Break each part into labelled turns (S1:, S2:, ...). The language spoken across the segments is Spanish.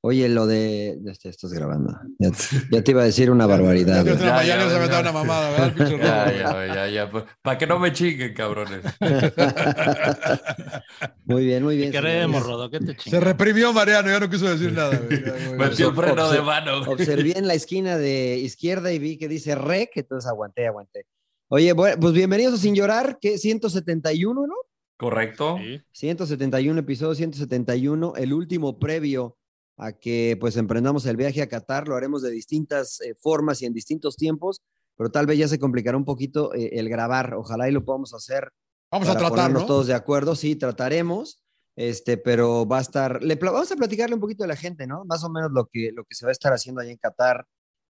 S1: Oye, lo de. Ya te estás grabando. Ya te, ya te iba a decir una barbaridad.
S2: Ya,
S1: güey.
S2: ya,
S3: Ya,
S2: ya
S3: ya,
S2: les he aventado
S3: ya.
S2: una mamada, ¿verdad? Pinche
S3: Ya,
S2: Rodo?
S3: ya, ya, ya. Para que no me chinguen, cabrones.
S1: Muy bien, muy bien.
S4: Te queremos,
S1: señores.
S4: Rodo, ¿qué te
S2: Se
S4: chingas?
S2: reprimió Mariano, ya no quiso decir nada. güey. Ya, güey.
S3: Metió
S1: Obser-
S3: freno de
S1: obser-
S3: mano. güey.
S1: Observé en la esquina de izquierda y vi que dice rec, entonces aguanté, aguanté. Oye, bueno, pues bienvenidos a Sin Llorar, que 171, ¿no?
S3: Correcto.
S4: Sí.
S1: 171, episodio 171, el último previo a que pues emprendamos el viaje a Qatar, lo haremos de distintas eh, formas y en distintos tiempos, pero tal vez ya se complicará un poquito eh, el grabar, ojalá y lo podamos hacer.
S2: Vamos a
S1: para
S2: tratar,
S1: ponernos
S2: ¿no?
S1: todos de acuerdo, sí, trataremos, este, pero va a estar, le, pla- vamos a platicarle un poquito a la gente, ¿no? Más o menos lo que, lo que se va a estar haciendo allá en Qatar,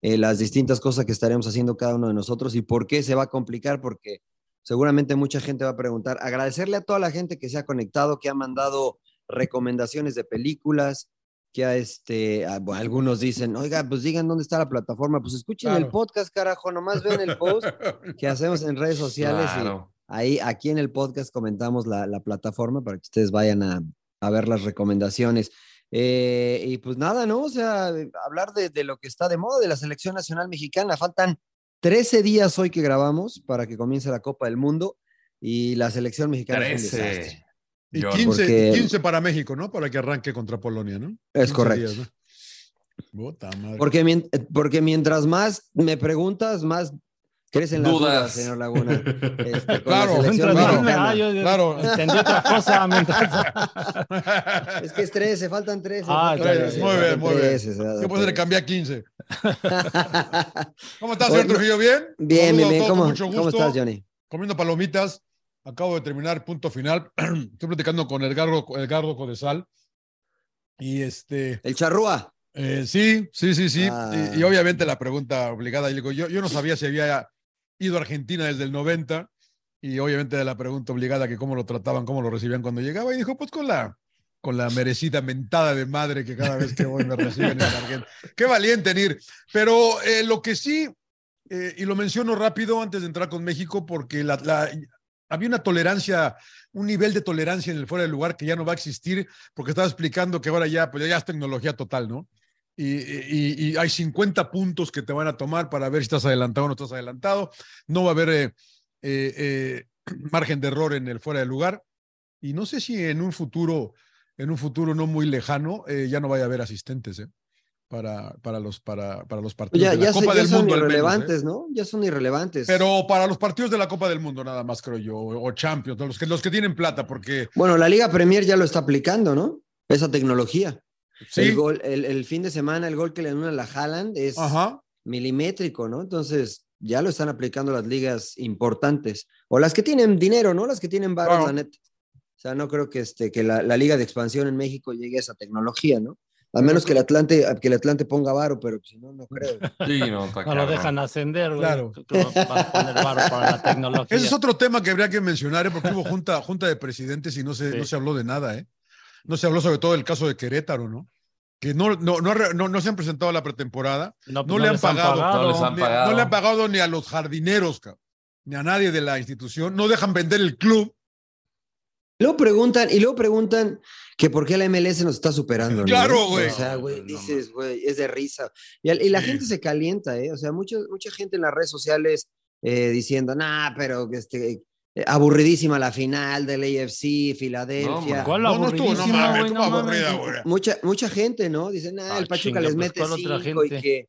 S1: eh, las distintas cosas que estaremos haciendo cada uno de nosotros y por qué se va a complicar, porque seguramente mucha gente va a preguntar. Agradecerle a toda la gente que se ha conectado, que ha mandado recomendaciones de películas, que a este, a- bueno, algunos dicen, oiga, pues digan dónde está la plataforma, pues escuchen el
S2: Claro.
S1: podcast, carajo, nomás ven el post que hacemos en redes sociales y
S3: Claro.
S1: Ahí, aquí en el podcast comentamos la, la plataforma para que ustedes vayan a, a ver las recomendaciones. Eh, y pues nada, ¿no? O sea, hablar de, de lo que está de moda de la selección nacional mexicana. Faltan 13 días hoy que grabamos para que comience la Copa del Mundo y la selección mexicana es un desastre.
S3: 13.
S2: Y
S3: Yo-
S2: 15,
S1: porque-
S2: 15 para México, ¿no? Para que arranque contra Polonia, ¿no?
S1: Es
S2: 15
S1: correcto.
S2: días, ¿no? Puta madre.
S1: Porque, mien- porque mientras más me preguntas, más crecen las dudas,
S3: Dudas.
S1: señor Laguna. Este, con la
S2: Claro,
S1: selección
S4: Mientras
S2: claro.
S4: más me-
S1: mexicana.
S4: ah, yo- yo
S2: Claro.
S4: Entendí otra cosa mientras.
S1: Es que es 13, faltan 13.
S4: Ah,
S1: faltan
S4: ya, ya,
S1: 13,
S4: muy
S1: faltan
S2: bien, muy bien.
S1: 13, o sea,
S2: Yo pues le
S1: pero-
S2: cambié a 15. ¿Cómo estás, señor
S1: Oye,
S2: Trujillo? ¿Bien?
S1: Bien, bien,
S2: Saludos a
S1: bien.
S2: todos,
S1: ¿Cómo,
S2: con mucho
S1: cómo
S2: gusto.
S1: estás, Johnny?
S2: Comiendo palomitas. Acabo de terminar punto final. Estoy platicando con Edgardo, Edgardo Codesal. Y este,
S1: El charrúa.
S2: eh, sí, sí, sí, sí.
S1: Ah.
S2: Y, y obviamente la pregunta obligada. y le digo, Yo, yo no sabía si había ido a Argentina desde el 90. Y obviamente la pregunta obligada que cómo lo trataban, cómo lo recibían cuando llegaba. Y dijo, pues con la, con la merecida mentada de madre que cada vez que voy me reciben en Argentina. Qué valiente en ir. Pero eh, lo que sí, eh, y lo menciono rápido antes de entrar con México, porque la- la- había una tolerancia, un nivel de tolerancia en el fuera de lugar que ya no va a existir, porque estaba explicando que ahora ya, pues ya es tecnología total, ¿no? Y, y- y hay 50 puntos que te van a tomar para ver si estás adelantado o no estás adelantado. No va a haber eh, eh, eh, margen de error en el fuera de lugar. Y no sé si en un futuro, en un futuro no muy lejano, eh, ya no vaya a haber asistentes, ¿eh? Para, para, los, para, para los partidos
S1: Pues Ya,
S2: de la
S1: ya, se-
S2: Copa
S1: ya
S2: del
S1: son
S2: Mundo. al menos, ¿eh?
S1: irrelevantes, ¿no? Ya son irrelevantes.
S2: Pero para los partidos de la Copa del Mundo, nada más creo yo, o Champions, los que, los que tienen plata, porque
S1: Bueno, la Liga Premier ya lo está aplicando, ¿no? Esa tecnología.
S2: sí,
S1: El, gol, el, el fin de semana, el gol que le dan a la Haaland es
S2: ajá,
S1: milimétrico, ¿no? Entonces, ya lo están aplicando las ligas importantes. O las que tienen dinero, ¿no? Las que tienen barras,
S2: Claro.
S1: la neta. O sea, no creo que, este, que la, la liga de expansión en México llegue a esa tecnología, ¿no? A menos que el Atlante, que el Atlante ponga varo, pero si no, no creo.
S3: Sí, no, está
S4: No lo
S3: cabrón.
S4: dejan ascender, güey.
S2: Claro.
S4: Tú no vas a poner varo para la tecnología.
S2: Ese es otro tema que habría que mencionar, ¿eh? porque hubo junta, junta de presidentes y no se,
S4: Sí.
S2: no se habló de nada, ¿eh? No se habló sobre todo del caso de Querétaro, ¿no? Que no, no, no, ha- no- no se han presentado a la pretemporada,
S4: No,
S2: no
S4: pues
S2: le han
S4: les
S2: pagado,
S3: No les han
S2: ni-
S3: pagado.
S2: no le han pagado ni a los jardineros, cabrón, ni a nadie de la institución, no dejan vender el club.
S1: Luego preguntan, y luego preguntan que por qué la MLS nos está superando. ¿no?
S2: Claro, güey.
S1: O sea, güey,
S3: No, no,
S1: dices, güey, es de risa. Y, al- y la
S2: Sí.
S1: gente se calienta, ¿eh? O sea, mucha, mucha gente en las redes sociales eh, diciendo, nah, pero este, eh, aburridísima la final del AFC, Filadelfia.
S3: No,
S4: ¿Cuál
S2: No, no estuvo, no
S4: aburridísimo,
S2: mames,
S4: güey,
S2: estuvo
S4: no mames.
S2: aburrida, güey.
S1: mucha, mucha gente, ¿no? Dicen, nah,
S4: Ah,
S1: el Pachuca
S4: chinga,
S1: les
S4: pues,
S1: mete
S4: ¿cuál otra
S1: cinco y
S4: gente?
S1: que...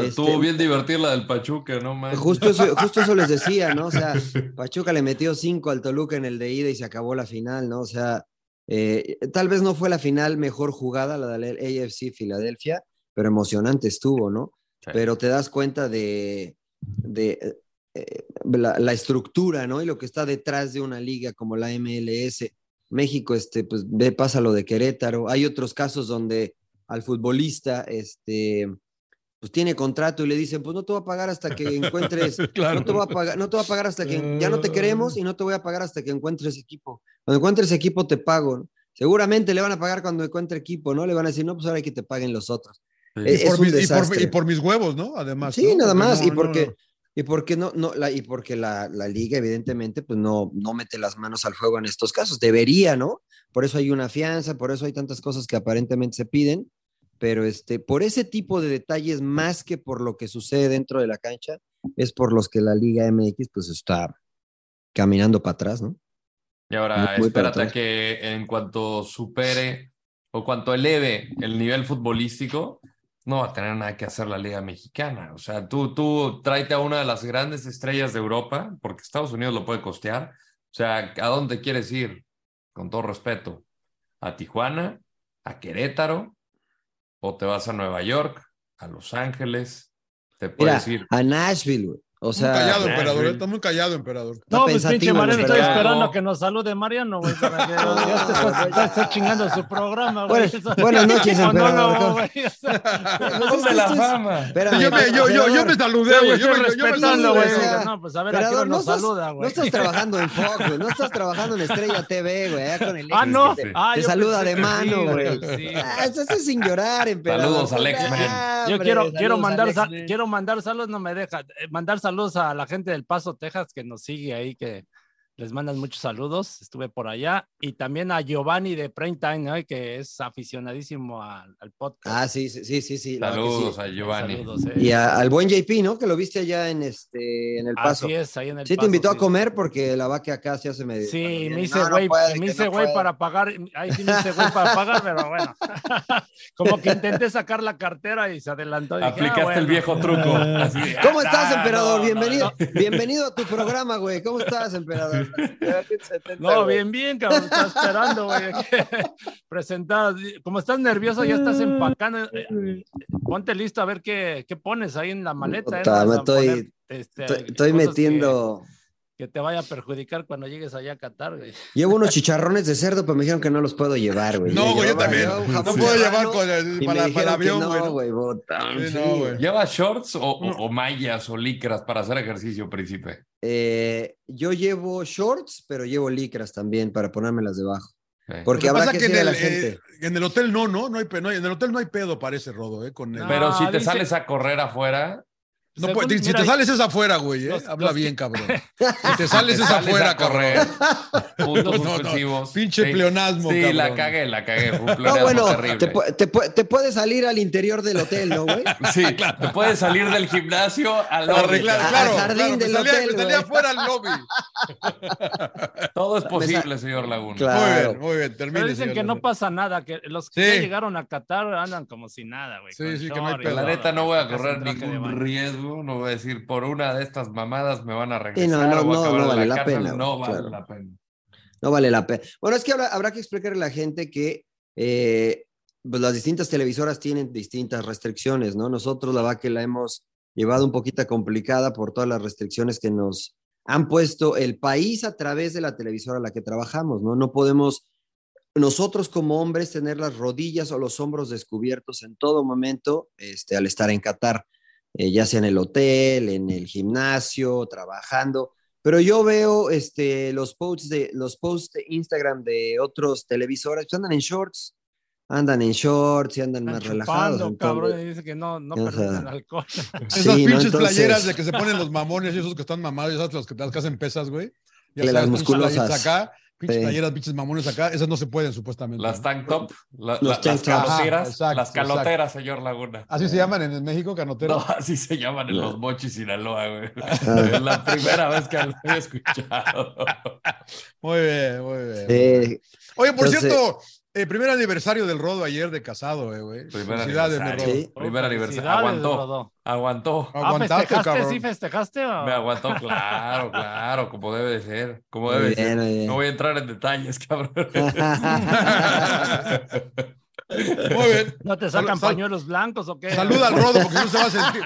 S3: Estuvo
S1: Este-
S3: bien divertir la del Pachuca, no man.
S1: Justo eso, justo eso les decía, ¿no? O sea, Pachuca le metió cinco al Toluca en el de ida y se acabó la final, ¿no? O sea, eh, tal vez no fue la final mejor jugada, la del AFC Filadelfia, pero emocionante estuvo, ¿no?
S3: Sí.
S1: Pero te das cuenta de, de eh, la, la estructura, ¿no? Y lo que está detrás de una liga como la MLS. México, este, pues ve, pasa lo de Querétaro. Hay otros casos donde al futbolista, este, pues tiene contrato y le dicen, pues no te voy a pagar hasta que encuentres,
S2: Claro.
S1: no te voy a pagar, no te voy a pagar hasta que ya no te queremos y no te voy a pagar hasta que encuentres equipo. Cuando encuentres equipo te pago. ¿no? Seguramente le van a pagar cuando encuentre equipo, ¿no? Le van a decir, no, pues ahora hay que te paguen los otros.
S3: Sí.
S1: Es-
S2: Y por
S1: un
S2: mis- y, por,
S1: desastre.
S2: y por mis huevos, ¿no? Además.
S1: Sí,
S2: ¿no?
S1: nada
S2: Porque
S1: más.
S2: no-
S1: y
S2: no-
S1: porque,
S2: no.
S1: y porque no, no, la, y porque la, la liga, evidentemente, pues no, no mete las manos al fuego en estos casos. Debería, ¿no? Por eso hay una fianza, por eso hay tantas cosas que aparentemente se piden. Pero este, por ese tipo de detalles, más que por lo que sucede dentro de la cancha, es por los que la Liga MX pues está caminando para atrás, ¿no?
S3: Y ahora
S1: Muy para
S3: espérate a
S1: atrás.
S3: que en cuanto supere o cuanto eleve el nivel futbolístico, no va a tener nada que hacer la Liga Mexicana. O sea, tú, tú tráete a una de las grandes estrellas de Europa, porque Estados Unidos lo puede costear. O sea, ¿a dónde quieres ir? Con todo respeto, ¿a Tijuana? ¿A Querétaro? ¿O te vas a Nueva York? ¿A Los Ángeles? Te
S1: Mira,
S3: puedes ir.
S1: a Nashville, güey. O sea,
S2: muy
S4: Ah,
S2: callado,
S3: nah,
S2: emperador.
S3: güey.
S2: Está muy callado, emperador.
S1: está
S4: No, pues
S1: pensativo,
S4: pinche
S1: la
S4: Mariano, estoy
S1: verdad.
S4: esperando que nos salude Mariano, güey. para que- Ya te estás- te estás chingando su programa, güey.
S1: Buenas- buenas noches,
S4: Monólogo,
S1: emperador.
S4: güey, o sea,
S1: Pues es que esto es- Espérame,
S2: Yo me, yo, yo, yo me saludé,
S4: yo
S2: güey. Yo,
S4: estoy
S2: me- yo me
S4: respetando,
S2: saludé.
S4: güey.
S1: güey.
S4: digo, No, pues a ver, ¿a qué hora
S1: Emperador,
S4: nos
S1: no estás-
S4: saluda,
S1: No
S4: güey?
S1: estás trabajando en Fox, güey. No estás trabajando en Estrella TV, güey. allá con el
S4: Ah,
S1: X,
S4: no.
S1: este.
S4: Ah,
S1: Te
S4: yo
S1: saluda
S4: pensé
S1: de
S4: que sí,
S1: mano, güey.
S3: Sí.
S1: Ah, esto es sin llorar, emperador.
S3: Saludos, Alex, man.
S1: Ah,
S4: Yo
S1: hombre,
S4: quiero, quiero
S1: saludos,
S4: mandar,
S1: Alex,
S4: sal-
S1: man.
S4: quiero mandar saludos, no me deja. Eh, mandar saludos a la gente del Paso, Texas, que nos sigue ahí, que les mandan muchos saludos. Estuve por allá. Y también a Giovanni de Prime Time, ¿no? que es aficionadísimo al, al podcast.
S1: Ah, sí, sí, sí, sí. sí, la verdad que sí.
S3: Saludos a Giovanni.
S4: Saludos, eh.
S1: Y a- al buen JP, ¿no? Que lo viste allá en, este, en El Paso.
S4: Así es, ahí en el
S1: sí, te
S4: Paso,
S1: invitó a
S4: sí.
S1: comer porque la vaca acá se hace medio.
S4: Sí,
S1: también.
S4: me hice
S1: No, no
S4: güey,
S1: puede, que
S4: me hice
S1: no
S4: güey
S1: puede.
S4: para pagar, ahí sí me hice güey para pagar, pero bueno. Como que intenté sacar la cartera y se adelantó. y dije, ah,
S3: Aplicaste el
S4: bueno.
S3: viejo truco. Así,
S1: ¿Cómo estás,
S3: ah,
S1: emperador?
S3: no, no,
S1: bienvenido, bienvenido a tu programa, güey. ¿Cómo estás, emperador?
S4: No, bien, bien, cabrón, estaba esperando, güey. Presentar, como estás nervioso, ya estás empacando. eh, eh, Ponte listo a ver qué, qué pones ahí en la maleta. eh,
S1: Puta,
S4: no vas
S1: me
S4: a
S1: estoy-
S4: poner, este,
S1: Estoy, estoy
S4: cosas
S1: metiendo.
S4: Que, que te vaya a perjudicar cuando llegues allá a Qatar, güey.
S1: Llevo unos chicharrones de cerdo, pero me dijeron que no los puedo llevar, güey.
S2: No, güey, yo
S1: Llevaba-
S2: también.
S1: llevaba un
S2: No
S1: jamón
S2: puedo
S1: serrano
S2: llevar con
S1: y
S2: el,
S1: me
S2: para,
S1: dijeron
S2: para
S1: que
S2: avión, güey.
S1: No,
S2: ¿no?
S1: güey, botán,
S2: Sí,
S1: sí,
S2: no, güey.
S3: ¿Lleva shorts o, o- o mallas o licras para hacer ejercicio, príncipe?
S1: Eh, yo llevo shorts, pero llevo licras también para ponérmelas debajo.
S3: Sí.
S2: Lo
S1: Porque
S2: que
S1: habrá
S2: pasa
S1: que,
S2: es que
S1: decirle a
S2: en
S1: la
S2: el,
S1: gente.
S2: eh, en el hotel no, no, no hay, pe- no hay- en el hotel no hay pedo parece Rodo, eh, con el-
S4: No,
S3: Pero si te
S4: dice-
S3: sales a correr afuera,
S2: No
S4: Según-
S2: puede- si
S4: mira,
S2: te sales es afuera, güey, eh,
S4: los-
S2: habla
S4: los que-
S2: bien, cabrón. Si te sales
S3: te
S2: es
S3: sales
S2: afuera,
S3: a correr.
S2: cabrón.
S3: Puntos
S2: No, no,
S3: suspensivos.
S2: Pinche
S3: Sí.
S2: pleonasmo,
S3: Sí,
S2: cabrón.
S3: la cagué, la cagué. Fue un
S1: No,
S3: pleonasmo
S1: bueno,
S3: terrible.
S1: te, pu- te pu- te puedes salir al interior del hotel, ¿no, güey?
S3: Sí, te puedes salir del gimnasio al
S2: Lo
S3: lobby.
S2: arregla-
S1: Al
S2: claro,
S1: jardín
S2: claro, me
S1: del
S2: salía,
S1: hotel,
S2: me salía
S1: güey.
S2: afuera al lobby.
S3: Todo es
S1: Me
S3: posible, señor Laguna.
S1: Claro.
S2: Muy bien, muy bien, termine.
S4: Pero dicen
S2: señor
S4: que no
S2: Laguna.
S4: pasa nada, que los que
S2: Sí.
S4: ya llegaron a Qatar andan como si nada, güey.
S2: Sí,
S4: con
S2: sí, que no hay
S4: short y
S2: pedo.
S3: La
S4: todo,
S3: neta no voy a
S4: casi un
S3: correr
S4: traje de baño.
S3: ningún riesgo, no voy a decir por una de estas mamadas me van a regresar.
S1: Sí, no, no,
S3: o voy a
S1: no,
S3: acabar
S1: no
S3: en
S1: vale la
S3: cárcel.
S1: pena,
S3: No
S1: güey,
S3: vale
S1: claro.
S3: la pena.
S1: No vale la pena. Bueno, es que habrá, habrá que explicarle a la gente que eh, pues las distintas televisoras tienen distintas restricciones, ¿no? Nosotros la verdad que la hemos llevado un poquito complicada por todas las restricciones que nos han puesto el país a través de la televisora a la que trabajamos, ¿no? No podemos nosotros como hombres tener las rodillas o los hombros descubiertos en todo momento este, al estar en Qatar, eh, ya sea en el hotel, en el gimnasio, trabajando. Pero yo veo este, los, posts de, los posts de Instagram de otros televisores, pues andan en shorts, andan en shorts y andan
S4: Están
S1: más relajados.
S4: chupando,
S1: entonces-
S4: cabrón, y dicen que no, no
S1: O sea,
S4: permiten alcohol.
S2: Esas
S1: Sí, ¿no?
S2: pinches
S1: Entonces-
S2: playeras de que se ponen los mamones y esos que están mamados, esas las que, las que hacen pesas, güey. Ya
S1: Que las
S2: sabes, pinches
S1: musculosas.
S2: playeritas acá, pinches
S1: Sí.
S2: playeras, pinches mamones acá, esas no se pueden supuestamente.
S3: Las
S2: ¿no?
S3: tank top, la- la-
S1: Los
S3: las
S1: tank top.
S3: caloteras,
S2: Ajá, exacto,
S3: las caloteras, señor Laguna.
S2: Así se
S1: Eh,
S2: llaman en México,
S3: No,
S2: canoteros.
S3: así se llaman en
S1: No. Ah.
S3: los mochis Sinaloa, güey. Es la primera vez que lo he escuchado.
S2: Muy bien, muy bien.
S1: Sí,
S2: Oye, por
S1: Entonces-
S2: cierto, eh, primer aniversario del Rodo ayer de casado, eh, güey.
S3: Primer
S2: Felicidades, mi
S3: aniversario.
S2: Rodo.
S1: sí.
S3: Primer aniversario.
S4: Felicidades,
S3: Aguantó,
S4: Rodó.
S3: aguantó.
S4: Ah,
S2: Aguantaste,
S4: ¿festejaste?
S2: cabrón.
S4: ¿Sí festejaste? o?
S3: Me aguantó, claro, claro, como debe de ser. Como
S1: muy
S3: debe de
S1: bien,
S3: ser.
S1: muy bien.
S3: No voy a entrar en detalles, cabrón.
S2: Muy bien.
S4: ¿No te sacan
S2: Sal- sal-
S4: pañuelos blancos o qué?
S2: Saluda al Rodo, porque no se va a sentir.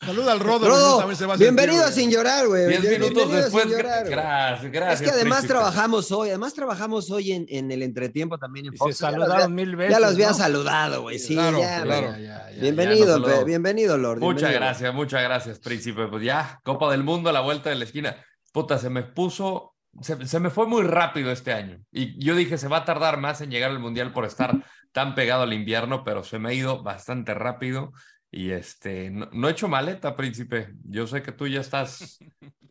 S2: Saluda al Rodo, porque
S1: Rodo,
S2: no también se va a sentir.
S1: bienvenido a
S2: güey.
S1: Sin Llorar, güey.
S3: Diez
S1: Bienvenido
S3: minutos
S1: a Sin
S3: después.
S1: Llorar, güey.
S3: Gracias, gracias.
S1: es que además
S3: príncipe.
S1: trabajamos hoy, además trabajamos hoy en, en el entretiempo también en
S4: Y se
S1: Fox. Ya los
S4: saludaron mil
S1: había-
S4: veces.
S1: ya los había
S4: ¿no?
S1: saludado, güey. Sí,
S2: Claro,
S1: ya,
S2: claro.
S1: güey.
S3: Ya, ya, ya,
S1: Bienvenido,
S3: ya nos
S1: pe-
S3: saludó.
S1: bienvenido, Lord.
S3: Muchas
S1: bienvenido.
S3: gracias, muchas gracias, príncipe. Pues ya, Copa del Mundo a la vuelta de la esquina. Puta, se me puso, se, se me fue muy rápido este año. Y yo dije, se va a tardar más en llegar al Mundial por estar tan pegado al invierno, pero se me ha ido bastante rápido. Y este, no, no he hecho maleta, príncipe. Yo sé que tú ya estás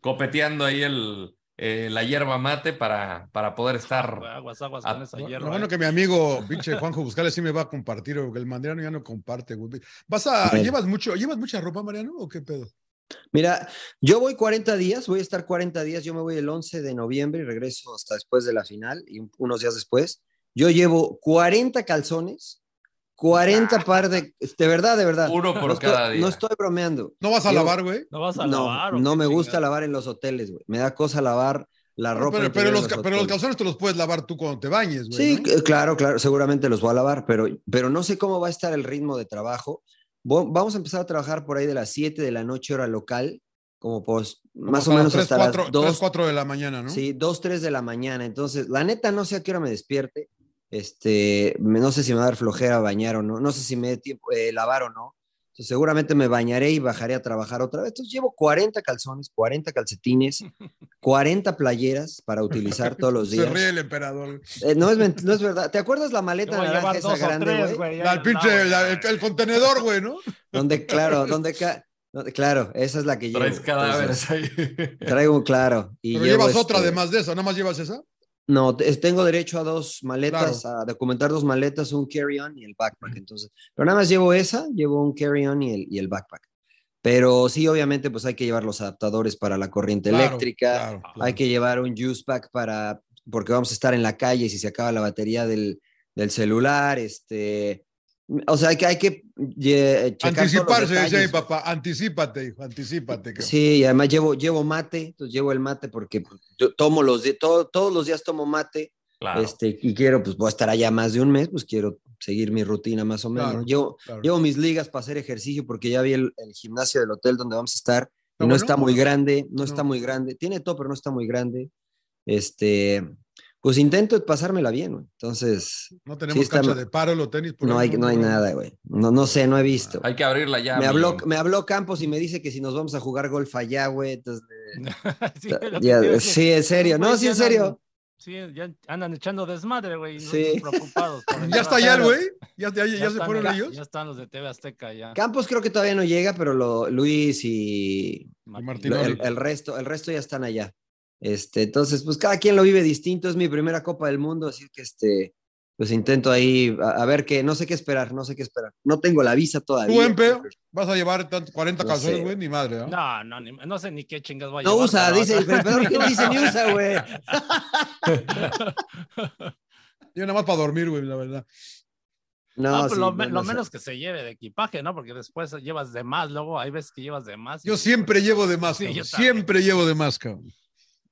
S3: copeteando ahí el, eh, la hierba mate para, para poder estar.
S4: Aguas, aguas
S3: Ah,
S4: con esa
S2: Lo-
S4: hierba.
S2: Lo
S4: eh.
S2: bueno que mi amigo, pinche Juanjo Buscales, sí me va a compartir, porque el Mariano ya no comparte, güey. ¿Vas a,
S1: Bueno.
S2: llevas mucho, llevas mucha ropa, Mariano, o qué pedo?
S1: Mira, yo voy 40 días, voy a estar 40 días, yo me voy el 11 de noviembre y regreso hasta después de la final y un- unos días después. Yo llevo 40 calzones, 40 par de... De verdad, de verdad.
S3: Ah. Uno por
S1: no estoy-
S3: cada día.
S1: No estoy bromeando.
S2: ¿No vas a
S1: Yo-
S2: lavar, güey?
S4: No vas a
S1: no,
S4: lavar. o
S1: no
S4: qué
S1: me gusta
S4: chingada?
S1: lavar en los hoteles, güey. Me da cosa lavar la ropa.
S2: Pero, pero
S1: interior en
S2: los, ca- pero los
S1: hoteles.
S2: calzones te los puedes lavar tú cuando te bañes, güey.
S1: Sí,
S2: ¿no?
S1: c- claro, claro, seguramente los voy a lavar, pero, pero no sé cómo va a estar el ritmo de trabajo. Vo- Vamos a empezar a trabajar por ahí de las 7 de la noche hora local, como pues más o
S2: Hasta
S1: menos
S2: las
S1: hasta
S2: 3,
S1: las
S2: 4,
S1: 2,
S2: 3, 4 de la mañana, ¿no?
S1: sí, 2, 3 de la mañana. Entonces, la neta no sé a qué hora me despierte. Este, me- no sé si me va a dar flojera bañar o no, no sé si me dé tiempo eh, lavar o no. Entonces, seguramente me bañaré y bajaré a trabajar otra vez. Entonces, llevo 40 calzones, 40 calcetines, 40 playeras para utilizar todos los
S2: Se
S1: días.
S2: ríe el emperador.
S1: Eh, no, es ment- no es verdad. ¿Te acuerdas la
S4: Yo
S1: maleta
S4: voy a
S1: naranja
S4: llevar
S1: esa
S4: dos o
S1: grande,
S4: tres,
S1: güey?
S4: güey. ahí
S2: La-
S4: en
S2: el
S4: el
S2: pinche,
S4: lado,
S2: la-
S4: güey.
S2: el, el contenedor, güey, ¿no?
S1: Donde, claro, donde ca- donde- claro, esa es la que llevo.
S3: Traes
S1: Entonces,
S3: cadáveres ahí.
S1: traigo un claro. Y
S2: Pero
S1: llevo,
S2: llevas otra
S1: este,
S2: además de esa, nada más llevas esa.
S1: No, te- tengo derecho a dos maletas, a documentar dos maletas, un carry-on y el backpack. Entonces, pero nada más llevo esa, llevo un carry-on y el, y el backpack. Pero sí, obviamente, pues hay que llevar los adaptadores para la corriente
S2: Claro,
S1: eléctrica.
S2: claro, claro.
S1: Hay que llevar un juice pack para, porque vamos a estar en la calle si se acaba la batería del, del celular, este, o sea, hay que, hay que ye- checar todos los
S2: Anticiparse, decía mi
S1: detalles.
S2: papá. Anticípate, hijo, anticípate. cabrón.
S1: Sí, y además llevo, llevo mate, entonces llevo el mate porque pues, yo tomo los, di- todo- todos los días tomo mate,
S3: Claro.
S1: este, y quiero, pues voy a estar allá más de un mes, pues quiero seguir mi rutina más o menos.
S2: Claro,
S1: Llevo,
S2: claro.
S1: llevo mis ligas para hacer ejercicio porque ya vi el, el gimnasio del hotel donde vamos a estar,
S2: ¿Está
S1: no
S2: bueno?
S1: está muy grande, no, está
S2: No.
S1: muy grande. Tiene todo, pero no está muy grande. Este, pues intento pasármela bien, güey. Entonces,
S2: No tenemos
S1: está-
S2: cancha de paro, los tenis. por
S1: no
S2: ahí,
S1: hay, no hay nada, güey. No, no sé, no he visto.
S3: Hay que abrirla ya.
S1: me,
S3: amigo.
S1: habló, me habló Campos y me dice que si nos vamos a jugar golf allá, güey. entonces,
S4: Sí, lo que
S1: ya-
S4: te digo es que-
S1: sí, en serio. No,
S4: Güey,
S1: sí,
S4: ya
S1: en serio.
S4: andan- Sí, ya andan echando desmadre, güey. no
S1: Sí.
S4: Preocupados. por
S2: Ya
S4: entrar.
S2: está ya el güey. Ya, ya- ya se
S4: están,
S2: fueron
S4: ya-
S2: ellos.
S4: Ya están los de TV Azteca, ya.
S1: Campos creo que todavía no llega, pero lo- Luis y
S2: Y
S4: Martín.
S1: lo-
S2: Martinoli.
S1: el, el resto, el resto ya están allá. Este, entonces, pues cada quien lo vive distinto. Es mi primera Copa del Mundo, así que este, pues intento ahí a, a ver qué, no sé qué esperar, no sé qué esperar. No tengo la visa todavía.
S2: Tú, Empeo, vas a llevar tant- 40
S1: No
S2: calzones,
S1: sé.
S2: güey, ni madre, ¿no?
S4: No, no, ni- no sé ni qué chingas voy a
S1: No
S4: llevar,
S1: usa,
S4: pero-
S1: dice, pero, pero ¿qué dice ni usa, güey?
S2: Yo nada más para dormir, güey, la verdad.
S1: No,
S4: Ah, pues
S1: sí,
S4: lo,
S1: no,
S4: me-
S1: no
S4: lo
S1: sé.
S4: menos que se lleve de equipaje, ¿no? Porque después llevas de más, luego hay veces que llevas de más. y- "Pues,
S2: Yo siempre llevo de más,
S4: Sí,
S2: cabrón.
S4: yo también.
S2: siempre llevo de más, cabrón.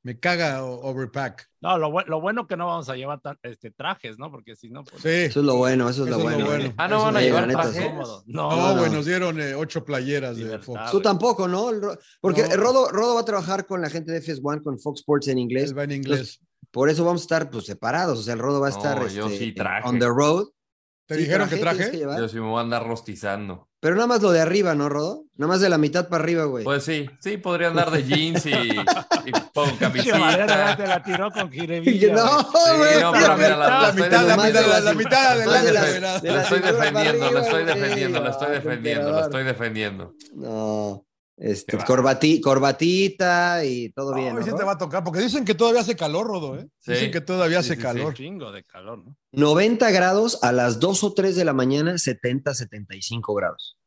S2: Me caga o- overpack.
S4: No, lo, bu- lo bueno que no vamos a llevar tan- este, trajes, ¿no? Porque si no, pues
S2: Sí.
S1: Eso es lo bueno, eso es
S2: Eso
S1: lo bueno. ¿eh?
S3: Ah, no
S2: Eso
S3: van a
S2: es lo
S1: llevar
S2: bueno.
S1: neta,
S3: traje.
S1: sí.
S4: cómodo.
S2: No,
S4: No,
S1: no. Pues,
S2: güey, nos dieron eh, ocho playeras de
S4: Libertad,
S2: Fox.
S4: Ah,
S1: Tú
S4: güey.
S1: tampoco, ¿no? El Ro- Porque
S2: No.
S1: Rodo, Rodo va a trabajar con la gente de FS1, con Fox Sports en inglés.
S2: Él va en inglés.
S1: Por eso vamos a estar pues, separados. O sea, el Rodo va a
S3: No,
S1: estar
S3: yo
S1: este,
S3: sí traje.
S1: on the road.
S2: ¿Te
S1: Sí,
S2: dijeron que
S1: tienes
S2: traje?
S1: llevar.
S3: Yo sí me voy a andar rostizando.
S1: Pero nada más lo de arriba, ¿no, Rodo? Nada más de la mitad para arriba, güey.
S3: Pues sí, sí, podría andar de jeans y, y con
S4: Pinche Valera, ya
S3: camisita.
S4: te la tiró con
S1: Y yo,
S4: jirevilla.
S1: no,
S4: güey.
S1: güey.
S3: no,
S1: pero
S3: pero mira,
S1: la-
S2: La mitad, la
S1: Más de
S2: mitad, la-
S1: la-
S2: la mitad
S1: más de la-
S2: adelante.
S1: de
S2: verás.
S1: la-
S3: La estoy
S1: cintura para
S3: defendiendo, la
S1: arriba,
S3: estoy
S1: güey.
S3: defendiendo, la estoy
S1: Ah,
S3: defendiendo, la
S1: emperador.
S3: estoy defendiendo.
S1: No. Este,
S3: Qué va.
S1: corbati- corbatita y todo bien.
S2: Ay,
S1: ¿no,
S2: sí te
S1: Rodo?
S2: va a tocar, porque dicen que todavía hace calor, Rodo, ¿eh?
S3: Sí.
S2: Dicen que todavía
S3: Sí,
S2: hace
S3: sí, sí.
S2: calor.
S4: Chingo de calor, ¿no?
S1: 90 grados a las 2 o 3 de la mañana, 70, 75 grados.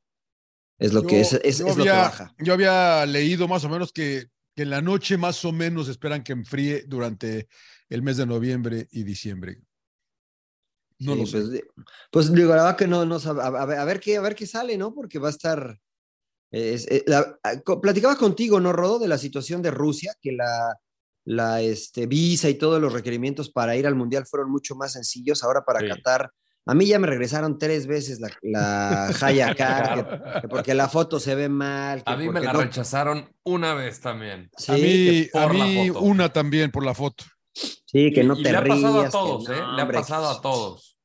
S1: Es lo que es, es,
S2: yo
S1: es lo que
S2: había-
S1: baja.
S2: Yo había leído más o menos que, que en la noche más o menos esperan que enfríe durante el mes de noviembre y diciembre. No
S1: Sí,
S2: lo sé.
S1: Pues, di- pues digo, la verdad que no, no sab- a, a ver, a ver qué, a ver qué sale, ¿no? Porque va a estar. es- eh, la- a- co- platicabas contigo, ¿no, Rodo? De la situación de Rusia, que la, la este, visa y todos los requerimientos para ir al Mundial fueron mucho más sencillos. Ahora para
S3: Sí.
S1: Qatar, a mí ya me regresaron tres veces la, la Haya Car, que- que porque la foto se ve mal. que
S3: A mí me
S1: porque
S3: la
S1: no-
S3: rechazaron una vez también.
S1: Sí,
S2: a mí,
S3: que por
S2: a
S3: la
S2: mí
S3: foto.
S2: una también por la foto.
S1: Sí, que no
S3: y
S1: te
S3: le ha pasado
S1: rías,
S3: a
S1: que
S3: todos,
S1: no,
S3: ¿eh? Le ha
S1: hombre,
S3: pasado a todos.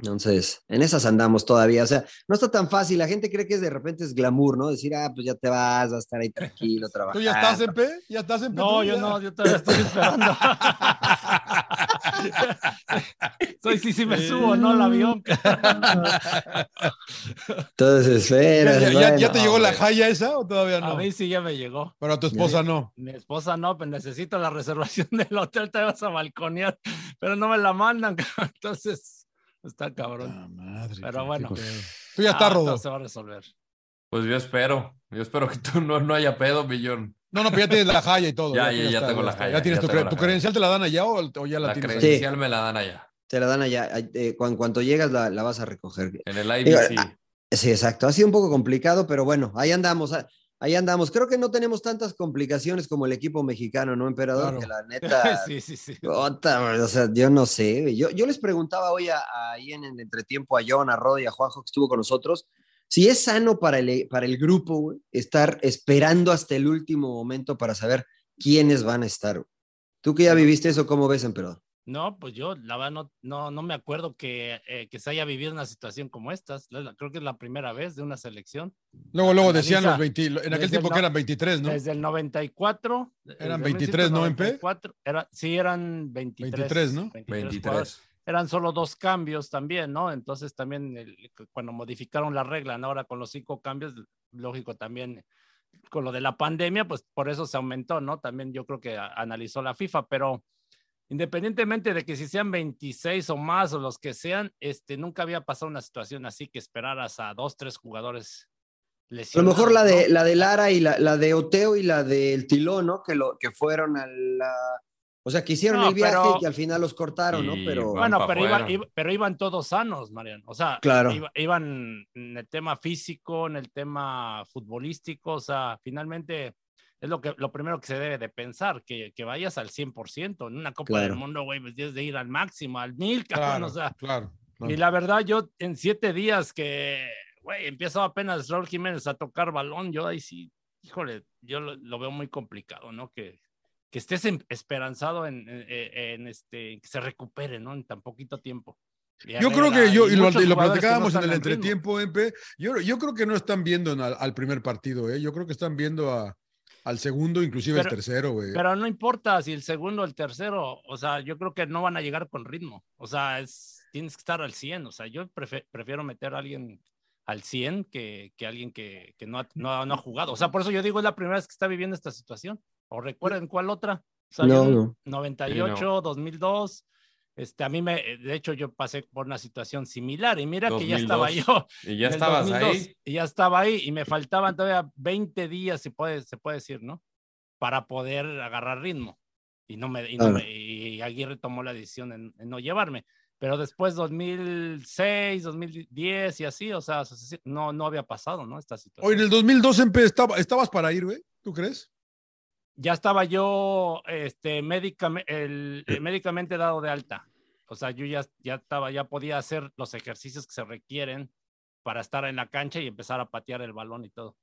S1: Entonces, en esas andamos todavía. O sea, no está tan fácil. La gente cree que es de repente es glamour, ¿no? Decir, ah, pues ya te vas, vas a estar ahí tranquilo,
S2: ¿Tú
S1: trabajando.
S2: ya estás en P? ¿Ya estás en P?
S4: No,
S2: tú
S4: yo
S2: ya?
S4: no, yo todavía estoy esperando. Soy si, si me subo o no al avión.
S1: Entonces,
S2: ¿Ya,
S1: esferas.
S2: ya- ya-
S1: bueno,
S2: ya te llegó la
S1: hombre.
S2: jaya esa o todavía
S4: A
S2: no?
S4: mí sí ya me llegó.
S2: Pero a tu esposa no.
S4: Mi esposa no, pues necesito la reservación del hotel, te vas a balconear, pero no me la mandan, cabrón. entonces está cabrón.
S2: Ah, madre,
S4: Pero
S2: qué-
S4: bueno.
S2: qué pedo. Tú ya estás,
S4: Ah,
S2: Rodo.
S4: todo se va a resolver.
S3: Pues yo espero. Yo espero que tú no, no haya pedo, Millón.
S2: No, no, pero ya tienes la jaya y todo.
S3: Ya, ya,
S2: tienes
S3: ya
S2: todo,
S3: tengo la
S2: está.
S3: jaya,
S2: Ya tienes
S3: ya
S2: tu,
S3: tengo
S2: cre-
S3: la
S2: tu
S3: jaya.
S2: credencial, ¿te la dan allá o, o ya la,
S3: La
S2: tienes ahí?
S3: credencial me la dan allá.
S1: Te la dan allá. eh, cu- en cuanto llegas, la, la vas a recoger.
S3: En el IBC.
S1: ah, Sí, exacto. Ha sido un poco complicado, pero bueno, ahí andamos. ah, Ahí andamos. Creo que no tenemos tantas complicaciones como el equipo mexicano, ¿no, emperador?
S2: Claro.
S1: Que la neta.
S4: Sí, sí, sí.
S1: Puta, o sea, yo no sé. güey. Yo, yo les preguntaba hoy a- a- ahí en el entretiempo a John, a Rod y a Juanjo que estuvo con nosotros, si es sano para el, para el grupo güey, estar esperando hasta el último momento para saber quiénes van a estar. güey. Tú que ya viviste eso, ¿cómo ves, emperador?
S4: No, pues yo la verdad no, no, no me acuerdo que, eh, que se haya vivido una situación como esta. Es la- Creo que es la primera vez de una selección.
S2: Luego, luego decían
S4: Analiza.
S2: los 20. En
S4: Desde
S2: aquel tiempo
S4: el
S2: que
S4: no-
S2: eran 23, ¿no?
S4: Desde el 94. eh, desde
S2: Eran 23, ¿no, MP?
S4: 1994, Era, sí, eran 23.
S2: 23, ¿no?
S4: 23 jugadores.
S3: 23.
S4: eran solo dos cambios también, ¿no? Entonces también el- cuando modificaron la regla, ¿no? Ahora con los cinco cambios, lógico también con lo de la pandemia, pues por eso se aumentó, ¿no? También yo creo que a- analizó la FIFA, pero independientemente de que si sean 26 o más o los que sean, este, nunca había pasado una situación así que esperaras a dos, tres jugadores
S1: A lo
S4: lesionados.
S1: mejor la de,
S4: ¿no?
S1: la de Lara y la, la de Oteo y la del Tilón, ¿no? Que, lo, que fueron a la... O sea, que hicieron
S4: No,
S1: el viaje
S4: pero-
S1: y que al final los cortaron, ¿no?
S3: Y
S1: Pero...
S3: van
S4: Bueno,
S3: pa'
S4: pero, iba-
S3: afuera.
S4: iba- pero iban todos sanos, Mariano. O sea,
S1: Claro.
S4: iba- iban en el tema físico, en el tema futbolístico. O sea, finalmente es lo, que, lo primero que se debe de pensar, que, que vayas al 100%. En una Copa
S1: Claro.
S4: del Mundo, güey, pues tienes de ir al máximo, al mil, cabrón.
S2: Claro,
S4: O sea,
S2: claro.
S4: y la verdad, yo en siete días que, güey, empiezo apenas Raúl Jiménez a tocar balón, yo ahí sí, híjole, yo lo, lo veo muy complicado, ¿no? Que, que estés em- esperanzado en, en- en este, que se recupere, ¿no? En tan poquito tiempo. Y
S2: Yo creo
S4: Herrera,
S2: que yo, y lo,
S4: muchos
S2: y lo
S4: jugadores que no
S2: platicábamos
S4: están
S2: en el
S4: ritmo.
S2: entretiempo, MP, yo, yo creo que no están viendo en al, al primer partido, ¿eh? yo creo que están viendo a- al segundo, inclusive al
S4: Pero-
S2: tercero, güey.
S4: Pero no importa si el segundo o el tercero, o sea, yo creo que no van a llegar con ritmo. O sea, es, tienes que estar al 100. O sea, yo prefe- prefiero meter a alguien al 100 que, que alguien que, que no, ha, no, ha- no ha jugado. O sea, por eso yo digo, es la primera vez que está viviendo esta situación. ¿O recuerden cuál otra? O sea,
S1: No,
S4: yo-
S1: no.
S4: 98,
S3: Sí,
S4: 2002. Este, a mí me, de hecho, yo pasé por una situación similar y mira que ya
S3: 2002.
S4: estaba yo.
S3: Y ya
S4: en el
S3: estabas
S4: 2002,
S3: ahí.
S4: Y ya estaba ahí y me faltaban todavía 20 días, si puede, se puede decir, ¿no? Para poder agarrar ritmo. Y, no me, y, no
S1: Claro.
S4: me- y Aguirre tomó la decisión en, en no llevarme. Pero después, 2006, 2010 y así, o sea, sucesi- no, no había pasado, ¿no? Esta situación.
S2: Oye, en el 2002, MP, estaba- estabas para ir, güey, ¿tú crees?
S4: ya estaba yo este, médicame- el- eh, médicamente dado de alta. O sea, yo ya, ya estaba, ya podía hacer los ejercicios que se requieren para estar en la cancha y empezar a patear el balón y todo.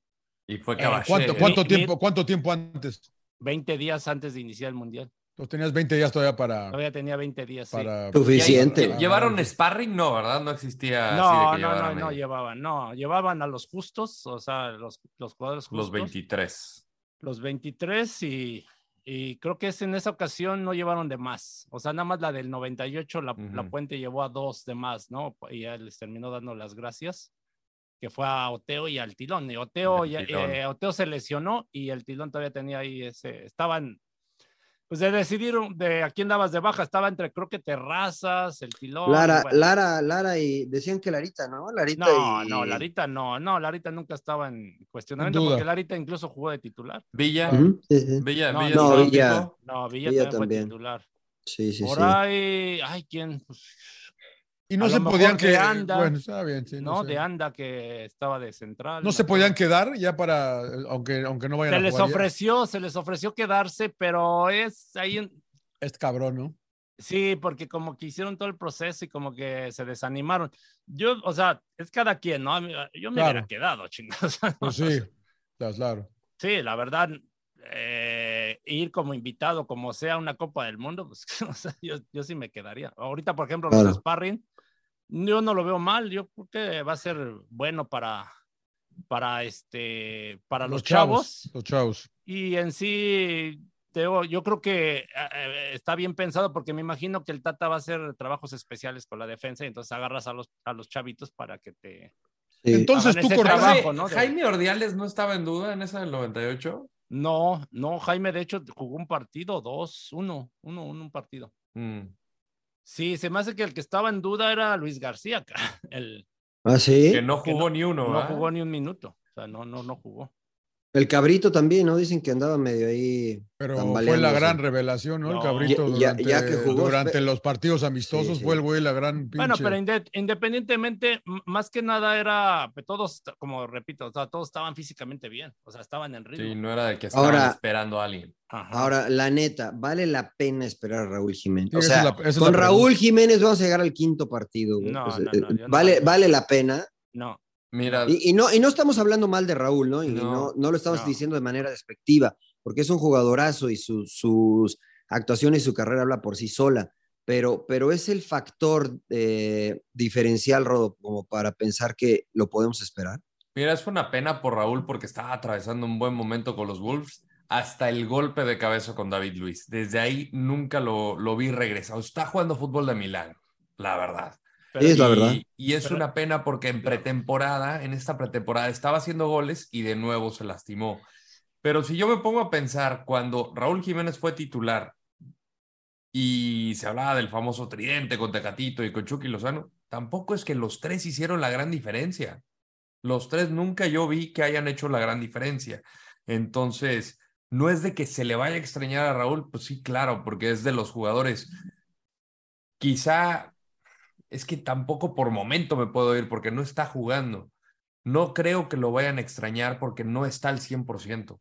S3: Y fue
S4: Eh,
S3: Caballero.
S2: ¿Cuánto,
S4: sí,
S2: cuánto,
S4: mi-
S2: tiempo, ¿Cuánto tiempo antes?
S4: 20 días antes de iniciar el mundial.
S2: Los tenías 20 días todavía para...
S4: Todavía tenía 20 días. sí.
S2: Ah. para
S1: Suficiente.
S2: para-
S3: ¿Llevaron sparring? No, ¿verdad? No existía. así
S4: No,
S3: Ah, de que
S4: no, no,
S3: llevaran
S4: no
S3: ahí.
S4: llevaban, no, llevaban a los justos, o sea, los, los jugadores justos.
S3: Los 23.
S4: los 23 y, y creo que es en esa ocasión no llevaron de más. O sea, nada más la del 98, la, la
S3: Ujú.
S4: puente llevó a dos de más, ¿no? Y ya les terminó dando las gracias, que fue a Oteo y al Tilón. Y Oteo,
S3: Y al
S4: ya-
S3: Tilón.
S4: eh, Oteo se lesionó y el Tilón todavía tenía ahí ese, estaban... Pues de decidir de a quién dabas de baja, estaba entre creo que Terrazas, el Tilón. y
S1: Lara,
S4: bueno.
S1: Lara, Lara y decían que Larita, ¿no? Larita
S4: No,
S1: y...
S4: no, Larita no, no, Larita nunca estaba en cuestionamiento
S2: duda.
S4: porque Larita incluso jugó de titular.
S3: Villa.
S1: Ujú, sí, sí.
S3: Villa,
S4: No,
S3: Villa.
S4: no,
S3: estaba
S1: Villa.
S3: fijo.
S4: No, Villa,
S1: Ella
S4: también fue
S1: también.
S4: titular.
S1: Sí, sí,
S4: Por
S1: sí.
S4: ahí, ay, ¿quién? Pues,
S2: Y no
S4: A
S2: se
S4: lo mejor
S2: podían
S4: de
S2: que...
S4: Anda.
S2: Bueno, está bien, sí,
S4: no,
S2: sé.
S4: de Anda que estaba de central.
S2: No
S4: me
S2: se podían
S4: acuerdo.
S2: quedar ya para... Aunque, aunque no vayan
S4: Se
S2: a
S4: les
S2: jugar ya.
S4: ofreció, se les ofreció quedarse, pero es ahí, en-
S2: Es cabrón, ¿no?
S4: sí, porque como que hicieron todo el proceso y como que se desanimaron. Yo, o sea, es cada quien, ¿no? A mí- Yo me
S2: Claro.
S4: hubiera quedado, chingados.
S2: Pues sí, estás claro.
S4: Sí, la verdad, eh, ir como invitado, como sea una Copa del Mundo, pues, o sea, yo, yo sí me quedaría. Ahorita, por ejemplo,
S1: Claro.
S4: los sparring, yo no lo veo mal, yo creo que va a ser bueno para, para, este, para los, chavos.
S2: Los chavos.
S4: Y en sí, Teo, yo creo que eh, está bien pensado porque me imagino que el Tata va a hacer trabajos especiales con la defensa y entonces agarras a los, a los chavitos para que te...
S2: Entonces
S4: Hagan
S2: tú
S4: ese
S2: cortas.
S4: trabajo.
S3: Jaime-
S4: ¿no? De-
S3: Jaime Ordiales no estaba en duda en esa del 98.
S4: No, no, Jaime de hecho jugó un partido, dos, uno, uno, uno, un partido.
S3: Mm.
S4: Sí, se me hace que el que estaba en duda era Luis García, ca- el
S1: ¿Ah, sí?
S3: Que no jugó ni uno.
S4: no,
S3: ¿verdad?
S4: jugó ni un minuto, o sea, no, no, no jugó.
S1: El cabrito también, ¿no? Dicen que andaba medio ahí.
S2: Pero fue la
S1: Tambaleándose. gran
S2: gran revelación, ¿no?
S4: El No.
S2: El
S4: cabrito
S2: cabrito
S1: Ya-
S2: durante,
S1: ya- ya que jugó, espe-
S2: los partidos amistosos
S1: Sí, sí.
S2: fue el güey la gran pinche.
S4: Bueno, pero inde- independientemente, m- más que nada era, pues, todos, como repito, o sea, todos estaban físicamente bien, o sea, estaban en ritmo.
S3: Sí, no era de que estaban
S1: Ahora-
S3: esperando a alguien.
S4: Ajá.
S1: Ahora, la neta, vale la pena esperar a Raúl Jiménez.
S2: Sí,
S1: o
S2: esa
S1: sea,
S2: es la- esa es la
S1: con
S2: pregunta.
S1: Raúl Jiménez vamos a llegar al quinto partido. güey.
S4: No,
S1: Pues,
S4: no,
S1: eh,
S4: no, yo no-
S1: vale, vale la pena.
S4: no,
S3: Mira,
S1: Y, y no, y no estamos hablando mal de Raúl, ¿no? Y
S3: No,
S1: no, no lo estamos
S4: no.
S1: diciendo de manera despectiva, porque es un jugadorazo y su- sus actuaciones y su carrera habla por sí sola. Pero, pero es el factor eh, diferencial, Rodo, como para pensar que lo podemos esperar.
S3: mira, es una pena por Raúl porque estaba atravesando un buen momento con los Wolves. Hasta el golpe de cabeza con David Luis. Desde ahí nunca lo, lo vi regresado. Está jugando fútbol de Milán, la verdad.
S4: pero-
S1: Es la
S3: Y-
S1: verdad.
S3: Y es
S4: Pero-
S3: una pena porque en pretemporada, en esta pretemporada, estaba haciendo goles y de nuevo se lastimó. Pero si yo me pongo a pensar, cuando Raúl Jiménez fue titular y se hablaba del famoso tridente con Tecatito y con Chucky Lozano, tampoco es que los tres hicieron la gran diferencia. Los tres nunca yo vi que hayan hecho la gran diferencia. Entonces, no es de que se le vaya a extrañar a Raúl, pues sí, claro, porque es de los jugadores. Quizá es que tampoco por momento me puedo ir porque no está jugando. No creo que lo vayan a extrañar porque no está al 100%.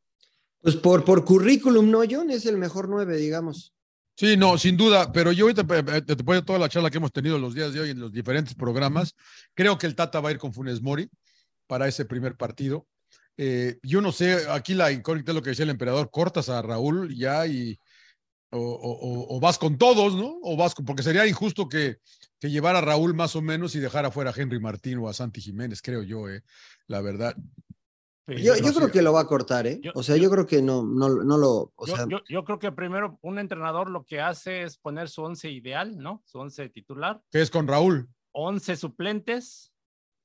S1: Pues por, por currículum, ¿no, John? Es el mejor nueve, digamos.
S2: Sí, no, sin duda, pero yo ahorita, pe- pe- después de toda la charla que hemos tenido los días de hoy en los diferentes programas, creo que el Tata va a ir con Funes Mori para ese primer partido. Eh, yo no sé, aquí la incógnita es lo que decía el emperador, cortas a Raúl ya y o, o- o- o vas con todos, ¿no? O vas con- porque sería injusto que, que llevara a Raúl más o menos y dejara fuera a Henry Martín o a Santi Jiménez, creo yo, eh, la verdad.
S4: sí,
S1: Yo,
S4: yo-
S1: yo creo que lo va a cortar, ¿eh?
S4: Yo-
S1: o sea, yo, creo que no, no, no lo. O
S4: yo-
S1: sea,
S4: yo- yo creo que primero un entrenador lo que hace es poner su once ideal, ¿no? Su once titular,
S2: Que es con Raúl.
S4: 11 suplentes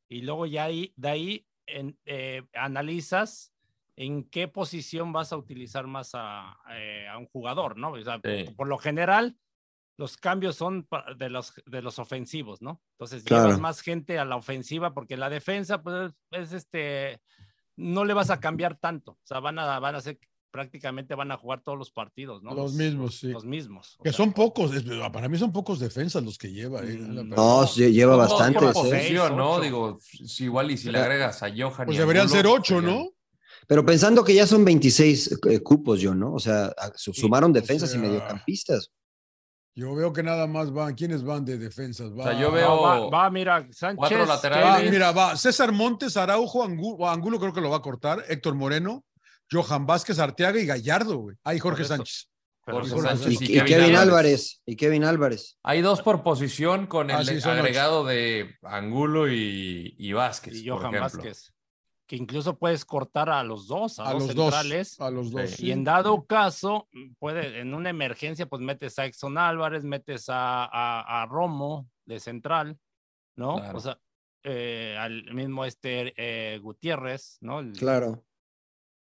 S4: y luego ya ahí, de ahí en- eh, analizas en qué posición vas a utilizar más a, eh, a un jugador, ¿no? O sea,
S3: Sí.
S4: Por lo general, los cambios son pa- de los, de los ofensivos, ¿no? Entonces
S1: Claro.
S4: llevas más gente a la ofensiva porque la defensa, pues, es este, no le vas a cambiar tanto. O sea, van a, van a ser, prácticamente van a jugar todos los partidos, ¿no?
S2: Los mismos, sí.
S4: Los mismos. o
S2: Que
S4: sea,
S2: son pocos, es- para mí son pocos defensas los que lleva. eh, la
S4: Mm,
S2: verdad.
S1: no, sí, lleva
S4: No,
S1: bastante.
S4: lleva
S3: Por
S4: ¿eh?
S3: posesión, ¿no?
S4: Ocho.
S3: Digo, si igual y si le
S1: Ya.
S3: agregas a Johan.
S2: Pues
S3: y a
S2: deberían
S3: Angulo,
S2: ser ocho,
S3: serían-
S2: ¿no?
S1: Pero pensando que ya son 26 eh, cupos, John, ¿no? O sea, a- su-
S4: Sí,
S1: sumaron defensas
S2: sea,
S1: y mediocampistas.
S2: Yo veo que nada más van. ¿Quiénes van de defensas? Va-
S3: sea, yo veo-
S4: no, va, va, mira, Sánchez.
S3: laterales.
S2: Va,
S4: Kevin,
S2: mira, va César Montes, Araujo, Angulo, Angulo creo que lo va a cortar, Héctor Moreno, Johan Vázquez, Arteaga y Gallardo, güey. Ahí Jorge
S4: Por eso.
S2: Sánchez.
S4: pero
S3: Jorge
S4: son-
S3: Sánchez.
S1: Y,
S3: sí,
S1: y
S3: Kevin
S1: Kevin,
S3: Álvarez.
S1: Álvarez. Y Kevin Álvarez.
S3: Hay dos por posición con el
S2: Ah, sí, son
S3: agregado de Angulo y, y Vázquez.
S4: y
S3: por
S4: Johan
S3: ejemplo.
S4: Vázquez. Que incluso puedes cortar a los dos, a,
S2: A
S4: los,
S2: los dos.
S4: centrales.
S1: Ah,
S2: A los dos.
S3: Sí.
S2: sí.
S4: Y en dado caso, puede, en una emergencia, pues metes a Exxon Álvarez, metes a, a- a Romo de central, ¿no?
S3: Claro.
S4: O sea, eh, al mismo este eh, Gutiérrez, ¿no? El
S1: Claro.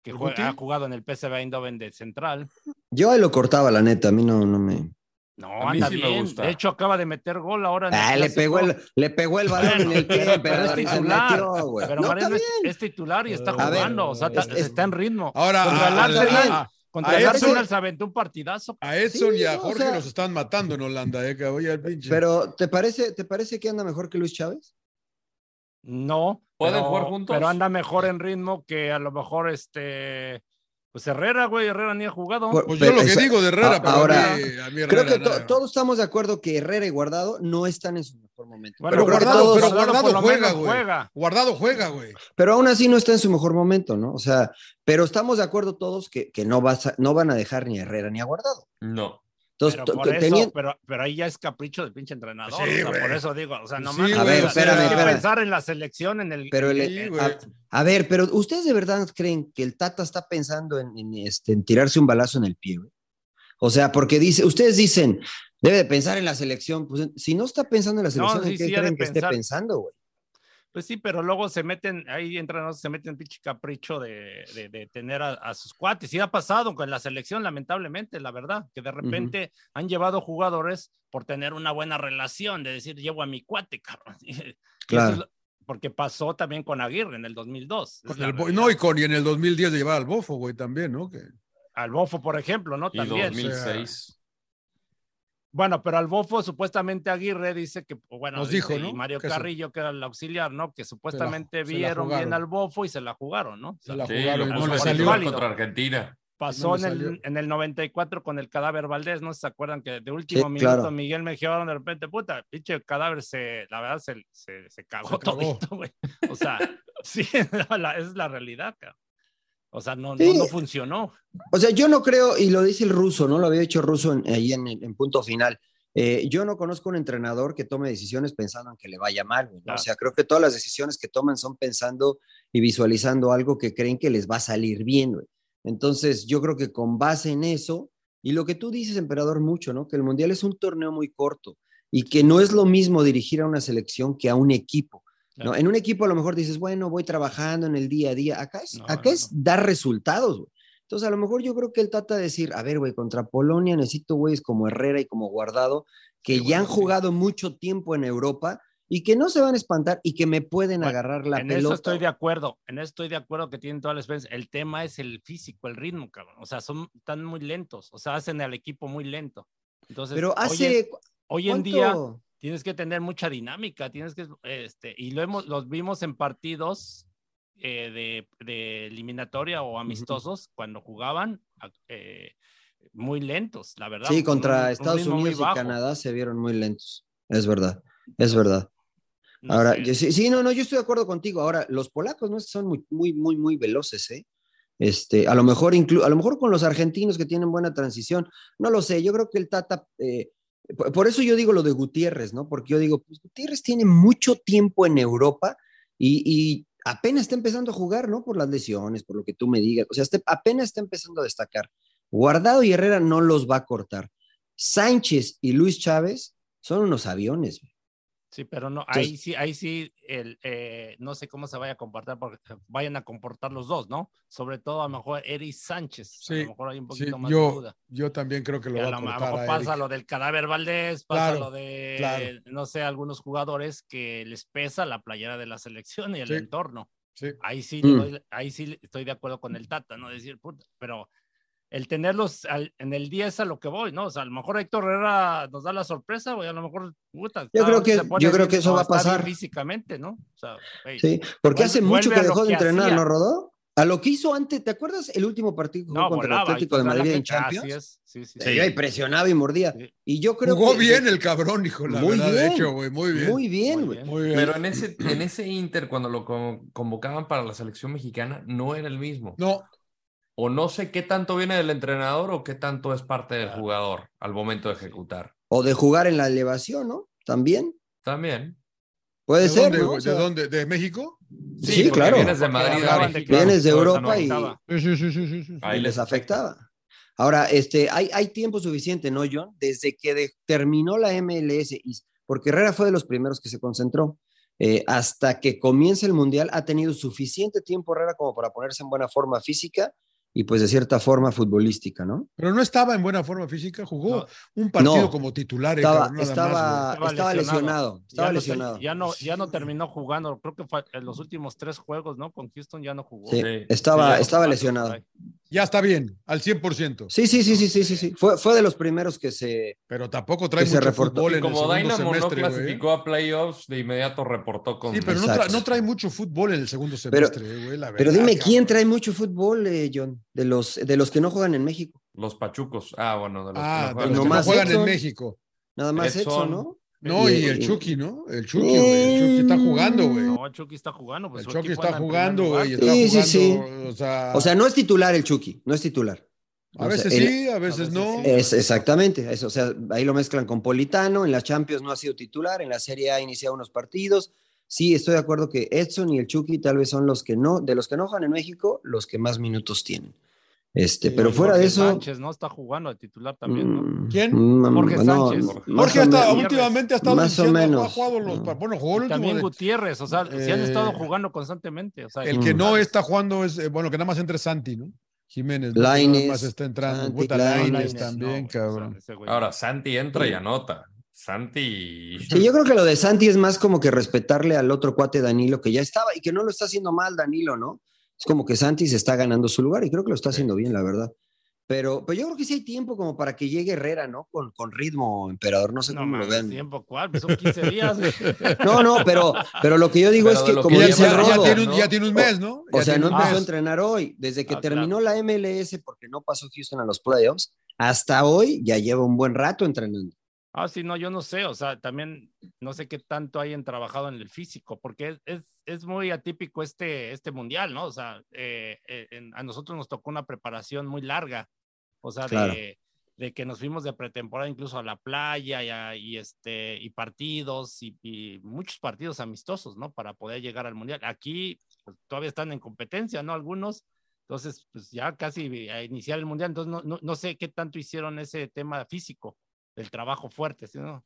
S4: Que
S2: ¿El
S4: juega-
S2: Guti?
S4: ha jugado en el PSV Eindhoven de central.
S1: Yo ahí lo cortaba, la neta. A mí no, no me.
S4: No,
S3: A mí
S4: anda
S3: sí me
S4: bien.
S3: gusta.
S4: De hecho, acaba de meter gol ahora. en el
S1: Ah, le
S4: Clásico.
S1: pegó, el, le pegó el balón en el pie,
S4: Pero-
S1: pero,
S4: pero es
S1: se
S4: titular.
S1: metió, güey.
S4: Pero
S1: No,
S4: Mariano
S1: está
S4: es,
S1: bien.
S4: es titular y está
S1: A ver,
S4: jugando, o sea, ta-
S1: es- es-
S4: está en ritmo.
S2: Ahora,
S4: Contra el
S2: a, a-
S4: Arsenal,
S2: a-
S4: contra
S2: a
S4: el
S2: Edson-
S4: ah, Arsenal se aventó un partidazo.
S2: a Edson
S1: Sí,
S2: y a
S1: o
S2: Jorge
S1: sea-
S2: los están matando en Holanda, eh, cabrón, ya el pinche.
S1: Pero, ¿te parece, ¿te parece que anda mejor que Luis Chávez?
S4: No.
S3: ¿Pueden
S4: pero-
S3: jugar juntos?
S4: Pero anda mejor en ritmo que a lo mejor este. Pues Herrera, güey, Herrera ni ha jugado.
S1: Por-
S2: pues yo
S1: pero
S2: lo que
S1: esa-
S2: digo de Herrera,
S1: a-
S2: pero a
S1: ahora,
S2: mí- a mí
S1: Creo
S2: Herrera
S1: que to-
S2: nada.
S1: todos estamos de acuerdo que Herrera y Guardado no están en su mejor momento.
S4: Bueno,
S2: pero
S1: creo que
S2: Guardado,
S1: todos-
S2: pero-
S4: por
S2: Guardado
S4: lo
S2: juega,
S4: menos
S2: güey. Guardado juega, güey.
S1: pero aún así no está en su mejor momento, ¿no? O sea, pero estamos de acuerdo todos que, que no, vas a- no van a dejar ni a Herrera ni a Guardado.
S3: No.
S1: Entonces,
S4: pero,
S1: to-
S4: por
S1: te-
S4: eso, pues,
S1: tenían-
S4: pero, pero ahí ya es capricho del pinche entrenador.
S2: Sí,
S4: o sea,
S2: güey.
S4: por eso digo, o sea, no
S2: Sí,
S4: mames,
S1: A ver,
S4: o sea,
S1: espérame,
S4: hay que
S1: espérame.
S4: pensar en la selección, en el.
S1: Pero el-
S4: en-
S2: Sí,
S4: en-
S2: güey.
S4: a-
S1: eh, a ver, pero ¿ustedes de verdad creen que el Tata está pensando en, en, este, en tirarse un balazo en el pie? güey? O sea, porque dice, ustedes dicen, debe de pensar en la selección. Pues si no está pensando en la selección,
S4: sí,
S1: ¿en qué
S4: sí, ha de
S1: creen que esté
S4: pensar.
S1: pensando, güey?
S4: Pues sí, pero luego se meten, ahí entran, ¿no? se meten pinche capricho de, de- de tener a, a sus cuates. Y ha pasado con la selección, lamentablemente, la verdad, que de repente han llevado jugadores por tener una buena relación, de decir, llevo a mi cuate, cabrón. Y eso es
S1: Claro.
S4: lo- porque pasó también con Aguirre en el 2002. Es
S2: Con
S4: la
S2: el bo-
S4: realidad.
S2: no, y, con, y en el 2010 de llevar al bofo, güey, también, ¿no? Que,
S4: Al Bofo, por ejemplo, ¿no?
S3: Y
S4: También.
S3: 2006.
S4: Bueno, pero al Bofo supuestamente Aguirre dice que, o bueno,
S2: Nos
S4: dice,
S2: dijo, ¿no?
S4: y Mario
S2: Que se-
S4: Carrillo, que era el auxiliar, ¿no? Que supuestamente
S2: se la
S4: vieron bien
S2: jugaron.
S4: al Bofo y se la jugaron, ¿no? O sea,
S2: Se la
S3: Sí,
S2: jugaron,
S3: lo
S2: no
S3: puso
S2: le
S3: para
S2: salió.
S3: jugar contra Argentina.
S4: Pasó
S2: No le
S4: en, el,
S2: salió.
S4: en el 94 con el cadáver Valdés, ¿no? ¿Se acuerdan que de último
S1: Sí,
S4: minuto
S1: claro.
S4: Miguel me llevaron de repente, puta, pinche cadáver se, la verdad, se, se, se cagó
S2: Se cagó.
S4: todito, güey. O sea, sí, la- esa es la realidad, cabrón. O sea, no, no-
S1: Sí.
S4: no, funcionó.
S1: O sea, yo no creo, y lo dice el ruso, ¿no? Lo había dicho el ruso en- ahí en, en punto final. Eh, yo no conozco un entrenador que tome decisiones pensando en que le vaya mal. güey, ¿no?
S4: Claro.
S1: O sea, creo que todas las decisiones que toman son pensando y visualizando algo que creen que les va a salir bien. güey. Entonces, yo creo que con base en eso, y lo que tú dices, emperador, mucho, ¿no? Que el Mundial es un torneo muy corto y que no es lo mismo dirigir a una selección que a un equipo. ¿no?
S4: Claro.
S1: En un equipo a lo mejor dices, bueno, voy trabajando en el día a día. Acá es,
S4: No,
S1: acá
S4: no,
S1: es dar resultados. güey. Entonces, a lo mejor yo creo que él trata de decir, a ver, güey, contra Polonia necesito güeyes como Herrera y como Guardado, que
S3: Sí,
S1: ya
S3: bueno,
S1: han
S3: sí.
S1: jugado mucho tiempo en Europa y que no se van a espantar y que me pueden
S4: Bueno,
S1: agarrar la
S4: en eso
S1: pelota.
S4: estoy de acuerdo, en eso estoy de acuerdo que tienen toda la experiencia. El tema es el físico, el ritmo, cabrón. O sea, son tan muy lentos, o sea, hacen al equipo muy lento. Entonces, hoy
S1: Pero
S4: en-
S1: hace
S4: hoy en
S1: ¿cuánto?
S4: día tienes que tener mucha dinámica, tienes que, este, y lo hemos, los vimos en partidos eh, de, de eliminatoria o amistosos cuando jugaban a- eh, muy lentos, la verdad.
S1: Sí,
S4: con un-
S1: contra
S4: un
S1: Estados
S4: ritmo muy
S1: Unidos y
S4: bajo.
S1: Canadá se vieron muy lentos. Es verdad, es verdad.
S4: No
S1: Ahora,
S4: sé,
S1: yo, sí, sí, no, no, yo estoy de acuerdo contigo. Ahora, los polacos no son muy, muy, muy, muy veloces, ¿eh? Este, a lo mejor inclu- a lo mejor con los argentinos que tienen buena transición, no lo sé. Yo creo que el Tata, eh, por, por eso yo digo lo de Gutiérrez, ¿no? Porque yo digo, pues Gutiérrez tiene mucho tiempo en Europa y, y apenas está empezando a jugar, ¿no? Por las lesiones, por lo que tú me digas. O sea, este- apenas está empezando a destacar. Guardado y Herrera no los va a cortar. Sánchez y Luis Chávez son unos aviones. güey.
S4: sí, pero no,
S1: Entonces-
S4: ahí sí, ahí sí, el, eh, no sé cómo se vaya a comportar, porque eh, vayan a comportar los dos, ¿no? Sobre todo a lo mejor Eric Sánchez, a
S2: Sí,
S4: lo mejor hay un
S2: Sí,
S4: poquito más de
S2: yo,
S4: duda.
S2: yo también creo que lo
S4: que
S2: va
S4: a
S2: a
S4: lo mejor
S2: cortar a
S4: pasa
S2: Eric.
S4: lo del cadáver Valdés, pasa
S2: Claro,
S4: lo de,
S2: claro.
S4: no sé, algunos jugadores que les pesa la playera de la selección y el
S2: Sí.
S4: entorno.
S2: Sí.
S4: Ahí sí,
S1: Mm.
S4: le doy- ahí sí estoy de acuerdo con el Tata, ¿no? Decir, puta, pero el tenerlos al- en el 10 es a lo que voy, ¿no? O sea, a lo mejor Héctor Herrera nos da la sorpresa, güey, a lo mejor, puta. está-
S1: creo que-
S4: se pone
S1: yo creo que eso
S4: o
S1: va a
S4: está bien
S1: pasar.
S4: Físicamente, ¿no? O sea, güey,
S1: Sí, porque
S4: Vuelve-
S1: hace mucho
S4: vuelve
S1: que
S4: a lo
S1: dejó de
S4: que
S1: entrenar,
S4: hacía.
S1: ¿no, Rodó? A lo que hizo antes, ¿te acuerdas el último partido que jugó
S4: no,
S1: contra
S4: volaba.
S1: el
S4: y
S1: Atlético de
S4: toda la
S1: Madrid en
S4: gente-
S1: Champions?
S4: Así es, sí, sí.
S1: Sí, ahí presionaba y mordía.
S4: Sí.
S1: Y yo creo
S2: Jugó
S1: que-
S2: bien el cabrón, hijo, la
S1: Muy
S2: verdad, de
S1: bien.
S2: hecho, güey, muy bien.
S1: Muy bien, güey.
S2: Muy bien.
S3: Pero en ese, en ese Inter, cuando lo con- convocaban para la selección mexicana, no era el mismo.
S2: No,
S3: O no sé qué tanto viene del entrenador o qué tanto es parte
S2: Ah.
S3: del jugador al momento de ejecutar.
S1: O de jugar en la elevación, ¿no? También.
S3: También.
S1: Puede
S2: ¿de
S1: ser,
S2: dónde,
S1: ¿no?
S2: güey?
S1: O sea,
S2: ¿De dónde? ¿De México?
S1: Sí,
S3: porque
S1: claro.
S3: Vienes de
S4: Porque
S3: Madrid, a
S4: hablaban de
S3: México,
S4: que-
S1: Vienes de
S3: todo eso
S1: Europa y-
S4: afectaba.
S2: Sí, sí, sí, sí, sí, sí.
S3: Ahí
S1: les afectaba. Ahora, este, hay, hay tiempo suficiente, ¿no, John? Desde que de- terminó la MLS, y- porque Herrera fue de los primeros que se concentró, eh, hasta que comience el Mundial, ha tenido suficiente tiempo Herrera como para ponerse en buena forma física y pues de cierta forma futbolística, ¿no?
S2: Pero no estaba en buena forma física, jugó
S4: No.
S2: un partido
S1: No.
S2: como titular. eh,
S1: Estaba,
S2: cabrón, nada más,
S1: estaba,
S4: güey.
S1: estaba
S4: Estaba
S1: lesionado,
S4: Ya
S1: estaba
S4: no te-
S1: lesionado.
S4: ya, no, ya no terminó jugando. Creo que fue en los últimos tres juegos, ¿no? Con Houston ya no jugó.
S1: Sí,
S3: Sí,
S1: estaba,
S4: Ya,
S1: estaba
S4: cuatro,
S1: lesionado.
S4: por ahí.
S2: güey. Ya está bien, al 100%,
S1: Sí, sí, sí, sí, sí, sí, sí. Fue, fue de los primeros que se...
S2: pero tampoco trae
S1: Que se
S2: mucho
S1: reportó.
S2: fútbol en
S3: Como
S2: el segundo
S3: Dynamo no
S2: semestre, güey.
S3: clasificó a playoffs, de inmediato reportó con.
S2: Sí, pero no, tra-
S1: Exacto.
S2: no trae mucho fútbol en el segundo
S1: Pero-
S2: semestre, eh, güey, la
S1: Pero
S2: verdad,
S1: dime,
S2: cabrón.
S1: ¿quién trae mucho fútbol, eh, John? De los, de los que no juegan en México.
S3: Los pachucos. Ah, bueno, de los
S2: Ah,
S3: que
S2: de los
S3: no juegan.
S2: que no
S1: Nomás
S2: juegan en
S1: Edson.
S2: México.
S1: Nada más
S3: Edson.
S1: eso, ¿no?
S2: No, y
S1: Y-
S2: el
S1: y-
S2: Chucky, ¿no? El Chucky, güey. El Chucky está jugando, güey.
S4: No, Chucky está jugando.
S2: El
S4: Pues su
S2: Chucky
S4: equipo
S2: está
S4: anda en
S2: jugando,
S4: primer
S2: güey.
S4: lugar.
S1: Sí,
S2: Está
S1: sí, sí.
S2: jugando, O sea,
S1: O sea, no es titular el Chucky, no es titular.
S2: a
S1: o sea,
S2: veces
S1: él-
S2: sí, a veces
S4: veces
S2: no.
S4: sí.
S1: Es exactamente, eso, o sea, ahí lo mezclan con Politano, en la Champions no ha sido titular, en la Serie A ha iniciado unos partidos. Sí, estoy de acuerdo que Edson y el Chucky tal vez son los que no, de los que no juegan en México, los que más minutos tienen. Este,
S2: Sí,
S1: pero fuera
S4: Jorge
S1: de eso.
S4: Sánchez, ¿no? Está jugando de titular también, ¿no?
S1: mm,
S2: ¿Quién?
S1: mm,
S4: Jorge
S1: no,
S4: Sánchez.
S1: más
S2: Jorge
S1: o
S2: hasta
S1: menos.
S2: últimamente ha estado
S1: Más o
S2: diciendo,
S1: menos.
S2: ha jugado los,
S1: No.
S2: bueno, jugó el
S4: Y
S2: último
S4: también
S2: de-
S4: Gutiérrez, o sea, si han
S2: Eh,
S4: estado jugando constantemente. O sea,
S2: El que no está jugando es, eh, bueno, que nada más entre Santi, ¿no? Jiménez. ¿no?
S1: Lainez,
S2: Nada más está entrando.
S1: Santi,
S2: Puta,
S1: Lainez,
S2: Lainez
S4: no,
S2: también,
S4: o sea,
S2: cabrón.
S4: ese güey.
S3: Ahora, Santi entra y anota. Santi.
S1: Sí,
S4: Mm.
S1: yo creo que lo de Santi es más como que respetarle al otro cuate Danilo que ya estaba y que no lo está haciendo mal Danilo, ¿no? Es como que Santi se está ganando su lugar y creo que lo está haciendo bien, la verdad. Pero, pero yo creo que sí hay tiempo como para que llegue Herrera, ¿no? Con, con ritmo, emperador, no sé
S4: no
S1: cómo lo
S4: mames,
S1: vean.
S4: tiempo cuál, pues son 15 días. güey.
S1: No, no, pero, pero lo que yo digo
S3: Pero
S1: es
S3: de
S1: que,
S3: lo
S1: como
S3: que
S2: ya,
S1: dice el
S2: ya- ya
S1: Rodo,
S2: tiene un, ya tiene un mes, ¿no?
S1: o
S2: Ya
S1: sea,
S2: tiene
S1: no
S2: un
S1: empezó a
S2: mes.
S1: entrenar hoy. Desde que
S4: Ah,
S1: terminó la MLS porque no pasó Houston a los playoffs, hasta hoy ya lleva un buen rato entrenando.
S4: Ah, sí, no, yo no sé, o sea, también no sé qué tanto hayan trabajado en el físico, porque es, es, es muy atípico este, este mundial, ¿no? O sea, eh, eh, en- a nosotros nos tocó una preparación muy larga, o sea,
S1: Claro.
S4: de, de que nos fuimos de pretemporada incluso a la playa y, a- y este, y partidos y, y muchos partidos amistosos, ¿no? Para poder llegar al mundial. Aquí pues, todavía están en competencia, ¿no? Algunos. Entonces, pues ya casi a iniciar el mundial, entonces no, no, no sé qué tanto hicieron ese tema físico del trabajo fuerte, ¿sí, ¿no?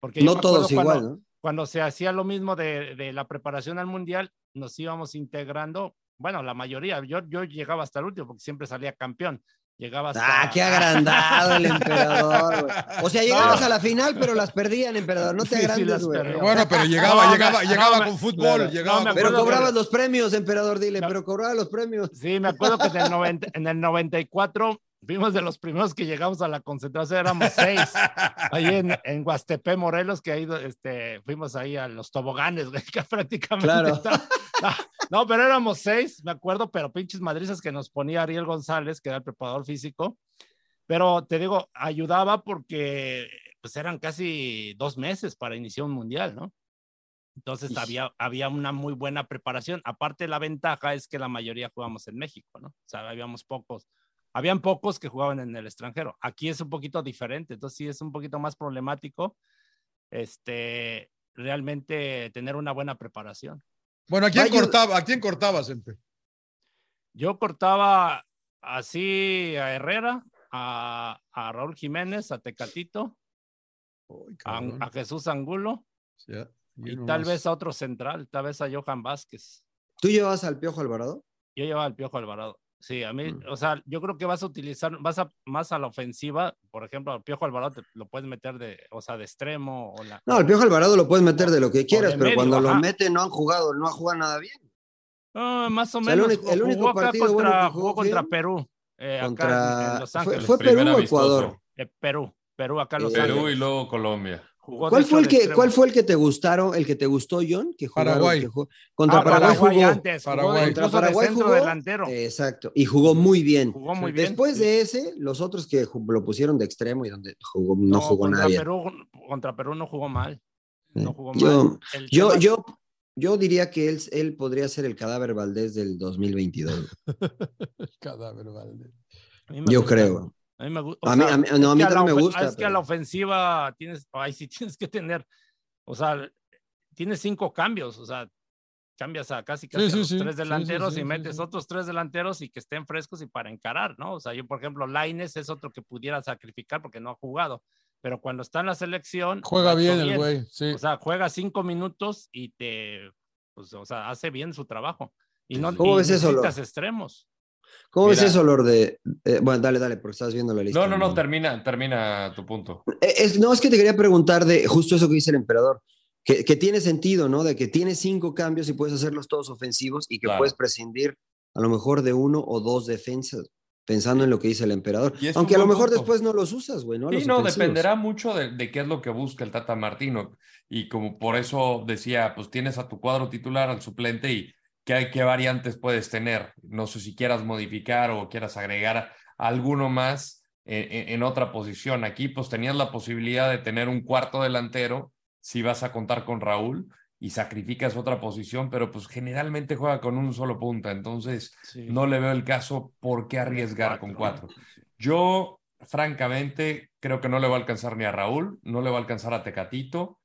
S4: Porque yo
S1: No
S4: me
S1: todos
S4: acuerdo cuando,
S1: igual, ¿no?
S4: Cuando se hacía lo mismo de, de la preparación al mundial, nos íbamos integrando, bueno, la mayoría, yo, yo llegaba hasta el último porque siempre salía campeón, llegaba hasta...
S1: Ah, qué agrandado el emperador, güey. O sea, llegabas
S4: No.
S1: a la final, pero las perdían, emperador. No te
S4: Sí, sí,
S1: agrandes,
S4: las
S1: güey.
S4: perdían.
S2: Bueno, pero llegaba,
S4: No, me-
S2: llegaba,
S4: no,
S2: llegaba
S4: me-
S2: con fútbol,
S1: claro.
S2: llegaba
S4: No, me
S2: con
S1: Pero
S4: acuerdo
S2: fútbol.
S1: cobrabas los premios, emperador, dile,
S4: No.
S1: pero cobrabas los premios.
S4: Sí, me acuerdo que en el, 90 en el 94 fuimos de los primeros que llegamos a la concentración, éramos seis. Ahí en, en Huastepé, Morelos, que ahí este, fuimos ahí a los toboganes, güey, que prácticamente
S1: Claro.
S4: está- está- No, pero éramos seis, me acuerdo, pero pinches madrizas que nos ponía Ariel González, que era el preparador físico. Pero te digo, ayudaba porque pues eran casi dos meses para iniciar un mundial, ¿no? Entonces
S1: Ish.
S4: había, había una muy buena preparación. Aparte, la ventaja es que la mayoría jugamos en México, ¿no? O sea, habíamos pocos. Habían pocos que jugaban en el extranjero. Aquí es un poquito diferente, entonces sí es un poquito más problemático este, realmente tener una buena preparación.
S2: Bueno, ¿a quién,
S1: Vaya-
S2: cortaba, ¿a quién cortabas, Empe?
S4: Yo cortaba así a Herrera, a, a Raúl Jiménez, a Tecatito,
S2: Ay,
S4: a,
S2: cabrón.
S4: a Jesús Angulo
S2: Ya,
S4: y
S2: ya
S4: tal
S2: nomás.
S4: vez a otro central, tal vez a Johan Vázquez.
S1: ¿Tú llevabas al Piojo Alvarado?
S4: Yo llevaba al Piojo Alvarado. Sí, a mí,
S1: Mm.
S4: o sea, yo creo que vas a utilizar, vas a, más a la ofensiva, por ejemplo, al Piojo Alvarado te- lo puedes meter de, o sea, de extremo o la...
S1: No, al Piojo Alvarado lo puedes meter de lo que quieras,
S4: de
S1: pero
S4: medio,
S1: cuando lo
S4: ajá.
S1: mete no han jugado, no ha jugado nada bien.
S4: Ah, más o
S1: sea, el
S4: menos,
S1: único- el
S4: jugó
S1: único
S4: acá
S1: partido bueno
S4: contra,
S1: que jugó
S4: jugó contra
S1: bien.
S4: Perú, eh, acá en- en,
S1: Contra-
S4: Los
S1: fue-
S4: Ángeles.
S1: fue-
S3: Primer
S1: Perú o
S3: amistoso.
S1: Ecuador?
S4: Eh, Perú, Perú, acá en Los
S1: Perú
S4: Ángeles.
S3: Perú y luego Colombia.
S4: Jugó, de
S1: ¿Cuál
S4: hecho,
S1: fue el
S4: de
S1: que,
S4: extremo.
S1: cuál fue el que te gustaron, el que te gustó, John? Que jugaron,
S2: Paraguay.
S1: que jugó-
S4: Ah,
S1: contra Paraguay,
S4: Paraguay,
S1: jugó.
S4: antes, jugó
S2: Paraguay.
S4: incluso
S1: Contra
S4: de
S1: Paraguay
S4: centro
S1: jugó, eh,
S4: delantero.
S1: Exacto, y jugó muy bien.
S4: jugó muy bien.
S1: Después de ese, los otros que ju- lo pusieron de extremo y donde jugó, no, jugó
S4: contra
S1: nadie. Mm,
S4: Perú, contra Perú no jugó mal. No jugó
S1: Yo-
S4: mal. El
S1: Yo,
S4: tema-
S1: yo, yo diría que él, él podría ser el cadáver Valdés del 2022.
S2: Cadáver, vale.
S4: a mí me
S1: Yo
S4: gusta.
S1: creo.
S4: A mí me gusta.
S1: A mí- a mí- no, a mí también me gusta,
S4: Es que a
S1: pero-
S4: la ofensiva tienes, ahí sí tienes que tener, o sea, tienes cinco cambios, o sea, cambias a casi, casi a
S2: sí,
S4: los
S2: sí, sí,
S4: tres
S2: sí,
S4: delanteros
S2: sí,
S4: y
S2: sí,
S4: metes
S2: sí.
S4: otros tres delanteros y que estén frescos y para encarar, ¿no? O sea, yo, por ejemplo, Laines es otro que pudiera sacrificar porque no ha jugado, pero cuando está en la selección.
S2: Juega
S4: lo ha
S2: bien
S4: hecho
S2: el güey, sí.
S4: O sea, juega cinco minutos y te, pues, o sea, hace bien su trabajo. Y no,
S1: ¿Cómo
S4: y
S1: ves eso, Lord?
S4: necesitas extremos.
S1: ¿Cómo ves
S3: Mira.
S1: eso, Lord? De, eh, bueno, dale, dale, porque estás viendo la lista.
S3: No, no, no, termina, termina tu punto.
S1: Eh, es- no, es que te quería preguntar de justo eso que dice el emperador, que, que tiene sentido, ¿no? De que tienes cinco cambios y puedes hacerlos todos ofensivos y que
S3: Claro.
S1: puedes prescindir a lo mejor de uno o dos defensas, pensando en lo que dice el emperador.
S3: Y es un
S1: Aunque a lo
S3: buen
S1: mejor
S3: punto.
S1: después no los usas, güey, ¿no? A
S3: Sí,
S1: los
S3: no,
S1: ofensivos.
S3: dependerá mucho de, de qué es lo que busca el Tata Martino. Y como por eso decía, pues tienes a tu cuadro titular, al suplente y qué, qué variantes puedes tener. No sé si quieras modificar o quieras agregar alguno más en, en- en otra posición. Aquí pues tenías la posibilidad de tener un cuarto delantero si vas a contar con Raúl y sacrificas otra posición, pero pues generalmente juega con un solo punta. Entonces... No le veo el caso por qué arriesgar con cuatro. Yo, francamente, creo que no le va a alcanzar ni a Raúl, no le va a alcanzar a Tecatito.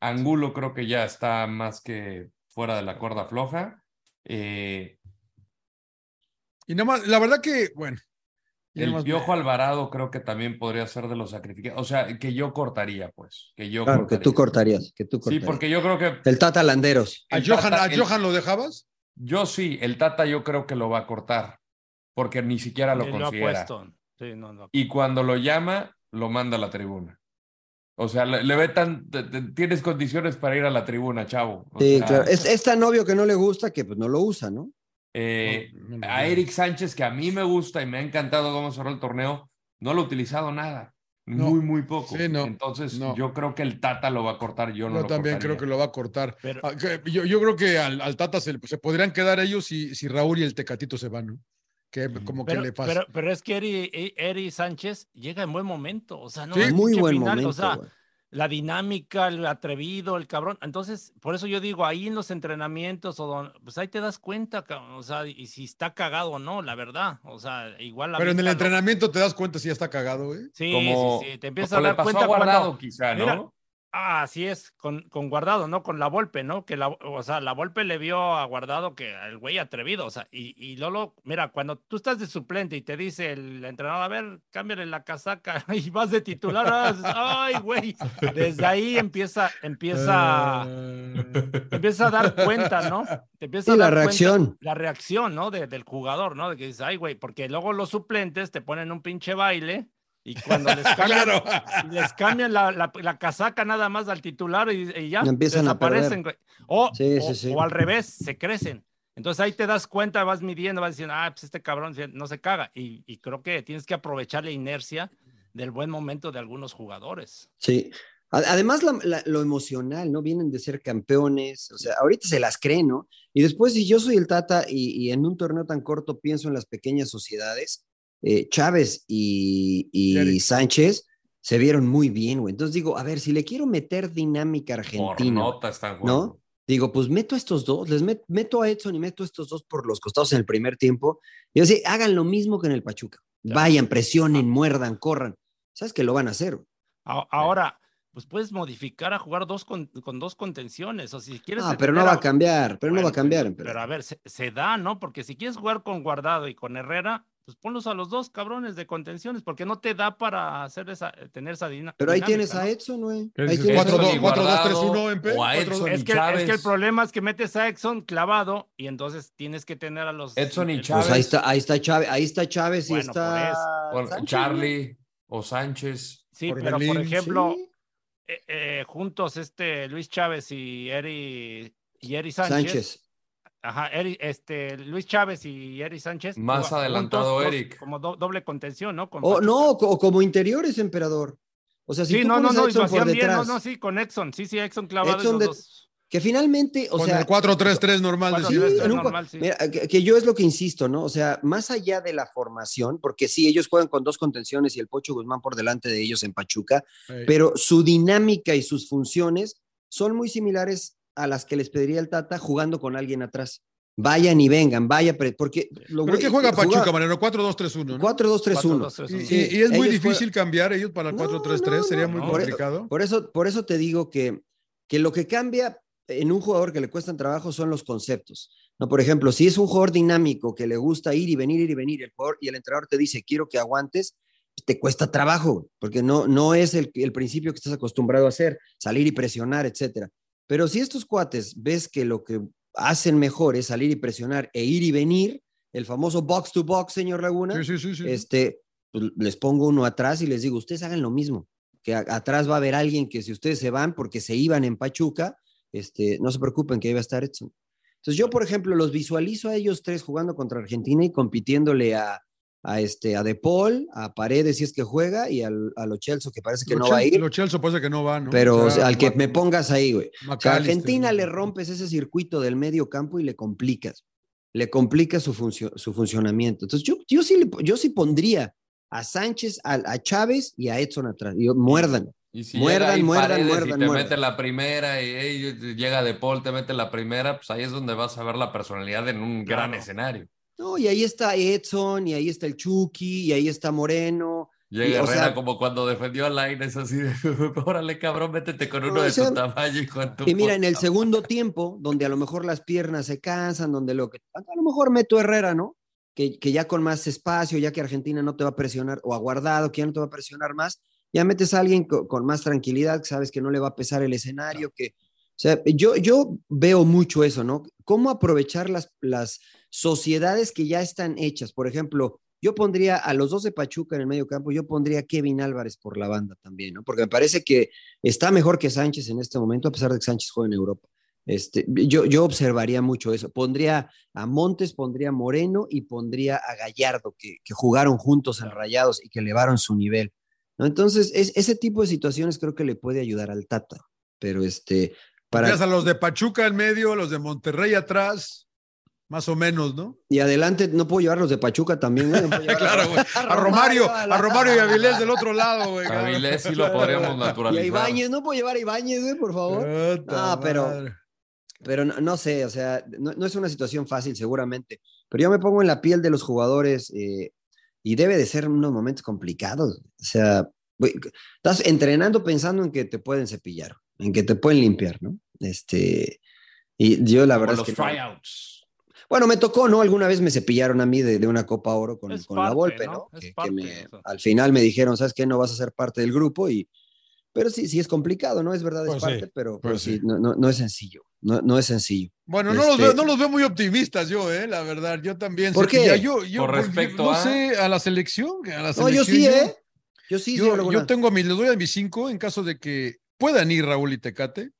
S3: Angulo creo que ya está más que fuera de la cuerda floja. Eh,
S2: Y nada más, la verdad que, bueno, ¿Quién
S3: El
S2: más?
S3: Piojo Alvarado creo que también podría ser de los sacrificados. O sea, que yo cortaría, pues. Que yo
S1: Claro, que tú
S3: cortaría.
S1: cortarías, que tú
S3: Sí,
S1: cortarías.
S3: porque yo creo que
S1: El Tata Landeros.
S2: ¿A
S3: el
S2: Johan,
S3: Tata-
S2: a
S3: el-
S2: Johan lo dejabas?
S3: yo sí, el Tata yo creo que lo va a cortar, porque ni siquiera lo
S4: Él ha
S3: considera.
S4: puesto. Sí, no, no.
S3: y cuando lo llama, lo manda a la tribuna. O sea, le, le ve tan. te- te- tienes condiciones para ir a la tribuna, chavo.
S4: Pues
S3: O
S1: Sí,
S3: sea,
S1: claro. Es, es tan obvio que no le gusta que pues, no lo usa, ¿no?
S3: eh,
S2: No, no,
S3: a
S2: no.
S3: Eric Sánchez, que a mí me gusta y me ha encantado cómo cerró el torneo, no lo ha utilizado nada.
S2: No.
S3: Muy, muy poco.
S2: Sí, no.
S3: Entonces,
S2: No.
S3: yo creo que el Tata lo va a cortar. Yo no
S2: Yo
S3: lo
S2: también creo
S3: cortaría.
S2: que lo va a cortar.
S4: Pero-
S2: Ah, que- Yo, yo creo que al, al Tata se, se podrían quedar ellos si, si Raúl y el Tecatito se van, ¿no? Que como que
S4: Pero,
S2: le pasa.
S4: pero, pero es que Eri, E- Eri Sánchez llega en buen momento. O sea, no,
S2: Sí.
S4: es
S1: Muy
S4: pinche
S1: buen
S4: final,
S1: momento.
S4: O sea,
S1: güey.
S4: la dinámica, el atrevido, el cabrón. Entonces, por eso yo digo, ahí en los entrenamientos, o don- pues ahí te das cuenta, cabrón, o sea, y si está cagado o no, la verdad. O sea, igual la
S2: Pero en el
S4: avienta, ¿no?
S2: entrenamiento te das cuenta si ya está cagado, ¿eh? güey.
S4: Sí,
S3: Como-
S4: sí, sí, te
S3: Como
S4: empiezas a
S3: le
S4: dar
S3: pasó a
S4: cuenta
S3: Guardado,
S4: cuando...
S3: quizá, ¿no?
S4: Mira, Ah, así es, con, con Guardado, ¿no? Con la Volpe, ¿no? Que la, o sea, la Volpe le vio a Guardado que el güey atrevido, o sea, y, y Lolo, mira, cuando tú estás de suplente y te dice el entrenador, a ver, cámbiale la casaca y vas de titular, ah, dices, ay, güey, desde ahí empieza, empieza,
S2: Eh,
S4: te empieza a dar cuenta, ¿no? Te empieza
S1: Sí,
S4: a
S1: la
S4: dar cuenta
S1: reacción.
S4: la reacción, ¿no? De- del jugador, ¿no? De que dices, ay, güey, porque luego los suplentes te ponen un pinche baile y cuando les cambian,
S2: claro.
S4: y les cambian la, la- la casaca nada más al titular y, y ya
S1: Empiezan a perder.
S4: desaparecen, güey. O,
S1: Sí,
S4: o-
S1: sí, sí.
S4: o al revés, se crecen. Entonces ahí te das cuenta, vas midiendo, vas diciendo, ah, pues este cabrón no se caga. Y, y creo que tienes que aprovechar la inercia del buen momento de algunos jugadores.
S1: Sí. A- Además, la- la- lo emocional, ¿no? Vienen de ser campeones, o sea, ahorita se las creen, ¿no? Y después, si yo soy el Tata y, y en un torneo tan corto pienso en las pequeñas sociedades, eh, Chávez y, y
S2: Y Eric.
S1: Sánchez se vieron muy bien, güey. Entonces digo, a ver, si le quiero meter dinámica argentina,
S3: Mornota están jugando.
S1: ¿No? digo, pues meto a estos dos, les met- meto a Edson y meto a estos dos por los costados en el primer tiempo. Y así, hagan lo mismo que en el Pachuca. Vayan, presionen, muerdan, corran. ¿Sabes que lo van a hacer? güey.
S4: A- Ahora, pues puedes modificar a jugar dos con, con dos contenciones. O si quieres.
S1: Ah, pero no
S4: tener
S1: va a cambiar, pero no va a
S4: Bueno,
S1: cambiar.
S4: Pero, a ver, se, se da, ¿no? Porque si quieres jugar con Guardado y con Herrera, pues ponlos a los dos cabrones de contenciones, porque no te da para hacer esa, tener esa dinámica.
S1: Pero ahí tienes a Edson, güey.
S2: ¿Qué
S1: Ahí
S2: dices?
S1: tienes a-
S2: Cuatro,
S3: Edson
S2: dos,
S3: y
S2: cuatro, dos, tres,
S3: Guardado,
S2: uno, en pe-
S3: o a
S2: cuatro, dos.
S3: Edson
S4: Es
S3: y
S4: que, es que el
S3: Chávez.
S4: problema es que metes a Exxon clavado y entonces tienes que tener a los.
S3: Edson y
S4: el-
S1: Pues ahí
S3: Chávez.
S1: está, ahí está Chávez, ahí está Chávez y
S4: Bueno,
S1: está
S3: Bueno,
S1: Sánchez,
S3: Charlie o Sánchez.
S4: Sí,
S2: por
S4: pero por
S2: Berlín,
S1: güey.
S4: ejemplo,
S1: Sí.
S4: eh, eh, juntos este Luis Chávez y Eri, y Eri Sánchez.
S1: Sánchez.
S4: Ajá, Eri- este, Luis Chávez y Eri Sánchez.
S3: Más
S4: juega-
S3: adelantado
S4: juntos, dos-
S3: Eric.
S4: Como do- doble contención, ¿no? Con
S1: O
S4: Pachuca.
S1: Oh, no, o co- o como interiores, emperador. O sea, si
S4: Sí,
S1: tú
S4: no, no,
S1: pones a
S4: no, y lo
S1: Edson por
S4: hacían bien, no,
S1: detrás,
S4: no, sí, con Exxon, sí, sí, Exxon clavado.
S1: Edson
S4: esos
S1: de-
S4: dos.
S1: que finalmente, o
S2: Con
S1: sea,
S2: el 4-3-3 normal.
S4: Cuatro,
S1: sí,
S2: decías.
S4: tres,
S1: en
S4: tres,
S1: un cua-
S4: normal, sí.
S1: Mira, que, que yo es lo que insisto, ¿no? O sea, más allá de la formación, porque sí, ellos juegan con dos contenciones y el Pocho Guzmán por delante de ellos en Pachuca,
S2: Ey.
S1: pero su dinámica y sus funciones son muy similares a las que les pediría el Tata jugando con alguien atrás. Vayan y vengan, vaya, pre- porque... Lo,
S2: ¿Pero qué juega Pachuca,
S1: Jugaba
S2: Mariano? 4-2-3-1. ¿no?
S1: 4-2-3-1.
S2: Y,
S4: 4-2-3-1.
S2: y-
S1: Sí,
S2: y es muy
S1: ellos
S2: difícil cambiar ellos para el
S1: No,
S2: 4-3-3.
S1: no,
S2: Sería
S1: no,
S2: muy
S4: no.
S2: complicado.
S1: Por eso, por eso te digo que, que lo que cambia en un jugador que le cuestan trabajo son los conceptos. ¿no? Por ejemplo, si es un jugador dinámico que le gusta ir y venir, ir y venir, el jugador, y el entrenador te dice, quiero que aguantes, pues, te cuesta trabajo, porque no, no es el, el principio que estás acostumbrado a hacer, salir y presionar, etcétera. Pero si estos cuates ves que lo que hacen mejor es salir y presionar e ir y venir, el famoso box to box, señor Laguna,
S2: Sí, sí, sí, sí.
S1: este, pues, les pongo uno atrás y les digo, ustedes hagan lo mismo, que a- atrás va a haber alguien que si ustedes se van porque se iban en Pachuca, este, no se preocupen que ahí va a estar Edson. Entonces yo, por ejemplo, los visualizo a ellos tres jugando contra Argentina y compitiéndole a, a, este, a De Paul, a Paredes si es que juega y al, a Lo Celso que parece que
S2: Lo
S1: no va a
S2: Chel-
S1: ir,
S2: Lo Chelsea parece que no va, ¿no?
S1: pero
S2: O
S1: o
S2: sea,
S1: sea, al que
S2: Ma-
S1: me pongas ahí, güey. O sea, a
S2: McAllister.
S1: Argentina le rompes ese circuito del medio campo y le complicas, le complicas su, funcio- su funcionamiento. Entonces yo, yo, sí le po- yo sí pondría a Sánchez, a, a Chávez y a Edson atrás. Y yo, muerdan.
S3: Y si
S1: Muerdan,
S3: llega ahí
S1: muerdan,
S3: Paredes
S1: muerdan,
S3: y te
S1: muerdan.
S3: mete la primera y, ey, llega De Paul, te mete la primera, pues ahí es donde vas a ver la personalidad en un
S4: Claro.
S3: gran escenario.
S1: No, y ahí está Edson, y ahí está el Chucky, y ahí está Moreno.
S3: Llega
S1: Y, o sea-
S3: Herrera como cuando defendió a Line, es así de, órale cabrón, métete con uno
S1: No,
S3: de
S1: o sea,
S3: tu tamaño y con tu
S1: Y mira, en el
S3: puta".
S1: segundo tiempo, donde a lo mejor las piernas se cansan, donde lo que... A lo mejor meto a Herrera, ¿no? que, que ya con más espacio, ya que Argentina no te va a presionar, o aguardado, que ya no te va a presionar más, ya metes a alguien co- con, más tranquilidad, que sabes que no le va a pesar el escenario, que... O sea, yo, yo veo mucho eso, ¿no? ¿Cómo aprovechar las, las sociedades que ya están hechas? Por ejemplo, yo pondría a los dos de Pachuca en el medio campo, yo pondría a Kevin Álvarez por la banda también, ¿no? Porque me parece que está mejor que Sánchez en este momento, a pesar de que Sánchez juega en Europa. Este, yo, yo observaría mucho eso. Pondría a Montes, pondría a Moreno y pondría a Gallardo, que, que jugaron juntos en Rayados y que elevaron su nivel. ¿no? Entonces, es, ese tipo de situaciones creo que le puede ayudar al Tata. Pero este, para,
S2: Tienes a los de Pachuca en medio, a los de Monterrey atrás, más o menos, ¿no?
S1: y adelante, no puedo llevar los de Pachuca también. güey, no puedo llevar a-
S2: Claro, güey. A Romario, a Romario y Avilés del otro lado, güey.
S3: A Avilés sí lo podríamos
S1: Y a
S3: naturalizar.
S1: Ibáñez, no puedo llevar a Ibáñez, güey, por favor.
S2: Puta
S1: No, Ah, pero-
S2: madre.
S1: Pero no, no sé, o sea, no, no es una situación fácil seguramente, pero yo me pongo en la piel de los jugadores eh, y debe de ser unos momentos complicados. O sea, güey, estás entrenando pensando en que te pueden cepillar, en que te pueden limpiar, ¿no? Este, y yo la
S3: Como
S1: verdad es
S3: los
S1: que... no.
S3: tryouts.
S1: Bueno, me tocó, ¿no? Alguna vez me cepillaron a mí de, de una Copa Oro con,
S4: Es
S1: con la
S4: parte,
S1: Volpe, ¿no?
S4: ¿no?
S1: Que-
S4: Es
S1: que
S4: parte,
S1: me-
S4: o sea.
S1: al final me dijeron, ¿sabes qué? No vas a ser parte del grupo y... Pero sí, sí es complicado, ¿no? Es verdad, es
S2: Pues sí,
S1: parte, pero, pero
S2: pues
S1: sí,
S2: sí.
S1: no, no, no es sencillo, no, no es sencillo.
S2: Bueno, no, los
S1: Este-
S2: veo, no los veo muy optimistas yo, eh, la verdad. Yo también.
S1: ¿Por
S2: Cepilla,
S1: qué?
S2: Yo, yo,
S3: Con
S2: porque
S3: respecto
S2: no
S3: a-
S2: sé, a la selección. A la
S1: No, yo
S2: selección,
S1: sí, ¿eh? Yo sí,
S2: Yo,
S1: señor
S2: yo
S1: Laguna.
S2: tengo a mis, les doy a mis cinco en caso de que puedan ir Raúl y Tecate.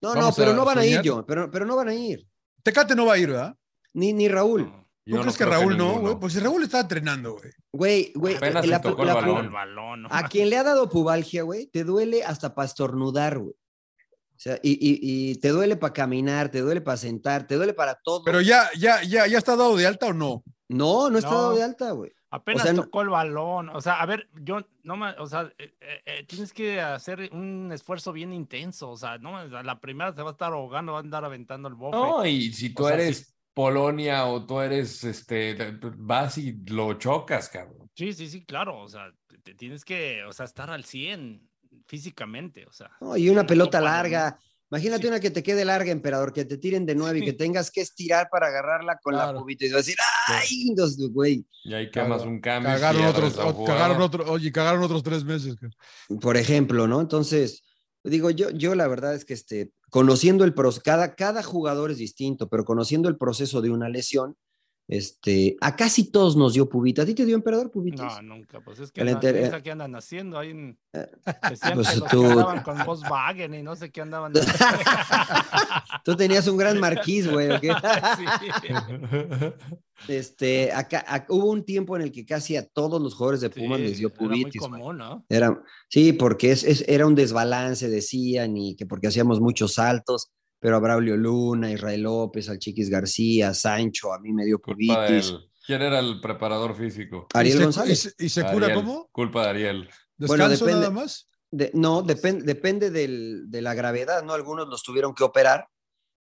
S1: No, no,
S2: vamos
S1: pero
S2: a
S1: no van a ir
S2: soñar.
S1: yo, pero, pero no van a ir.
S2: Tecate no va a ir, ¿verdad?
S1: Ni, ni Raúl.
S2: ¿Tú
S3: Yo
S2: crees
S3: no
S2: que
S3: creo
S2: Raúl no,
S3: ninguno.
S2: güey? Pues si Raúl está entrenando, güey.
S1: Güey, güey. eh,
S3: Apenas
S1: la-
S3: se tocó el
S1: la- Ah,
S3: balón.
S4: El balón, ¿no?
S1: A quien le ha dado pubalgia, güey, te duele hasta para estornudar, güey. O sea, y, y- y te duele para caminar, te duele para sentar, te duele para todo.
S2: Pero ya, ya, ya, ya está dado de alta o no.
S1: no, no está
S4: No.
S1: dado de alta, güey.
S4: Apenas
S1: o sea, no-
S4: tocó el balón. O sea, a ver, yo no me, o sea, eh, eh, eh, tienes que hacer un esfuerzo bien intenso. O sea, no, a la primera se va a estar ahogando, va a andar aventando el bofe.
S2: pues,
S3: No, y si tú
S4: O sea,
S3: eres Polonia o tú eres, este, vas y lo chocas, cabrón.
S4: Sí, sí, sí, claro. O sea, te- te tienes que, o sea, estar al 100 físicamente. O sea,
S1: No, y una
S4: No,
S1: pelota
S4: para
S1: larga. Imagínate
S4: Sí.
S1: una que te quede larga, emperador, que te tiren de nueve y que tengas que estirar para agarrarla con la
S2: Claro.
S1: cubita y vas a decir, ¡ay! dos, güey.
S3: Y ahí quemas
S2: Caga-
S3: un cambio. y
S2: Cagaron
S3: pierdes
S2: otros,
S3: la
S2: o-
S3: jugada.
S2: cagaron otro, oye, cagaron otros tres meses. güey.
S1: por ejemplo, ¿no? Entonces, digo, yo, yo la verdad es que este, conociendo el proceso, cada, cada jugador es distinto, pero conociendo el proceso de una lesión, este, a casi todos nos dio pubita. ¿A ti te dio emperador pubitas?
S4: no, nunca. Pues es que
S1: El
S4: no,
S1: enter- eh,
S4: piensa que andan haciendo ahí en. Decían
S1: pues
S4: que los
S1: tú-
S4: que andaban con Volkswagen y no sé qué andaban.
S1: Tú tenías un gran marquís, güey. ¿o qué?
S4: Sí.
S1: Este, acá, ac- hubo un tiempo en el que casi a todos los jugadores de Pumas
S4: Sí,
S1: les dio
S4: era muy
S1: pubitis. güey.
S4: común, ¿no?
S1: Era, sí, porque es, es- era un desbalance, decían, y que porque hacíamos muchos saltos, pero a Braulio Luna, Israel López, al Chiquis García, Sancho, a mí me dio
S3: Culpa de
S1: pubitis.
S3: él. ¿Quién era el preparador físico?
S1: Ariel
S2: y
S4: Este,
S2: se,
S1: González.
S2: y se- y se cura
S3: Ariel.
S2: cómo?
S3: Culpa de Ariel.
S1: Bueno,
S2: ¿Descanso
S1: depende.
S2: nada más?
S1: De- no, depen- depende del- de la gravedad, ¿no? Algunos los tuvieron que operar.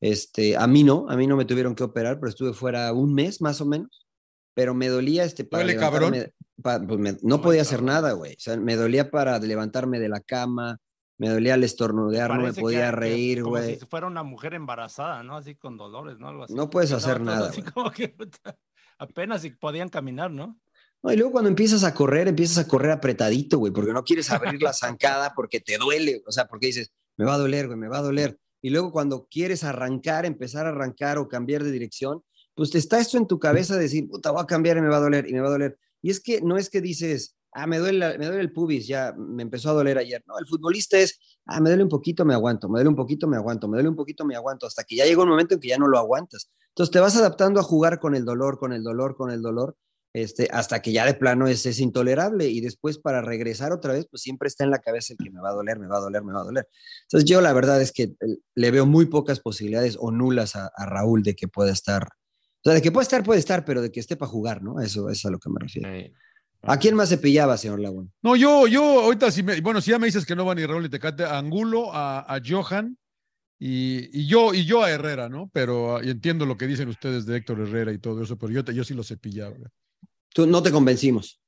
S1: Este, a mí no, a mí no me tuvieron que operar, pero estuve fuera un mes más o menos. Pero me dolía este para
S2: Duele,
S1: levantarme- pa- pues me- no
S4: Ay,
S1: podía hacer
S4: cabrón.
S1: nada, güey. O sea, me dolía para levantarme de la cama, me dolía al estornudar, no me
S4: Parece que-
S1: podía
S4: que-
S1: reír,
S4: como
S1: güey.
S4: Si fuera una mujer embarazada, ¿no? Así con dolores, ¿no? Algo así.
S1: No puedes
S4: Que andaba
S1: hacer
S4: todo
S1: nada,
S4: así
S1: güey.
S4: como que, puta, apenas si podían caminar, ¿no?
S1: No, y luego cuando empiezas a correr, empiezas a correr apretadito, güey, porque no quieres abrir la zancada porque te duele, o sea, porque dices, me va a doler, güey, me va a doler. Y luego cuando quieres arrancar, empezar a arrancar o cambiar de dirección, pues te está esto en tu cabeza de decir, puta, voy a cambiar y me va a doler, y me va a doler. Y es que no es que dices, ah, me duele, la- me duele el pubis, ya me empezó a doler ayer. No, el futbolista es, ah, me duele un poquito, me aguanto, me duele un poquito, me aguanto, me duele un poquito, me aguanto, hasta que ya llega un momento en que ya no lo aguantas. Entonces te vas adaptando a jugar con el dolor, con el dolor, con el dolor, este, hasta que ya de plano es, es intolerable y después para regresar otra vez, pues siempre está en la cabeza el que me va a doler, me va a doler, me va a doler. Entonces yo la verdad es que eh, le veo muy pocas posibilidades o nulas a, a Raúl de que pueda estar. O sea, de que pueda estar, puede estar, pero de que esté para jugar, ¿no? Eso es a lo que me refiero.
S3: Eh,
S1: ¿A quién más se pillaba, señor Laguna?
S2: No, yo, yo, ahorita si me, bueno, si ya me dices que no va ni Raúl y Tecate, a Angulo, a, a Johan y, y yo, y yo a Herrera, ¿no? Pero ah, y entiendo lo que dicen ustedes de Héctor Herrera y todo eso, pero yo, te- yo sí lo cepillaba. Eh,
S1: Tú no te convencimos,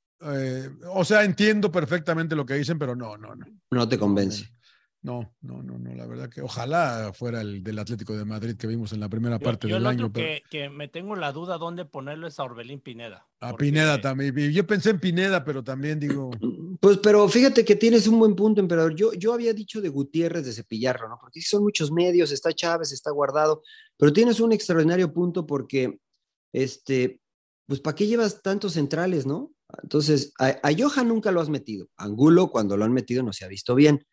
S2: o sea, entiendo perfectamente lo que dicen, pero no, no, no.
S1: no te convence.
S2: No, no, no, no, la verdad que ojalá fuera el del Atlético de Madrid que vimos en la primera
S4: Yo-
S2: parte
S4: yo
S2: del
S4: el
S2: año.
S4: otro
S2: pero-
S4: que, que me tengo la duda dónde ponerlo es a Orbelín Pineda.
S2: A
S4: porque-
S2: Pineda también. Y Yo pensé en Pineda, pero también digo,
S1: Pues, pero fíjate que tienes un buen punto, emperador. Yo, yo había dicho de Gutiérrez de cepillarlo, ¿no? Porque son muchos medios, está Chávez, está guardado, pero tienes un extraordinario punto porque, este, pues, ¿para qué llevas tantos centrales, no? Entonces, a, a Johan nunca lo has metido. Angulo, cuando lo han metido, no se ha visto bien.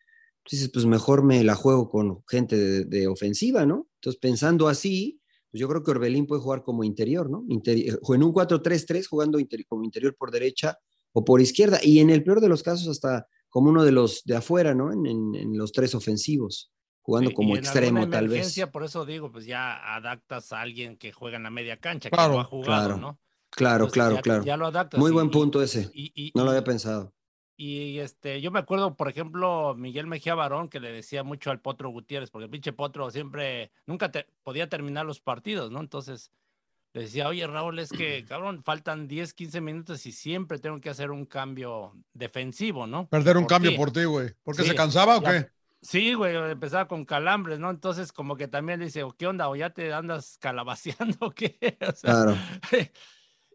S1: Entonces, pues mejor me la juego con gente de, de ofensiva, ¿no? Entonces, pensando así, pues yo creo que Orbelín puede jugar como interior, ¿no? Interi- eh, en un 4-3-3, jugando interi- como interior por derecha, o por izquierda, y en el peor de los casos hasta como uno de los de afuera, ¿no? En, en- en los tres ofensivos, jugando
S4: y- y
S1: como
S4: en
S1: extremo
S4: alguna
S1: tal vez.
S4: emergencia, Por eso digo, pues ya adaptas a alguien que juega en la media cancha,
S2: Claro,
S4: que no ha jugado,
S1: claro,
S4: ¿no?
S1: Claro,
S4: Entonces,
S1: claro,
S4: ya-
S1: claro.
S4: ya lo adaptas.
S1: Muy
S4: y-
S1: buen
S4: y-
S1: punto ese.
S4: y- y-
S1: No lo
S4: y-
S1: había pensado.
S4: Y este, yo me acuerdo, por ejemplo, Miguel Mejía Barón, que le decía mucho al Potro Gutiérrez, porque el pinche Potro siempre, nunca te- podía terminar los partidos, ¿no? Entonces le decía, oye Raúl, es que, cabrón, faltan 10, 15 minutos y siempre tengo que hacer un cambio defensivo, ¿no?
S2: perder un
S4: Por
S2: cambio
S4: ti.
S2: por ti, güey. ¿Por qué
S4: Sí,
S2: se cansaba o
S4: ya-
S2: qué?
S4: Sí, güey, empezaba con calambres, ¿no? Entonces como que también le dice, "¿O ¿qué onda? ¿O ya te andas calabaceando o qué? O sea,
S1: Claro. Ah.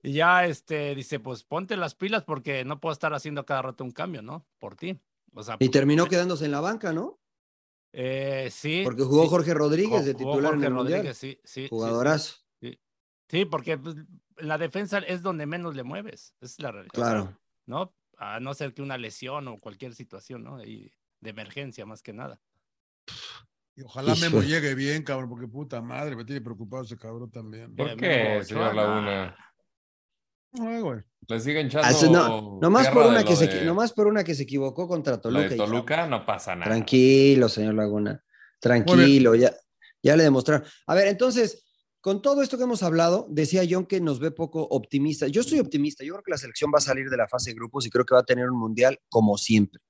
S4: y ya este dice, pues ponte las pilas porque no puedo estar haciendo cada rato un cambio, ¿no? Por ti. O sea,
S1: Y
S4: pues,
S1: terminó quedándose en la banca, ¿no?
S4: eh, sí.
S1: Porque jugó
S4: sí,
S1: Jorge Rodríguez de
S4: jugó
S1: titular en
S4: Jorge
S1: el Mundial.
S4: Rodríguez, sí, sí, sí, sí.
S1: Jugadorazo.
S4: Sí, porque pues, la defensa es donde menos le mueves. Esa es la realidad.
S1: Claro.
S4: ¿No? A no ser que una lesión o cualquier situación, ¿no? Y de emergencia más que nada.
S2: Y ojalá
S1: Híjole.
S2: Memo llegue bien, cabrón, porque puta madre, me tiene preocupado ese cabrón también.
S3: ¿Por
S4: Eh,
S3: qué,
S4: Memo Ochoa,
S3: señor Laguna?
S2: Ay, eh, güey.
S3: Le siguen
S1: Ah, eso
S3: echando.
S1: no, nomás,
S3: tierra
S1: por
S3: de
S1: una
S3: lo
S1: que se,
S3: de-
S1: equi- nomás por una que se equivocó contra
S3: lo
S1: Toluca.
S3: de
S1: y-
S3: Toluca, no pasa nada.
S1: Tranquilo, señor Laguna. Tranquilo, ya, ya le demostraron. A ver, entonces, con todo esto que hemos hablado, decía John que nos ve poco optimista. Yo soy optimista. Yo creo que la selección va a salir de la fase de grupos y creo que va a tener un mundial como siempre.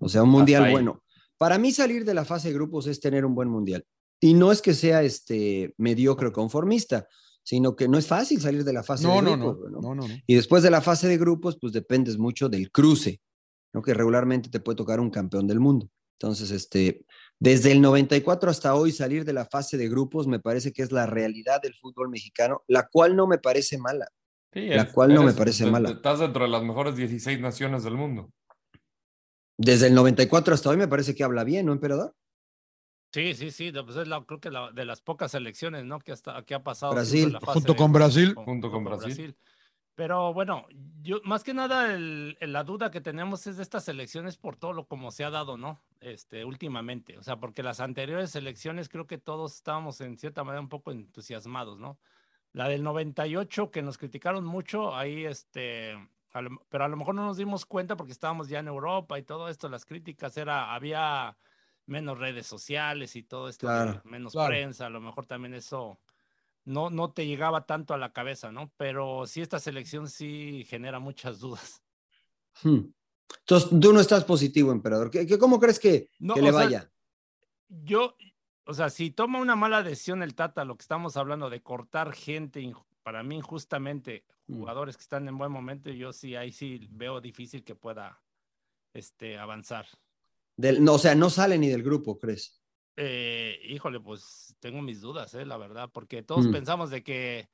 S1: O sea, un mundial
S3: ahí.
S1: bueno. Para mí salir de la fase de grupos es tener un buen mundial. Y no es que sea este mediocre o conformista, sino que no es fácil salir de la fase
S2: No,
S1: de
S2: no,
S1: grupos.
S2: no,
S1: güey, ¿no?
S2: no, no, no.
S1: Y después de la fase de grupos, pues dependes mucho del cruce, ¿no? Que regularmente te puede tocar un campeón del mundo. Entonces, este, desde el 94 hasta hoy, salir de la fase de grupos me parece que es la realidad del fútbol mexicano, la cual no me parece mala.
S3: Sí,
S1: La cual no me parece
S3: te-
S1: mala.
S3: te- Estás dentro de las mejores 16 naciones del mundo.
S1: Desde el 94 hasta hoy me parece que habla bien, ¿no, emperador?
S4: Sí, sí, sí. no, Pues es la, creo que la- de las pocas elecciones, ¿no? Que, hasta, que ha pasado.
S1: Brasil.
S4: siempre la fase
S2: Junto
S4: de
S2: con
S4: grupos,
S2: Brasil.
S3: Junto con Brasil.
S4: Pero bueno, yo más que nada el- el- la duda que tenemos es de estas elecciones por todo lo como se ha dado, ¿no? Este, últimamente, o sea, porque las anteriores elecciones creo que todos estábamos en cierta manera un poco entusiasmados, ¿no? La del 98 que nos criticaron mucho, ahí este, a lo- pero a lo mejor no nos dimos cuenta porque estábamos ya en Europa y todo esto, las críticas era, había menos redes sociales y todo esto, de
S1: Claro,
S4: menos
S2: claro.
S4: prensa, a lo mejor también eso no, no te llegaba tanto a la cabeza, ¿no? Pero sí, esta selección sí genera muchas dudas.
S1: Hmm. Entonces, tú no estás positivo, emperador. ¿Qué, qué- cómo crees que,
S4: No,
S1: que le
S4: o sea,
S1: vaya?
S4: Yo, o sea, si toma una mala decisión el Tata, lo que estamos hablando de cortar gente, inju- para mí injustamente,
S1: Mm.
S4: jugadores que están en buen momento, yo sí, ahí sí veo difícil que pueda este, avanzar.
S1: Del- no, o sea, no sale ni del grupo, ¿crees?
S4: Eh, híjole, pues tengo mis dudas, eh, la verdad, porque todos
S1: Mm.
S4: pensamos de que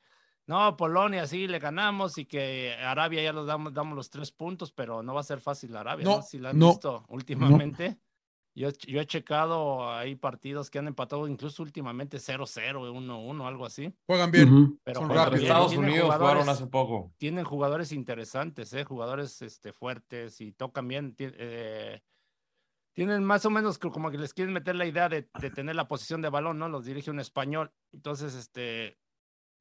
S4: no, Polonia sí le ganamos y que Arabia ya los damos, damos los tres puntos, pero no va a ser fácil Arabia, ¿no?
S2: No,
S4: Si la han
S2: no,
S4: visto últimamente. Yo, he ch- yo he checado ahí partidos que han empatado incluso últimamente 0-0, 1-1, algo así.
S2: Juegan bien.
S1: Ujú.
S4: Pero
S2: Son
S3: Contra
S4: juegan
S2: rápidos.
S4: bien,
S3: Estados
S4: tienen
S3: Unidos
S4: jugadores-
S3: jugaron hace poco.
S4: tienen jugadores interesantes, ¿eh? jugadores este, fuertes y tocan bien. ti- eh, tienen más o menos co- como que les quieren meter la idea de, de tener la posición de balón, ¿no? Los dirige un español. Entonces, este,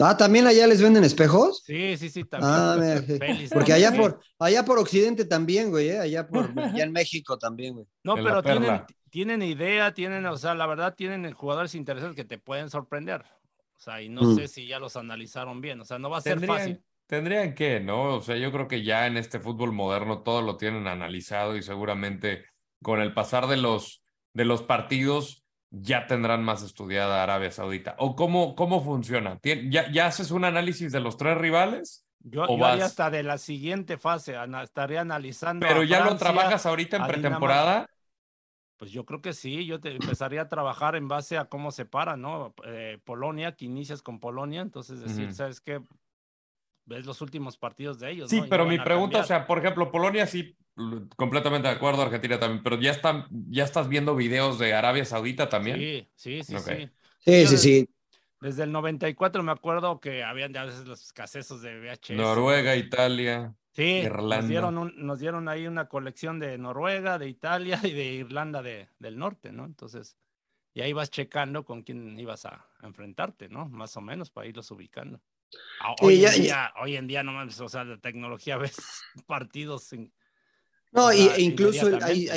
S1: Ah, ¿también allá les venden espejos?
S4: sí, sí, sí, también.
S1: Ah, mira, que-
S4: Félix,
S1: Porque
S4: ¿no?
S1: allá
S4: Sí.
S1: por, allá por Occidente también, güey, ¿eh? allá por allá en México también, güey.
S4: No,
S3: de la
S4: pero tienen,
S3: perla.
S4: tienen idea, tienen, o sea, la verdad tienen jugadores interesantes que te pueden sorprender. O sea, y no
S1: Mm.
S4: sé si ya los analizaron bien. O sea, no va a ser fácil.
S3: Tendrían, tendrían que, ¿no? O sea, yo creo que ya en este fútbol moderno todo lo tienen analizado y seguramente con el pasar de los, de los partidos ya tendrán más estudiada Arabia Saudita. ¿O cómo, cómo funciona? ¿Tien- ya, ¿Ya haces un análisis de los tres rivales?
S4: Yo,
S3: O
S4: yo haría
S3: vas-
S4: hasta de la siguiente fase, ana- estaría analizando. a
S3: Pero ya lo
S4: Francia,
S3: trabajas ahorita en
S4: a Dinamarca.
S3: pretemporada.
S4: Pues yo creo que sí, yo te empezaría a trabajar en base a cómo se para, ¿no? Eh, Polonia, que inicias con Polonia, entonces decir,
S3: Ujú.
S4: ¿sabes qué? Ves los últimos partidos de ellos.
S3: Sí,
S4: ¿no? Y
S3: pero
S4: van
S3: mi
S4: a
S3: pregunta, o
S4: cambiar.
S3: sea, por ejemplo, Polonia sí, l- completamente de acuerdo, Argentina también, pero ya, están, ya estás viendo videos de Arabia Saudita también.
S4: Sí, sí, sí,
S3: Ok.
S4: sí.
S1: Sí, sí, sí.
S4: Desde el 94 me acuerdo que habían a veces los casesos de VHS.
S3: Noruega, Italia.
S4: Sí,
S3: Irlanda.
S4: nos dieron, un- nos dieron ahí una colección de Noruega, de Italia y de Irlanda de- del Norte, ¿no? Entonces, y ahí vas checando con quién ibas a, a enfrentarte, ¿no? Más o menos para irlos ubicando. Ah,
S1: Sí,
S4: Hoy,
S1: ya-
S4: en
S1: ya-
S4: día, hoy en día, no mames, o sea, de tecnología ves partidos en-
S1: No,
S4: O
S1: y,
S4: sea,
S1: e incluso el- hay,
S4: inmediatamente,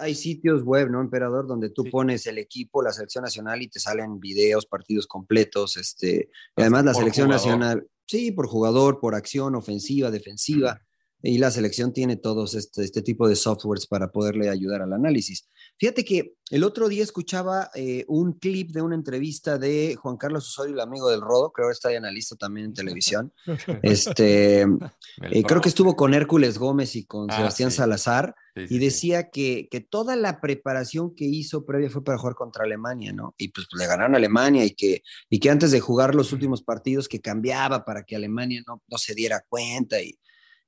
S1: hay, hay sitios web, ¿no, Emperador? Donde tú
S4: Sí.
S1: pones el equipo, la selección nacional y te salen videos, partidos completos, este, y además la
S3: por
S1: selección
S3: jugador.
S1: nacional, sí, por jugador, por acción, ofensiva, defensiva, y la selección tiene todos este, este tipo de softwares para poderle ayudar al análisis. Fíjate que el otro día escuchaba eh, un clip de una entrevista de Juan Carlos Osorio, el amigo del Rodo, que ahora está de analista también en televisión. Este,
S3: El
S1: eh, creo
S3: pro.
S1: que estuvo con Hércules Gómez y con
S3: Ah,
S1: Sebastián
S3: sí.
S1: Salazar
S3: Sí, sí,
S1: y
S3: sí.
S1: decía que, que toda la preparación que hizo previa fue para jugar contra Alemania, ¿no? Y pues, le ganaron a Alemania y que, y que antes de jugar los últimos partidos que cambiaba para que Alemania no, no se diera cuenta y,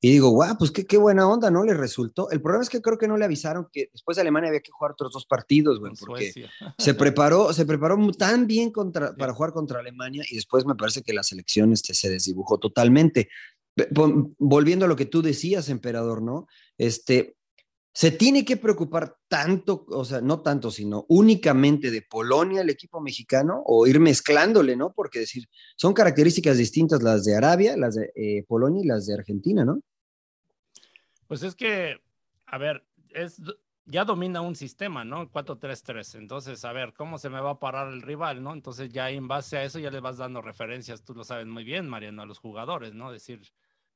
S1: y digo, guau, pues qué, qué buena onda, ¿no? Le resultó. El problema es que creo que no le avisaron que después de Alemania había que jugar otros dos partidos, güey,
S4: con
S1: porque
S4: Suecia.
S1: se preparó, se preparó mu- tan bien contra,
S4: Sí.
S1: para jugar contra Alemania y después me parece que la selección este, se desdibujó totalmente. Ve- pon- Volviendo a lo que tú decías, emperador, ¿no? Este, se tiene que preocupar tanto, o sea, no tanto, sino únicamente de Polonia el equipo mexicano o ir mezclándole, ¿no? Porque decir, son características distintas las de Arabia, las de eh, Polonia y las de Argentina, ¿no?
S4: Pues es que, a ver, es, ya domina un sistema, ¿no? 4-3-3. Entonces, a ver, ¿cómo se me va a parar el rival, ¿no? Entonces, ya en base a eso, ya le vas dando referencias, tú lo sabes muy bien, Mariano, a los jugadores, ¿no? Decir,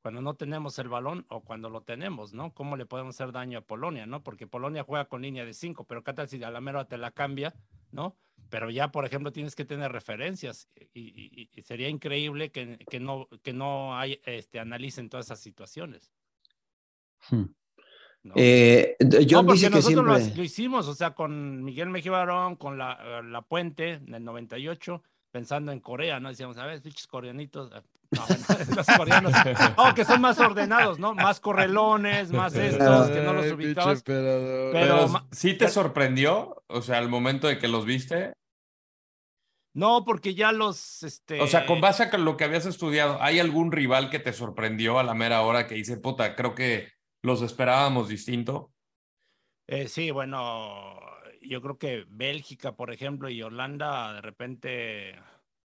S4: cuando no tenemos el balón o cuando lo tenemos, ¿no? ¿Cómo le podemos hacer daño a Polonia, ¿no? Porque Polonia juega con línea de 5, pero ¿qué tal si a la mera te la cambia, ¿no? Pero ya, por ejemplo, tienes que tener referencias y, y- y sería increíble que, que no, que no hay, este, analicen todas esas situaciones. ¿no?
S1: Eh, d- John
S4: no, porque
S1: dice que
S4: nosotros lo,
S1: siempre...
S4: ha- lo hicimos, o sea, con Miguel Mejía Barón, con la, eh, la Puente en el 98, pensando en Corea, ¿no? Decíamos, a ver, pinches coreanitos. eh, no, bueno, los coreanos. Oh, que son más ordenados, ¿no? Más correlones, más
S1: eh,
S4: estos, que no los
S2: Ay,
S4: ubicabas.
S2: pinche emperador.
S4: pero
S3: Pero,
S4: ma-
S3: ¿sí te sorprendió? O sea, al momento de que los viste.
S4: No, porque ya los. Este...
S3: O sea, con base a lo que habías estudiado, ¿hay algún rival que te sorprendió a la mera hora que dice, puta, creo que los esperábamos distinto?
S4: Eh, sí, bueno, yo creo que Bélgica, por ejemplo, y Holanda, de repente,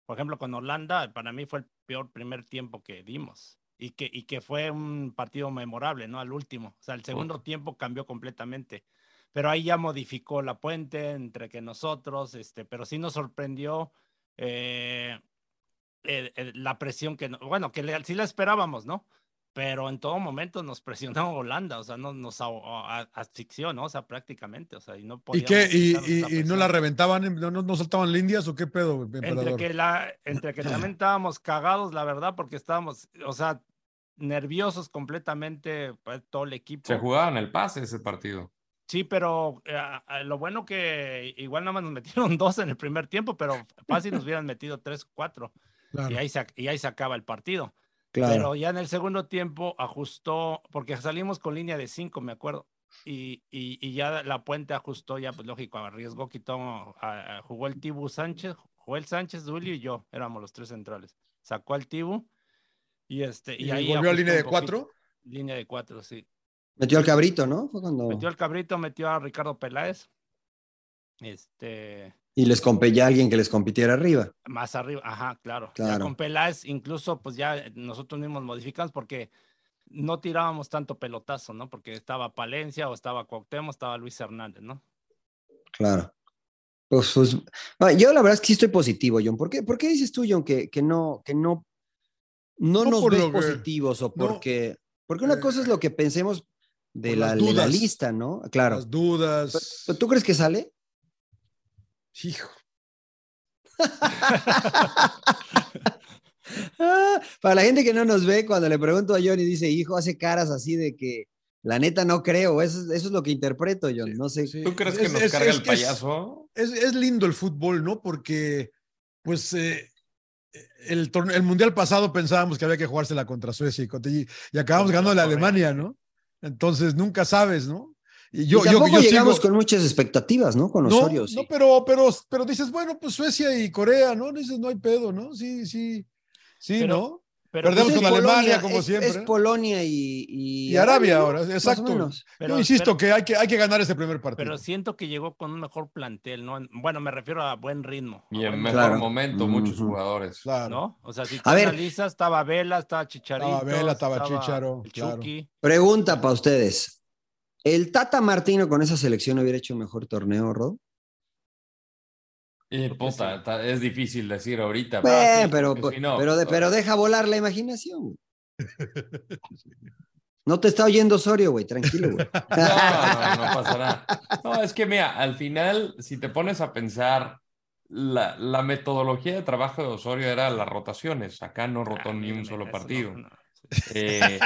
S4: por ejemplo, con Holanda, para mí fue el peor primer tiempo que dimos y que, y que fue un partido memorable, ¿no? Al último, o sea, el segundo tiempo cambió completamente, pero ahí ya modificó la puente entre que nosotros, este, pero sí nos sorprendió eh, el- el- la presión que, no- bueno, que le- sí la esperábamos, ¿no? pero en todo momento nos presionó Holanda, o sea, no, nos a- a- asfixió, ¿no? O sea, prácticamente, o sea, y no
S2: ¿Y
S4: podíamos
S2: qué? ¿Y,
S4: evitar
S2: y-
S4: esa
S2: y no
S4: presión.
S2: la reventaban? en- ¿No, no, no saltaban lindias o qué pedo,
S4: Entre
S2: emperador?
S4: que, la, entre que también estábamos cagados, la verdad, porque estábamos, o sea, nerviosos completamente, pues, todo el equipo.
S3: Se jugaban el pase ese partido.
S4: Sí, pero eh, a- a- lo bueno que igual nada más nos metieron dos en el primer tiempo, pero fácil nos hubieran metido tres, cuatro,
S2: Claro.
S4: y ahí se ac- y ahí se acaba el partido. Pero ya en el segundo tiempo ajustó, porque salimos con línea de 5, me acuerdo. Y, y, y ya la puente ajustó, ya pues lógico, arriesgó, quitó, a- a- jugó el Tibu Sánchez, jugó el Sánchez, Julio y yo, éramos los tres centrales. Sacó al Tibu y este.
S2: ¿Y,
S4: Y, ahí
S2: volvió a
S4: ajustó
S2: línea
S4: un
S2: de cuatro?
S4: poquito. Línea de cuatro, sí.
S1: Metió al cabrito, ¿no? Fue
S2: Oh.
S1: cuando...
S4: Metió al cabrito, metió a Ricardo Peláez. Este.
S1: Y les compe- ya alguien que les compitiera arriba.
S4: Más arriba, ajá, claro. Ya
S1: Claro.
S4: con Peláez, incluso, pues ya eh, nosotros mismos modificamos porque no tirábamos tanto pelotazo, ¿no? Porque estaba Palencia o estaba Cuauhtémoc, estaba Luis Hernández, ¿no?
S1: Claro. Pues, pues, ah, yo la verdad es que sí estoy positivo, John. ¿Por qué, por qué dices tú, John, que, que no, que no, no,
S2: No
S1: nos
S2: por
S1: ves
S2: lo que-
S1: positivos o porque, porque una
S2: Eh,
S1: cosa es lo que pensemos de
S2: por
S1: la,
S2: las
S1: de la
S2: dudas.
S1: lista, ¿no? Claro.
S2: Las dudas.
S1: ¿Pero ¿Tú crees que sale?
S2: Hijo.
S1: Ah, Para la gente que no nos ve, cuando le pregunto a Johnny, dice, hijo, hace caras así de que, La neta no creo, eso, es- eso es lo que interpreto yo,
S2: Sí,
S1: no sé.
S2: Sí,
S3: ¿Tú crees
S2: es-
S3: que nos
S2: es-
S3: carga
S2: es
S3: el
S2: que es-
S3: payaso?
S2: Es, es lindo el fútbol, ¿no? Porque, pues, eh, el, torne- el mundial pasado pensábamos que había que jugársela contra Suecia y, contra- y- y acabamos ganando la Alemania, ¿no? Entonces, nunca sabes, ¿no? Y
S1: Yo,
S2: yo, yo-
S1: tampoco
S2: yo
S1: llegamos
S2: sigo-
S1: con muchas expectativas, ¿no? Con
S2: no,
S1: Osorio, sí.
S2: no, pero, pero, pero dices, bueno, pues Suecia y Corea, ¿no? Dices, no hay pedo, ¿no? Sí, sí, sí,
S4: Pero-
S2: ¿no?
S4: Pero,
S2: Perdemos
S1: Pues es
S2: con Alemania,
S1: Polonia,
S2: como
S1: es-
S2: siempre.
S1: Es Polonia y, y,
S2: Y Arabia
S1: ¿no?
S2: ahora,
S1: Más o
S2: exacto.
S1: menos.
S4: pero-
S2: yo insisto que, hay que hay que ganar ese primer partido.
S4: Pero siento que llegó con un mejor plantel, ¿no? Bueno, me refiero a buen ritmo. a
S3: Y en
S4: buen-
S3: mejor
S1: Claro.
S3: momento, muchos
S1: Ujú.
S3: jugadores.
S2: Claro.
S4: ¿No? O sea, si tú
S1: A ver.
S4: analizas, estaba Vela, estaba Chicharito.
S2: Estaba Vela, estaba Chícharo,
S4: el
S2: claro.
S4: Chucky.
S1: Pregunta para ustedes. ¿El Tata Martino con esa selección hubiera hecho mejor torneo, Rodo?
S3: Y
S4: Creo que
S3: puta,
S4: sí.
S3: está- es difícil decir ahorita.
S1: Eh,
S3: Ah, sí,
S1: pero,
S3: porque si no,
S1: pero, de- pero deja volar la imaginación. güey. No te está oyendo Osorio, güey, tranquilo, güey.
S3: No, no, no pasará. No, es que mira, al final, si te pones a pensar, la, la metodología de trabajo de Osorio era las rotaciones. Acá no rotó
S4: Ah,
S3: ni un
S4: mira,
S3: solo
S4: eso
S3: partido.
S4: no, no.
S3: Eh,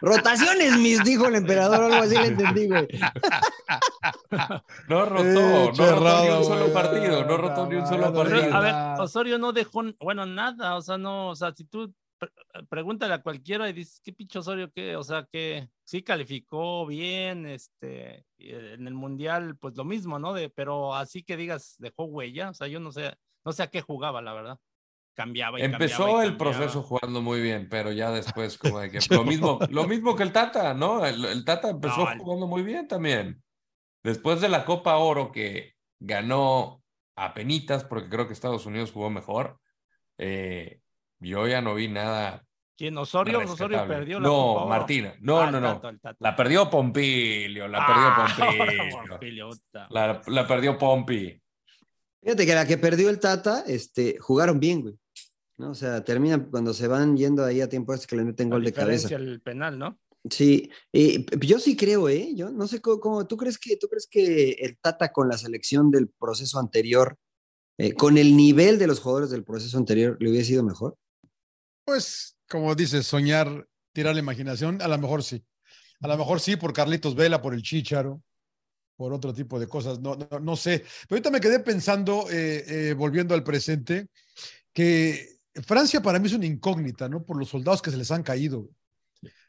S1: Rotaciones, mis, dijo el emperador, o algo así le entendí, güey.
S3: no rotó, no
S2: Che,
S3: rotó ni
S2: Rodo,
S3: un solo
S2: güey.
S3: partido, no rotó ni un solo
S2: Pero,
S4: Pero,
S3: partido.
S4: a
S2: nada.
S4: ver, Osorio no dejó, bueno, nada, o sea, no, o sea, si tú pre- pregúntale a cualquiera y dices, ¿qué pinche Osorio qué? O sea, que sí calificó bien, este, y en el Mundial, pues lo mismo, ¿no? De, pero así que digas, dejó huella, o sea, yo no sé, no sé a qué jugaba, la verdad. Cambiaba y
S3: Empezó
S4: cambiaba y
S3: el
S4: cambiaba.
S3: proceso jugando muy bien, pero ya después como de que lo mismo, lo mismo que el Tata, ¿no? El, el Tata empezó
S4: No, el-
S3: jugando muy bien también. Después de la Copa Oro que ganó a penitas, porque creo que Estados Unidos jugó mejor, eh, yo ya no vi nada.
S4: ¿Quién? Osorio, Osorio
S3: rescatable.
S4: perdió la Copa
S3: No,
S4: Oro.
S3: Martina, no,
S4: Ah, el
S3: no, no.
S4: Tata, el Tata.
S3: La perdió Pompilio, la
S4: Ah,
S3: perdió
S4: ahora
S3: Pompilio.
S4: Pompilio, puta.
S3: La, la perdió Pompi.
S1: Fíjate que la que perdió el Tata, este, jugaron bien, güey. ¿No? O sea, terminan cuando se van yendo ahí a tiempo extra que le meten
S4: La
S1: gol de cabeza.
S4: diferencia, El penal, ¿no?
S1: Sí, y p- yo sí creo, ¿eh? Yo no sé cómo, cómo- ¿tú crees que tú crees que el Tata con la selección del proceso anterior, eh, con el nivel de los jugadores del proceso anterior, le hubiese sido mejor?
S2: Pues, como dices, soñar, tirar la imaginación, a lo mejor sí. A lo mejor sí, por Carlitos Vela, por el Chícharo, por otro tipo de cosas, no, no, no sé. Pero ahorita me quedé pensando, eh, eh, volviendo al presente, que Francia para mí es una incógnita, ¿no? Por los soldados que se les han caído.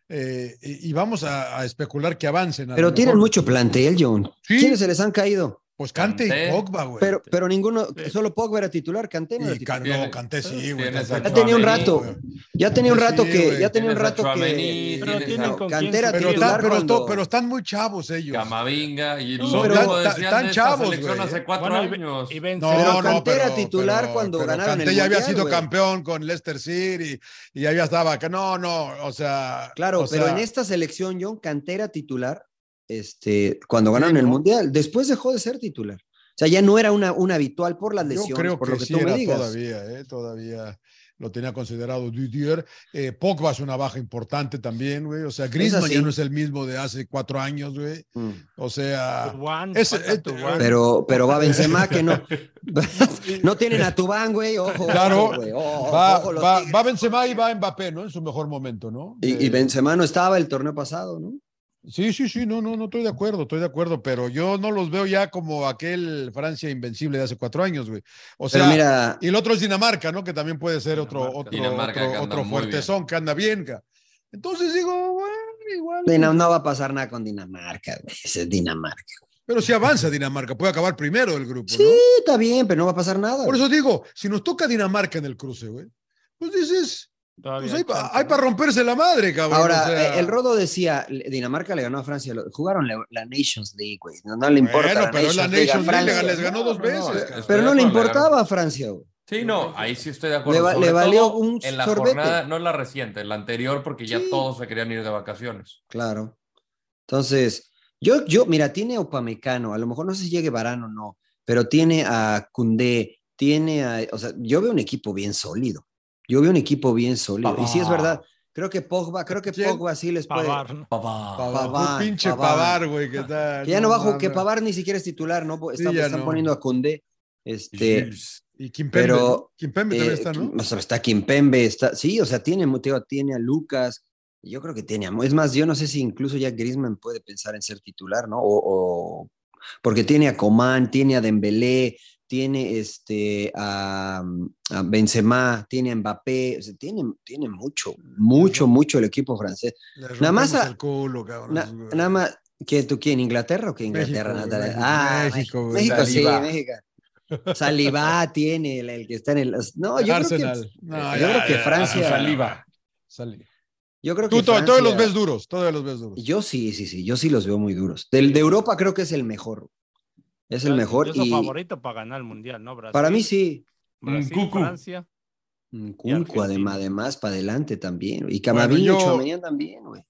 S2: Eh, y, y vamos a, a especular que avancen. a lo
S1: Pero tienen
S2: mejor.
S1: mucho plantel, John.
S2: Sí.
S1: ¿Quiénes se les han caído?
S2: Pues Cante y
S3: Kanté.
S2: Pogba, güey.
S1: Pero, pero ninguno,
S4: Sí.
S1: solo Pogba era titular, Kanté no era
S2: Y Can-
S1: titular.
S2: no, Kanté sí, güey.
S3: Tienes
S2: Kanté-
S3: a
S1: Ya tenía un rato.
S2: güey.
S1: Ya tenía un
S2: Sí,
S1: rato que,
S2: güey.
S1: ya tenía un
S3: Tienes a
S1: rato
S3: Tchouameni,
S1: que
S4: Pero
S3: tienes
S4: tienen
S3: a
S4: con quién
S1: Cantera
S2: Pero,
S4: suplir.
S1: titular
S2: están- pero,
S1: cuando-
S2: to- pero están muy chavos ellos.
S3: Camavinga y
S4: No,
S3: son
S1: pero
S3: como
S2: ta-
S3: decían
S2: tan
S3: de esta
S2: chavos,
S3: selección
S2: güey. ¿eh?
S3: hace cuatro
S4: Bueno, y-
S3: años.
S4: y Benzema.
S1: Pero
S2: No, no,
S1: Kanté
S2: pero,
S1: era titular cuando
S2: pero
S1: ganaron
S2: Kanté
S1: el
S2: ya había
S1: Mundial,
S2: sido
S1: güey.
S2: campeón con Leicester City y, y ya estaba acá. No, no, o sea.
S1: Claro,
S2: o
S1: pero
S2: sea,
S1: en esta selección, John, cantera titular, este, cuando ganaron el
S2: ¿no?
S1: Mundial, después dejó de ser titular. O sea, ya no era una, un habitual por las
S2: Yo
S1: lesiones,
S2: creo
S1: por
S2: que,
S1: lo que
S2: sí
S1: tú me
S2: era
S1: digas.
S2: todavía, eh, todavía lo tenía considerado Didier. Eh, Pogba es una baja importante también, güey. O sea, Griezmann
S1: así.
S2: ya no es el mismo de hace cuatro años, güey.
S1: Mm.
S2: O sea.
S4: Juan,
S2: Ese-
S4: falta
S2: eh,
S4: tu Juan.
S1: Pero, pero va Benzema que no. no tienen a Tubán, güey. Ojo,
S2: Claro,
S1: ojo, güey, ojo,
S2: Va,
S1: ojo, los
S2: va,
S1: Tigres.
S2: va Benzema y va Mbappé, ¿no? En su mejor momento, ¿no?
S1: Y, y
S2: Eh,
S1: Benzema no estaba el torneo pasado, ¿no?
S2: Sí, sí, sí, no, no, no estoy de acuerdo, estoy de acuerdo, pero yo no los veo ya como aquel Francia invencible de hace cuatro años, güey. O sea,
S1: pero mira,
S2: y el otro es Dinamarca, ¿no? Que también puede ser otro,
S4: Dinamarca.
S2: otro,
S3: Dinamarca que
S2: otro,
S3: anda
S2: otro
S3: muy
S2: fuertezón que anda bien. ca. Entonces digo, bueno, igual.
S1: Dinam- no va a pasar nada con Dinamarca, güey. ese Es Dinamarca.
S2: Pero si avanza Dinamarca, puede acabar primero el grupo,
S1: Sí,
S2: ¿no?
S1: está bien, pero no va a pasar nada.
S2: Por
S1: güey.
S2: eso digo, si nos toca Dinamarca en el cruce, güey, pues dices,
S4: Todavía
S2: pues
S4: hay
S2: hay, pa-
S4: chance,
S2: hay
S4: ¿no?
S2: para romperse la madre, cabrón.
S1: Ahora,
S2: Ah, o sea.
S1: eh, el Rodo decía, le- Dinamarca le ganó a Francia, lo- jugaron la, la Nations League, güey. No, no le importa.
S2: Bueno, pero es la
S1: League a
S2: Nations League,
S1: Francia.
S2: les ganó dos
S3: No, no, no,
S2: veces.
S3: es-
S2: cabrón.
S1: Pero no
S3: Estoy
S1: le
S3: de acuerdo,
S1: importaba a Francia, güey.
S3: Sí, no, ahí sí estoy de
S1: Le,
S3: acuerdo.
S1: va-
S3: sobre
S1: le valió
S3: todo
S1: un
S3: en la
S1: sorbete.
S3: jornada, no en la reciente, en la anterior, porque ya
S1: Sí.
S3: todos se querían ir de vacaciones.
S1: Claro. Entonces, yo, yo, mira, tiene a Upamecano, a lo mejor no sé si llegue Varano o no, pero tiene a Cundé, tiene a, o sea, yo veo un equipo bien sólido. Yo veo un equipo bien sólido. Y sí es
S3: Pavard.
S1: verdad, creo que Pogba, creo que
S2: ¿Quién?
S1: Pogba sí les puede.
S4: Pavar, ¿no?
S3: Papá.
S2: Pavar,
S1: Pavar,
S2: un pinche
S1: Pavar.
S2: Pavar, güey, que está.
S1: Que ya no bajo,
S2: mames.
S1: que Pavar ni siquiera es titular, ¿no? Están,
S2: ya
S1: están
S2: no.
S1: poniendo a Cundé. Este,
S2: Y Kimpembe,
S1: Pero,
S2: ¿no? Kimpembe
S1: Eh,
S2: también está, ¿no?
S1: o sea, está Kimpembe, está, sí, o sea, tiene, mu- te digo, tiene a Lucas, Yo creo que tiene amor. Es más, yo no sé si incluso ya Griezmann puede pensar en ser titular, ¿no? O, o- porque tiene a Coman, tiene a Dembélé, tiene este a, a Benzema, tiene a Mbappé, o sea, tiene, tiene mucho, mucho, mucho el equipo francés.
S2: Les
S1: Nada más
S2: rompemos
S1: a-
S2: el culo, cabrón.
S1: Na-
S2: Esos-
S1: nada más, ¿quién, ¿tú quién? ¿Inglaterra o qué Inglaterra?
S2: México,
S1: Natalia?
S2: güey,
S1: ah,
S2: México,
S1: México,
S2: güey.
S1: México,
S3: Saliba.
S1: sí, México. Salivá tiene, el, el que está en el... No, yo creo
S2: Arsenal.
S1: que...
S2: No,
S1: yo
S2: ya,
S1: creo que
S2: ya,
S1: Francia-
S3: Saliva.
S2: Sali-
S1: Yo creo que
S2: Tú to- todos los
S1: Francia-
S2: ves duros, todos los ves duros.
S1: Yo sí, sí, sí, yo sí los veo muy duros. Del de Europa creo que es el mejor. Es el mejor.
S4: Es
S1: Y
S4: favorito para ganar el mundial, ¿no? Brasil,
S1: para mí sí.
S2: Mm,
S4: Brasil,
S3: Cucu.
S4: Francia.
S1: Cuncu,
S4: Argentina.
S1: además, además, para adelante también. Y Camavinga
S2: yo-
S1: y Tchouaméni también, güey.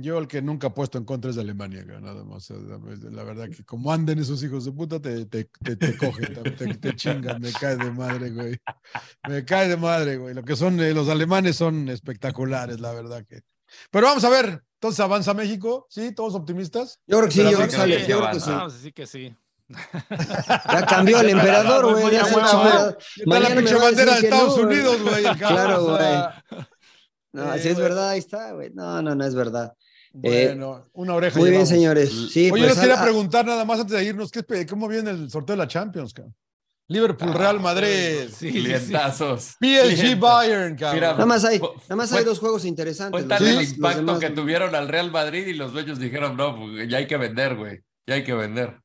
S2: Yo el que nunca he puesto en contra es de Alemania, cabrón, nada más. O sea, pues, La verdad que como anden esos hijos de puta, te, te, te, te cogen, te, te- te chingan, me cae de madre, güey. Me cae de madre, güey. Lo que son eh, los alemanes son espectaculares, la verdad que. Pero vamos a ver, entonces avanza México, ¿sí? ¿Todos optimistas?
S1: Yo creo que sí,
S2: Pero
S1: yo
S2: sí
S1: creo que
S2: creo
S1: sale.
S2: que
S1: Yo
S3: sí
S1: creo que sí.
S3: avanza.
S4: Ah, sí que sí.
S1: Ya cambió el emperador, güey.
S4: Muy
S1: ya
S4: a
S1: se
S4: huevo,
S1: cambió.
S4: ¿no?
S2: ¿Qué tal
S1: Mañana
S2: la
S1: me
S2: pinche
S1: va a decir
S2: bandera de
S1: que no,
S2: Estados
S1: güey.
S2: Unidos, güey? el cabrón?
S1: Claro,
S2: O sea,
S1: No,
S2: Sí,
S1: si es
S2: güey.
S1: verdad, ahí está, güey. No, no, no es verdad. Eh,
S2: Bueno, una oreja.
S1: Muy bien,
S2: llevamos.
S1: señores. Sí,
S2: Mm. Oye,
S1: pues,
S2: yo les quería
S1: ah,
S2: preguntar nada más antes de irnos, ¿qué, pe- ¿cómo viene el sorteo de la Champions, cabrón?
S1: Ah,
S2: Liverpool,
S1: pues,
S2: Real Madrid,
S4: Sí, sí, sí.
S3: Clientazos.
S2: PSG,
S3: Clienta.
S2: Bayern, cabrón.
S1: Nada más hay,
S2: Pues,
S3: Fue-
S1: nada más
S3: fue-
S1: hay dos juegos interesantes. los
S3: Fue tal
S2: Sí,
S3: el
S1: demás- los
S3: impacto
S1: demás-
S3: que tuvieron al Real Madrid y los dueños dijeron, no, pues, ya hay que vender, güey. Ya hay que vender.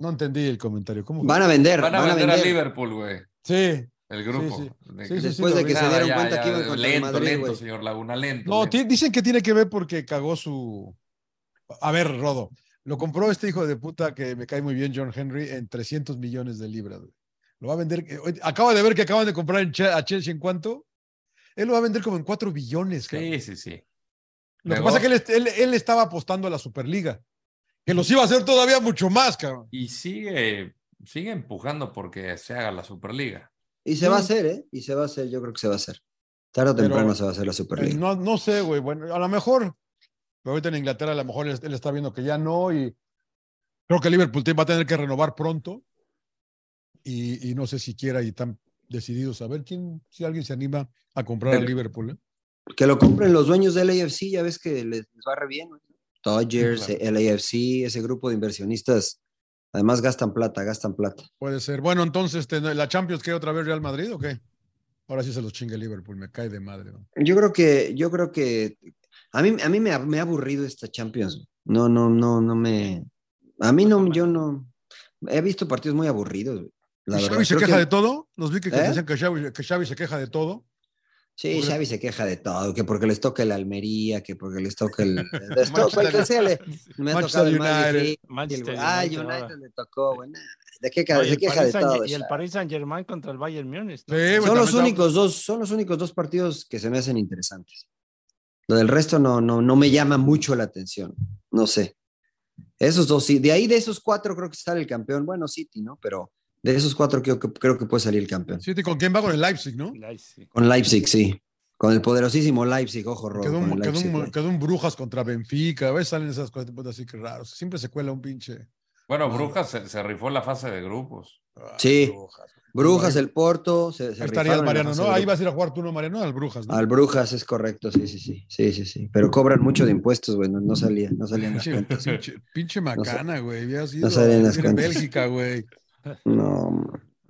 S2: No entendí el comentario. ¿Cómo?
S1: Van a vender,
S3: Van a vender, a Liverpool, güey.
S2: Sí.
S3: El grupo.
S2: Sí,
S3: De-
S2: Sí, sí,
S1: Después
S2: lo
S1: de
S2: vi.
S1: que se
S3: Nada,
S1: dieron
S3: ya,
S1: cuenta
S3: ya,
S1: que iban contra el
S3: Lento,
S1: Madrid,
S3: lento,
S1: güey.
S3: señor Laguna, lento.
S2: No,
S3: lento.
S2: ti- dicen que tiene que ver porque cagó su. A ver, Rodo. Lo compró este hijo de puta que me cae muy bien, John Henry, en 300 millones de libras. güey. Lo va a vender. eh, oye, Acaba de ver que acaban de comprar en Che- a Chelsea en cuánto. Él lo va a vender como en 4 billones. cabrón.
S3: Sí, sí, sí.
S2: Lo que pasa es que él, est- él, él estaba apostando a la Superliga, que los iba a hacer todavía mucho más, cabrón.
S3: Y sigue, sigue empujando porque se haga la Superliga.
S1: Y se va a hacer, ¿eh? Y se va a hacer, yo creo que se va a hacer. Tarde o
S2: Mm. Pero-
S1: temprano se va a hacer la
S2: Eh,
S1: Superliga.
S2: No, no sé, güey. Bueno, a lo mejor, pero ahorita en Inglaterra, a lo mejor él, él está viendo que ya no. Y creo que Liverpool te- va a tener que renovar pronto. Y, y no sé si quiera y están decididos a ver quién, si alguien se anima a comprar a
S3: Pero-
S2: Liverpool. ¿eh?
S1: Que lo compren los dueños del AFC, ya ves que les, les va re bien. ¿no? Dodgers,
S2: Sí,
S1: LAFC, ese grupo de inversionistas, además gastan plata, gastan plata.
S2: Puede ser. Bueno, entonces, este, ¿la Champions qué otra vez Real Madrid o qué? Ahora sí se los chingue Liverpool, me cae de madre. güey.
S1: Yo creo que, yo creo que a mí, a mí me, ha, me ha aburrido esta Champions. güey. No, no, no, no me. A mí no, yo no. He visto partidos muy aburridos. güey, La
S2: ¿Y
S1: verdad.
S2: Xavi se
S1: Creo
S2: queja
S1: que-
S2: de todo? Los vi que, que
S1: ¿Eh?
S2: decían que Xavi- que Xavi se queja de todo. ¿eh?
S1: Sí,
S2: Porque-
S1: Xavi se queja de todo, que porque les toca el Almería, que porque les toca el... les toca
S2: Manchester
S1: el que sea, le- me ha tocado
S2: Manchester
S1: el más
S2: United.
S1: difícil,
S4: Manchester
S1: güey. Ah,
S4: United ahora.
S1: United le tocó, güey. nah, de qué ca-
S4: Oye,
S1: se
S4: el
S1: queja de
S4: Paris Saint-
S1: todo.
S4: Y el
S1: Xavi.
S4: Paris Saint Germain contra el Bayern Múnich. ¿no?
S2: Sí,
S1: Son
S2: güey,
S1: los
S2: también está-
S1: únicos dos, son los únicos dos partidos que se me hacen interesantes. Lo del resto no, no, no me llama mucho la atención. No sé. Esos dos sí. De ahí de esos cuatro creo que sale el campeón. Bueno, City, ¿no? Pero de esos cuatro creo que, creo que puede salir el campeón.
S2: City, ¿con quién va? Con el Leipzig, ¿no?
S4: Ay, sí.
S1: Con Leipzig, sí. Con el poderosísimo Leipzig, ojo, Rodo.
S2: Quedó
S1: con el
S2: un, quedó
S1: Leipzig,
S2: un-
S1: güey.
S2: quedó un Brujas contra Benfica. A veces salen esas cosas tipo, así que raros. Siempre se cuela un pinche.
S3: Bueno,
S2: Ah.
S3: Brujas se, se rifó la fase de grupos.
S2: ah,
S1: Sí.
S2: Brujas.
S1: Brujas,
S2: Ahí-
S1: el Porto, se, se
S2: ahí estaría
S1: rifaron en
S2: el
S1: la
S2: Mariano,
S1: fase
S2: ¿no?
S1: de
S2: Ahí
S1: grupo.
S2: vas a ir a jugar tú, ¿no, Mariano? Al Brujas, ¿no?
S1: Al Brujas es correcto, sí, sí, sí, sí, sí, sí. Pero cobran mucho de impuestos, güey, no, no salía, no salían las
S2: Pinche,
S1: cuentas.
S2: pinche- pinche macana, güey. había sido
S1: no sabían las
S2: en
S1: cuentas.
S2: Bélgica, güey.
S1: No,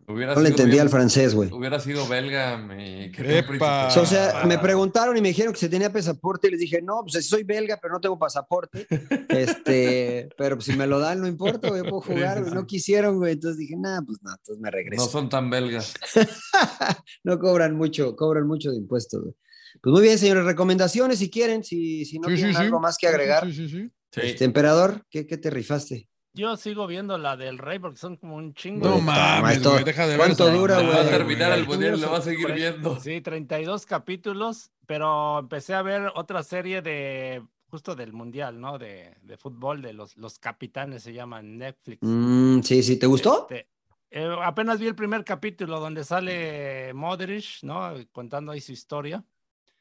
S1: no
S3: Hubiera
S1: le
S3: sido-
S1: entendía al
S3: hubiera-
S1: francés, güey.
S3: Hubiera sido belga, mi
S2: Epa.
S3: querido príncipe.
S1: O sea,
S2: Ah.
S1: me preguntaron y me dijeron que se tenía pasaporte y les dije, no, pues soy belga, pero no tengo pasaporte. Este, pero si me lo dan, no importa, güey, puedo jugar, güey. No quisieron, güey. Entonces dije, nada, pues nada, entonces me
S3: No
S1: regreso.
S3: son tan belgas.
S1: no cobran mucho, cobran mucho de impuestos, güey. Pues muy bien, señores, recomendaciones si quieren, si, si no
S2: Sí, sí,
S1: tienen
S2: sí.
S1: algo más que agregar.
S2: Sí, sí, sí.
S3: Sí.
S1: Este, emperador, ¿qué, qué te rifaste?
S4: Yo sigo viendo la del Rey porque son como un chingo.
S2: No
S1: Puta
S2: mames,
S1: madre, todo-
S2: güey. Deja de ver.
S1: ¿cuánto
S2: esa
S1: dura,
S2: mamada,
S3: va a
S1: güey?
S3: terminar el
S1: Tú
S3: mundial,
S1: no
S3: lo va a seguir viendo.
S4: Sí, 32 capítulos, pero empecé a ver otra serie de justo del mundial, ¿no? De, de fútbol, de los, los capitanes se llaman Netflix.
S1: Mm, sí, sí, ¿te gustó?
S4: Este, eh, apenas vi el primer capítulo donde sale Modric, ¿no? Contando ahí su historia.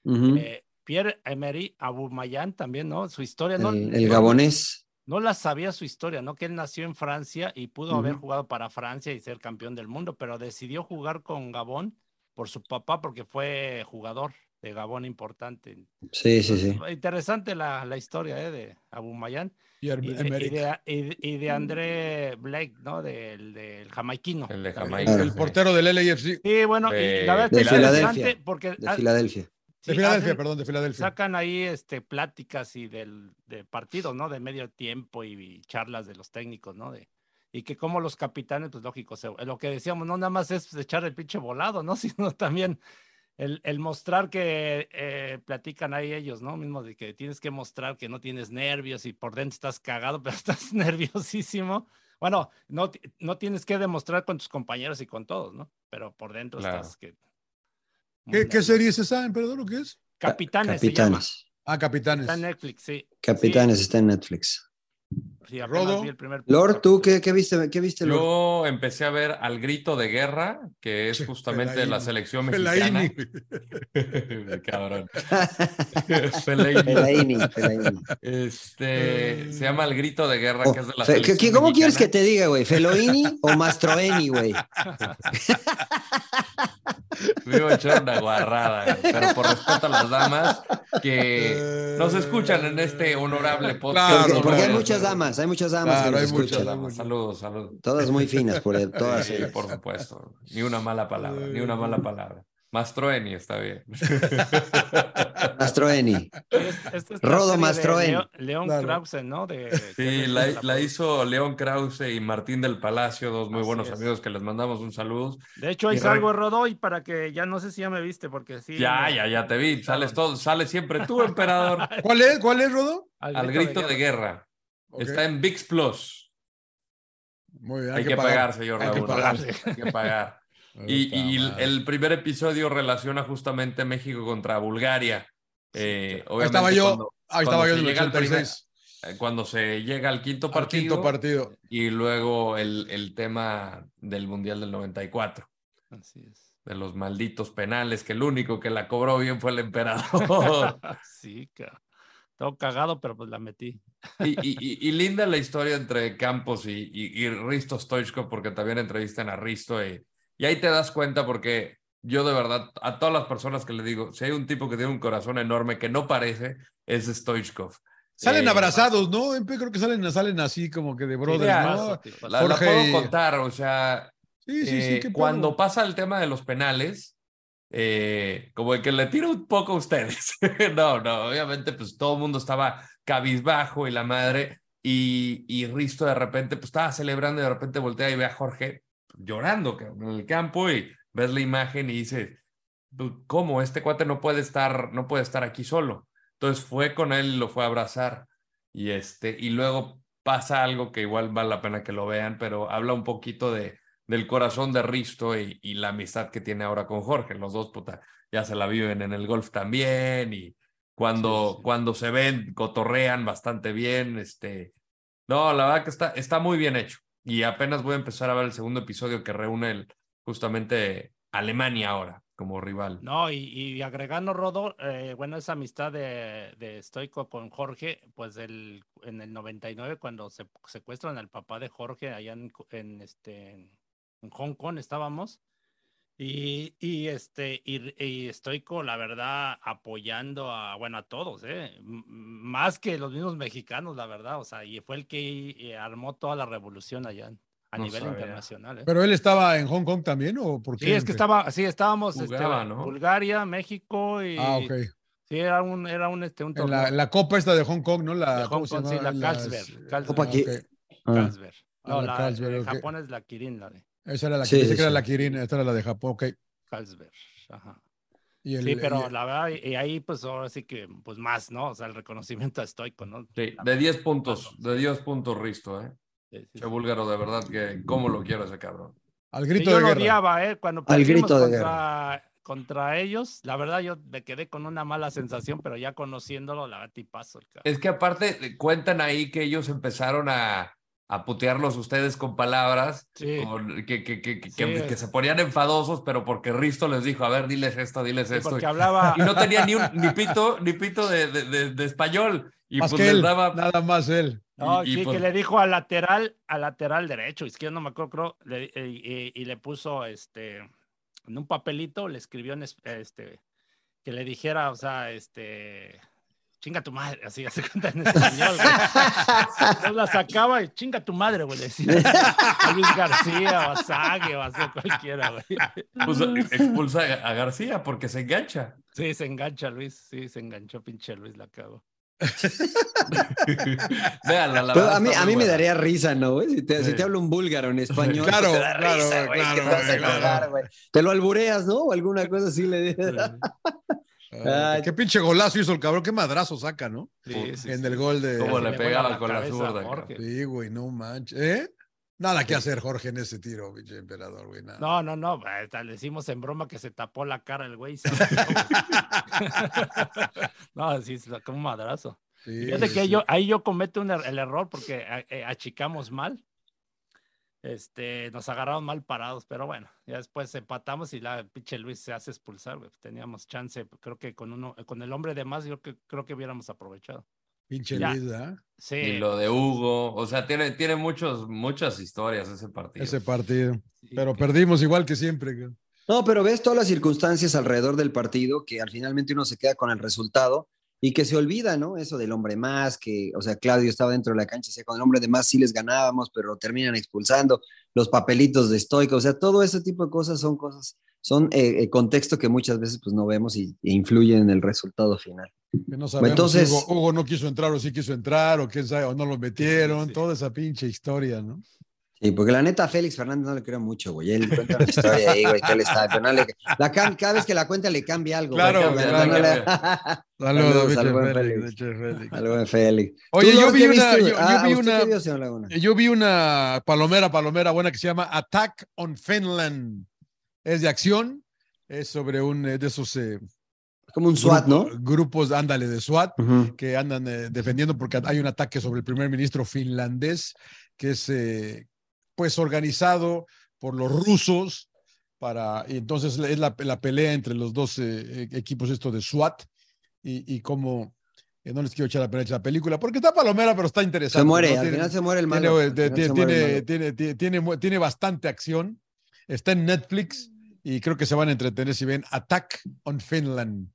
S1: Ujú.
S4: Eh, Pierre Emery Aubameyang también, ¿no? Su historia, ¿no?
S1: Eh, el, el
S4: no-
S1: gabonés.
S4: no la sabía su historia, ¿no? Que él nació en Francia y pudo haber
S1: Ujú.
S4: jugado para Francia y ser campeón del mundo, pero decidió jugar con Gabón por su papá porque fue jugador de Gabón importante.
S1: Sí, sí, sí.
S4: Interesante la, la historia ¿eh? de Abumayán
S2: Y Her-
S4: y de, y
S2: Emerick.
S4: de- y- y de André Blake, ¿no? Del, del jamaiquino.
S3: El de Jamaica.
S2: El
S3: sí.
S2: portero del LAFC.
S4: Sí, bueno, y la verdad
S1: De
S4: es que es interesante
S1: Filadelfia.
S4: porque
S1: De
S4: ah,
S1: Filadelfia.
S4: sí,
S2: De Filadelfia,
S4: hacen-
S2: perdón, de Filadelfia.
S4: sacan ahí este, pláticas y del, de partidos, ¿no? De medio tiempo y, y charlas de los técnicos, ¿no? De, y que como los capitanes, pues lógico, se- lo que decíamos, no nada más es pues, echar el pinche volado, ¿no? Sino también el, el mostrar que eh, platican ahí ellos, ¿no? Mismo de que tienes que mostrar que no tienes nervios y por dentro estás cagado, pero estás nerviosísimo. Bueno, no, ti- no tienes que demostrar con tus compañeros y con todos, ¿no? Pero por dentro
S3: Claro.
S4: estás que... muy
S2: ¿Qué, ¿Qué
S4: nervioso.
S2: serie es esa, emperador? ¿O qué es?
S4: Capitanes. se llama.
S1: Capitanes.
S2: Ah, Capitanes.
S4: Está
S1: Pues,
S4: en Netflix, sí.
S1: Capitanes está en Netflix.
S4: Sí, apenas
S2: Rodo.
S4: vi el primer-
S1: Lord, ¿tú qué, qué viste? ¿Qué viste, Lord?
S3: Yo empecé a ver Al Grito de Guerra, que es
S2: Che,
S3: justamente
S2: Fellaini.
S3: la selección
S2: Fellaini.
S3: mexicana. Cabrón. Fellaini.
S1: Fellaini, Fellaini.
S3: Este, se llama El Grito de Guerra,
S1: Oh,
S3: que es de la
S1: fe-
S3: selección
S1: ¿qué- ¿Cómo quieres que
S3: mexicana.
S1: te diga, güey? ¿Feloini o Mastroeni, güey?
S3: Me iba a echar una guarrada, pero por respeto a las damas que nos escuchan en este honorable podcast.
S2: Eh, Claro,
S1: porque,
S2: no,
S1: porque hay
S2: no,
S1: muchas damas, hay muchas damas
S2: Claro,
S1: que nos
S2: hay muchas
S1: escuchan.
S2: damas.
S3: Saludos, saludos.
S1: Todas muy finas, por todas
S3: Sí,
S1: ellas. Mm.
S3: por supuesto. Ni una mala palabra, ni una
S2: Ay.
S3: mala palabra. Mastroeni está bien.
S1: Mastroeni.
S4: Esta- esta Este, es la
S1: Rodo
S4: serie de
S1: Mastroen.
S4: Leo- León
S2: Claro.
S4: Krause, ¿no? De,
S3: Sí, la, la hizo León Krause y Martín del Palacio, dos muy
S4: Así
S3: buenos
S4: es.
S3: amigos que les mandamos un saludo.
S4: De hecho, ahí
S3: Y re-
S4: salgo Rodo y para que ya no sé si ya me viste, porque sí.
S3: Ya,
S4: me-
S3: ya, ya te vi. Sales todo, sales siempre tú, emperador,
S2: ¿Cuál es? ¿Cuál es, Rodo?
S3: al grito de guerra.
S2: Ok.
S3: Está en VIX Plus.
S2: Muy bien,
S3: Hay, que, pagar, señor
S2: Hay que
S3: Laguna.
S2: pagar.
S3: Hay que pagar. Y, y el- el primer episodio relaciona justamente México contra Bulgaria. Eh,
S2: Ahí
S3: obviamente
S2: estaba yo,
S3: cuando-
S2: ahí estaba
S3: cuando
S2: yo
S3: se
S2: en el
S3: llega al primer
S2: 86.
S3: eh, cuando se llega al quinto
S2: Al
S3: partido, eh,
S2: quinto partido.
S3: y luego el, el tema del Mundial del 94,
S4: Así es.
S3: de los malditos penales, que el único que la cobró bien fue el emperador.
S4: Ah, sí, ca- Todo cagado, pero pues la metí.
S3: y, y- y- y linda la historia entre Campos y, y- y Risto Stoichkov, porque también entrevistan a Risto y, y ahí te das cuenta porque yo de verdad, a todas las personas que le digo, si hay un tipo que tiene un corazón enorme que no parece, es Stoichkov.
S2: Salen
S3: Eh,
S2: abrazados, ¿no? Empe? Creo que salen, salen así como que de brothers,
S3: ya.
S2: ¿no?
S3: La, la
S2: Jorge-
S3: puedo contar, o sea,
S2: Sí, sí, sí.
S3: eh,
S2: qué pedo.
S3: cuando pasa el tema de los penales, eh, como el que le tiro un poco a ustedes. no, no, obviamente, pues todo el mundo estaba cabizbajo y la madre, y, y Risto de repente, pues estaba celebrando y de repente voltea y ve a Jorge llorando cabrón, en el campo y ves la imagen y dices, "Dude, ¿cómo este cuate no puede estar, no puede estar aquí solo? Entonces fue con él y lo fue a abrazar. Y, este, y luego pasa algo que igual vale la pena que lo vean, pero habla un poquito de, del corazón de Risto y, y la amistad que tiene ahora con Jorge. Los dos puta, ya se la viven en el golf también y cuando,
S4: Sí, sí.
S3: cuando se ven, cotorrean bastante bien. Este... No, la verdad que está, está muy bien hecho. Y apenas voy a empezar a ver el segundo episodio que reúne el- justamente Alemania ahora como rival.
S4: No, y, y agregando Rodo, eh, bueno, esa amistad de, de Stoico con Jorge, pues el, en el 99, cuando se secuestran al papá de Jorge allá en, Co- en, este, en Hong Kong estábamos, y, y, este, y, y Stoico, la verdad, apoyando a, bueno, a todos, ¿eh? M- más que los mismos mexicanos, la verdad, o sea, y fue el que eh, armó toda la revolución allá a
S3: No
S4: nivel
S3: sabía.
S4: internacional. ¿eh?
S2: Pero él estaba en Hong Kong también, ¿o por qué?
S4: Sí, es
S2: Empe?
S4: que estaba, sí, estábamos este,
S3: Jugaba, ¿no?
S4: Bulgaria, México y
S2: Ah, ok.
S4: sí, era un, era un, este, un
S2: En
S4: torneo
S2: la, la copa esta de Hong Kong, ¿no? La,
S4: de
S2: ¿cómo
S4: Hong
S2: se
S4: Kong, sí,
S2: llamaba?
S4: la
S2: Las-
S4: Carlsberg, Carlsberg.
S1: Opa, aquí.
S2: ok.
S1: Ah,
S4: Carlsberg.
S2: Ah,
S4: No,
S2: la
S4: la,
S2: Carlsberg,
S4: en
S2: ok.
S4: Japón es la Kirin, la de
S2: Esa era la que
S1: Sí,
S2: pensé
S1: sí,
S2: que era
S1: sí.
S2: la Kirina, esta era la de Japón, ok.
S4: Carlsberg. Ajá.
S2: Y el-
S4: Sí, pero
S2: y-
S4: la verdad, y y ahí pues ahora sí que, pues más, ¿no? O sea, el reconocimiento a estoico, ¿no?
S3: Sí, de 10 puntos, de 10 puntos Risto, ¿eh?
S4: Sí, sí, sí.
S3: Che búlgaro, de verdad que cómo lo quiero ese cabrón.
S2: al
S4: Sí,
S2: grito
S4: yo
S2: de
S4: lo
S2: guerra.
S4: odiaba, ¿eh? Cuando
S1: Al
S4: perdimos
S1: grito de
S4: contra, contra ellos, la verdad yo me quedé con una mala sensación, pero ya conociéndolo, la verdad, tipazo el cabrón.
S3: Es que aparte eh, cuentan ahí que ellos empezaron a, a putearlos ustedes con palabras
S4: Sí.
S3: con- que, que, que, que,
S4: Sí,
S3: que-
S4: eh.
S3: que se ponían enfadosos, pero porque Risto les dijo, a ver, diles esto, diles
S4: Sí,
S3: esto.
S4: porque hablaba,
S3: Y no tenía ni, un, ni pito, ni pito de, de, de- de español. Y
S2: Más
S3: pues
S2: que
S3: les
S2: él,
S3: daba...
S2: nada más él.
S4: No,
S3: y- y
S4: sí,
S3: pues-
S4: que le dijo al lateral, al lateral derecho, izquierdo, no me acuerdo, creo, le- eh, y, y le puso este, en un papelito, le escribió en es- este, que le dijera, o sea, este, chinga tu madre, así, hace cuenta en español, güey. Entonces la sacaba y chinga tu madre, güey, le decía a Luis García o a Sague o así a cualquiera, güey.
S3: Pues, expulsa a García porque se engancha.
S4: Sí, se engancha Luis, sí, se enganchó pinche Luis, la cago.
S3: Véanla, la
S1: Pero Pues,
S3: verdad
S1: a mí,
S3: está
S1: a
S3: muy
S1: mí me
S3: buena.
S1: daría risa, ¿no, güey? Si te, si
S3: Sí.
S1: te habla un búlgaro en español,
S2: Claro,
S1: te da
S2: claro,
S1: risa, güey,
S2: claro,
S1: que te vas a
S2: güey, claro.
S1: enojar, güey. Te lo albureas, ¿no? O alguna cosa así le dices.
S2: Ay, qué pinche golazo hizo el cabrón, qué madrazo saca, ¿no?
S4: Sí, sí,
S2: en
S4: sí.
S2: el gol de.
S3: Cómo
S4: Casi
S3: le
S4: me
S3: pegaba
S4: vuela
S3: con la
S4: cabeza,
S3: zurda,
S4: Jorge.
S2: Sí, güey, no manches. ¿Eh? Nada que hacer, Jorge, en ese tiro, pinche emperador, güey. nada.
S4: No, no, no, hasta le decimos en broma que se tapó la cara el güey. y se aventó. no, sí, se sacó un madrazo.
S2: Sí,
S4: Fíjate
S2: sí,
S4: que
S2: sí.
S4: yo, ahí yo cometo un er- el error porque a- eh, achicamos mal. Este, nos agarraron mal parados, pero bueno, ya después empatamos y la pinche Luis se hace expulsar, güey. Teníamos chance, creo que con uno, con el hombre de más, yo que, creo que hubiéramos aprovechado.
S2: Pinche
S4: Ya.
S2: Luis, ¿ah? ¿verdad?
S4: Sí,
S3: Y lo de Hugo, o sea, tiene, tiene muchos, muchas historias ese partido.
S2: Ese partido.
S4: sí,
S2: Pero
S4: que-
S2: perdimos igual que siempre. güey.
S1: No, pero ves todas las circunstancias alrededor del partido que al finalmente uno se queda con el resultado y que se olvida, ¿no? Eso del hombre más, que, o sea, Claudio estaba dentro de la cancha, decía, con el hombre de más sí les ganábamos, pero lo terminan expulsando, los papelitos de estoico, o sea, todo ese tipo de cosas son cosas, son eh, eh, contexto que muchas veces pues no vemos y, e influyen en el resultado final.
S2: Que no sabemos
S1: Entonces-
S2: si Hugo, Hugo no quiso entrar o sí quiso entrar o quién sabe, o no lo metieron.
S4: Sí, sí.
S2: Toda esa pinche historia, ¿no?
S1: Sí, porque la neta a Félix Fernández no le creo mucho, güey. Él cuenta una historia ahí, güey, que él está, pero no le- la cam- cada vez que la cuenta le cambia algo. güey,
S2: Claro,
S1: cambia,
S2: claro,
S1: no, no le- Saludos
S2: Saludos,
S1: al
S2: pinche
S1: buen
S2: Félix,
S1: Félix.
S2: pinche Félix.
S1: Algo de Félix.
S2: Oye,
S1: ¿Tú,
S2: yo
S1: Lord,
S2: vi
S1: qué
S2: una-
S1: viste?
S2: yo- yo
S1: Ah,
S2: vi
S1: ¿usted qué
S2: una-
S1: vio, señor Laguna?
S2: Yo vi una palomera, palomera buena que se llama Attack on Finland. Es de acción, es sobre un eh, de esos eh,
S1: Como un SWAT, ¿no?
S2: grupo- grupos, ándale, de SWAT,
S1: Ujú.
S2: que andan eh, defendiendo porque hay un ataque sobre el primer ministro finlandés que es eh, pues organizado por los rusos para y entonces es la, la pelea entre los dos eh, eh, equipos esto de SWAT y, y cómo eh, no les quiero echar la pelea la película porque está palomera pero está interesante
S1: Se muere,
S2: ¿no?
S1: al
S2: Tiene-
S1: final se muere el
S2: tiene,
S1: malo.
S2: eh,
S1: al
S2: de-
S1: final se
S2: tiene,
S1: muere el
S2: tiene,
S1: malo.
S2: tiene, tiene mu- tiene bastante acción. Está en Netflix y creo que se van a entretener si ven Attack on Finland.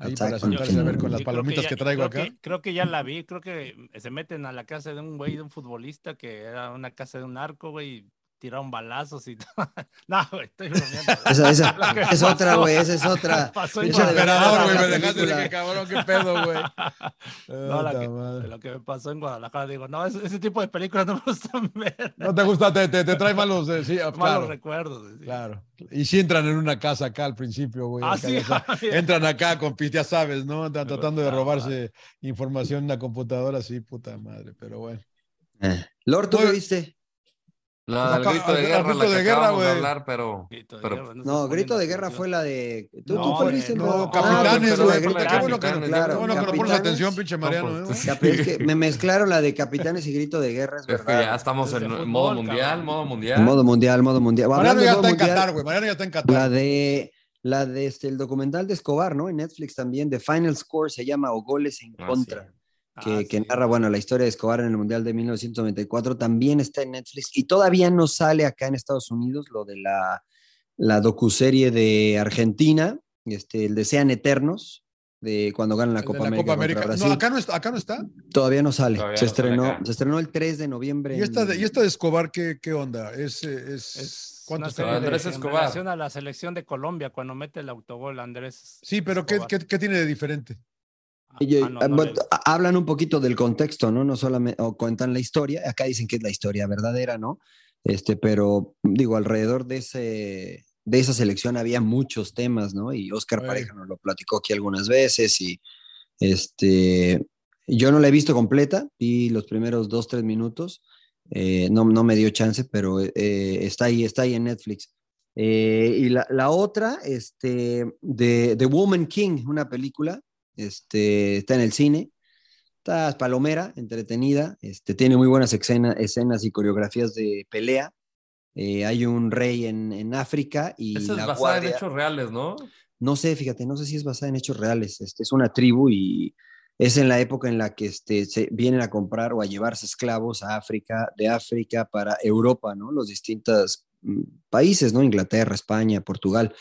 S2: Ahí
S1: Attack
S2: para
S1: on
S2: sentarse a ver con las
S4: Sí, creo
S2: palomitas
S4: ya-
S2: que traigo
S4: creo
S2: acá.
S4: que- creo que ya la vi, creo que eh, se meten a la casa de un güey, de un futbolista que era una casa de un arco, güey, y tiraron balazos y todo. No, güey, estoy bromeando. güey.
S1: Esa, esa-
S4: Lo que
S1: es otra,
S4: pasó-
S1: güey, esa es otra.
S4: Pasó en
S1: Pinche
S2: Pinche
S1: Guadalajara,
S2: emperador,
S1: la
S2: güey, me dejaste
S1: película.
S2: dije, cabrón, qué pedo, güey.
S4: No, la
S2: Puta
S4: que-
S2: madre.
S4: Lo que me pasó en Guadalajara, digo, no, ese, ese tipo de películas no me gustan ver.
S2: No te gusta, te, te, te trae malos, eh, sí, ah,
S4: Malos
S2: claro,
S4: recuerdos. güey, sí.
S2: claro. Y si entran en una casa acá al principio, güey.
S4: Ah,
S2: acá,
S4: sí,
S2: ya sabes. Entran acá con pis, ya sabes, ¿no? Andan
S4: Me
S2: tratando de
S4: gustaba.
S2: robarse información en la computadora, sí, puta madre, pero bueno.
S1: Eh. Lord, ¿tú
S2: Muy-
S1: qué viste?
S3: La del
S2: Acá-
S3: grito
S2: al-
S3: de
S2: al
S3: guerra,
S2: grito
S3: la
S2: de
S3: que
S2: guerra,
S3: acabamos de
S2: güey.
S3: hablar, pero...
S4: Grito de
S3: Pero-
S4: guerra, se
S1: No,
S4: ponen
S1: Grito de
S4: la
S1: guerra fue
S4: atención.
S1: la de. ¿Tú,
S4: No,
S1: tú cuál
S4: de-
S1: viste?
S4: no,
S1: Lord? Ah,
S2: Capitanes,
S1: pero
S2: güey,
S1: de
S2: puta,
S1: Grito
S2: qué
S1: de
S2: bueno que-
S1: Guerra,
S3: qué
S1: claro,
S2: bueno que lo pones
S1: Capitanes.
S2: atención, pinche Mariano. ¿eh?
S3: pues,
S1: Cap- es que me mezclaron la de Capitanes y Grito de Guerra, es
S3: Es que ya
S1: verdad.
S3: estamos en
S4: Desde fútbol,
S3: modo
S4: cabrón.
S3: mundial, modo mundial.
S1: En modo mundial, modo mundial.
S2: Mariano
S1: Hablando de
S2: ya
S1: modo
S2: está en
S1: mundial,
S2: Qatar, güey. Mariano ya está en Qatar.
S1: La de, la de este, el documental de Escobar, ¿no? En Netflix también, de Final Score se llama O Goles en
S3: Ah,
S1: Contra,
S3: sí.
S1: que,
S4: Ah,
S1: que
S4: sí.
S1: narra, bueno, la historia de Escobar en el Mundial de 1994, también está en Netflix y todavía no sale acá en Estados Unidos lo de la, la docuserie de Argentina, este, el de Sean Eternos, de cuando ganan la
S2: El de
S1: Copa América. contra Brasil.
S2: No, acá no está. Acá no está.
S1: Todavía no sale,
S3: Todavía
S1: se,
S3: no sale
S1: estrenó,
S3: acá.
S1: se estrenó el 3 de noviembre.
S2: ¿Y esta,
S1: en-
S2: de, y esta de Escobar qué, qué onda? Es, eh, es,
S4: Es
S2: ¿Cuánto
S4: una
S2: está?
S4: serie de-
S3: Andrés
S4: en
S3: Escobar.
S4: relación a la selección de Colombia cuando mete el autogol Andrés.
S2: Sí, pero ¿qué,
S4: Escobar.
S2: qué, qué tiene de diferente?
S1: Y,
S4: Ah, no,
S1: eh,
S4: no
S1: but-
S4: le-
S1: a- hablan un poquito del contexto, ¿no? No solamente, o cuentan la historia, acá dicen que es la historia verdadera, ¿no? Este, pero digo, alrededor de ese, de esa selección había muchos temas, ¿no? Y Oscar
S2: Sí.
S1: Pareja nos lo platicó aquí algunas veces y este, yo no la he visto completa, y los primeros dos, tres minutos, eh, no, no me dio chance, pero eh, está ahí, está ahí en Netflix. Eh, y la, la otra, este, de The Woman King, una película, este, está en el cine, está palomera, entretenida, este, tiene muy buenas escena- escenas y coreografías de pelea. Eh, hay un rey en, en África y
S3: Esa es
S1: la
S3: basada
S1: guardia...
S3: en hechos reales, ¿no?
S1: No sé, fíjate, no sé si es basada en hechos reales. Este, es una tribu y es en la época en la que este, se vienen a comprar o a llevarse esclavos a África, de África para Europa, ¿no? Los distintos mm, países, ¿no? Inglaterra, España, Portugal.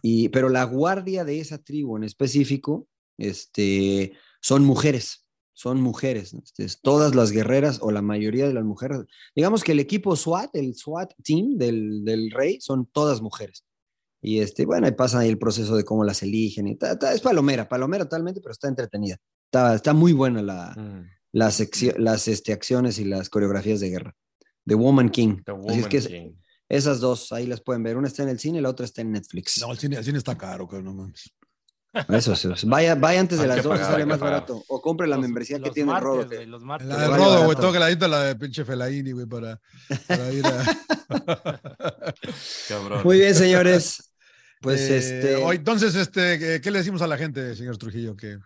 S1: Y, pero la guardia de esa tribu en específico este, son mujeres, son mujeres, ¿no? Este, es todas las guerreras o la mayoría de las mujeres. Digamos que el equipo SWAT, el SWAT team del, del rey, son todas mujeres. Y este, bueno, ahí pasa ahí el proceso de cómo las eligen. Y ta- ta- es palomera, palomera totalmente, pero está entretenida. Está, está muy buena la,
S3: Mm.
S1: las, accio- las este, acciones y las coreografías de guerra. The Woman King.
S3: The
S1: Así es
S3: Woman
S1: que es-
S3: King.
S1: esas dos, ahí las pueden ver. Una está en el cine y la otra está en Netflix.
S2: No, el cine, el cine está caro, cabrón, no mames.
S1: Eso sí. sí. Vaya, vaya antes de
S3: Hay
S1: las
S3: que
S1: dos, que
S3: pagar,
S1: sale
S3: hay que
S1: más
S3: pagar.
S1: barato. O compre la
S4: Los-
S1: membresía que
S4: los
S1: tiene el
S4: martes,
S1: Rodo. que-
S4: güey, los martes.
S2: La de
S1: Vale
S2: Rodo, güey,
S1: Ah, barato.
S2: tengo que la edita la de pinche Felaini, güey, para, para ir a.
S3: Cabrón.
S1: Muy bien, señores. Pues
S2: Eh,
S1: este.
S2: o entonces, este, ¿qué- ¿qué le decimos a la gente, señor Trujillo? Que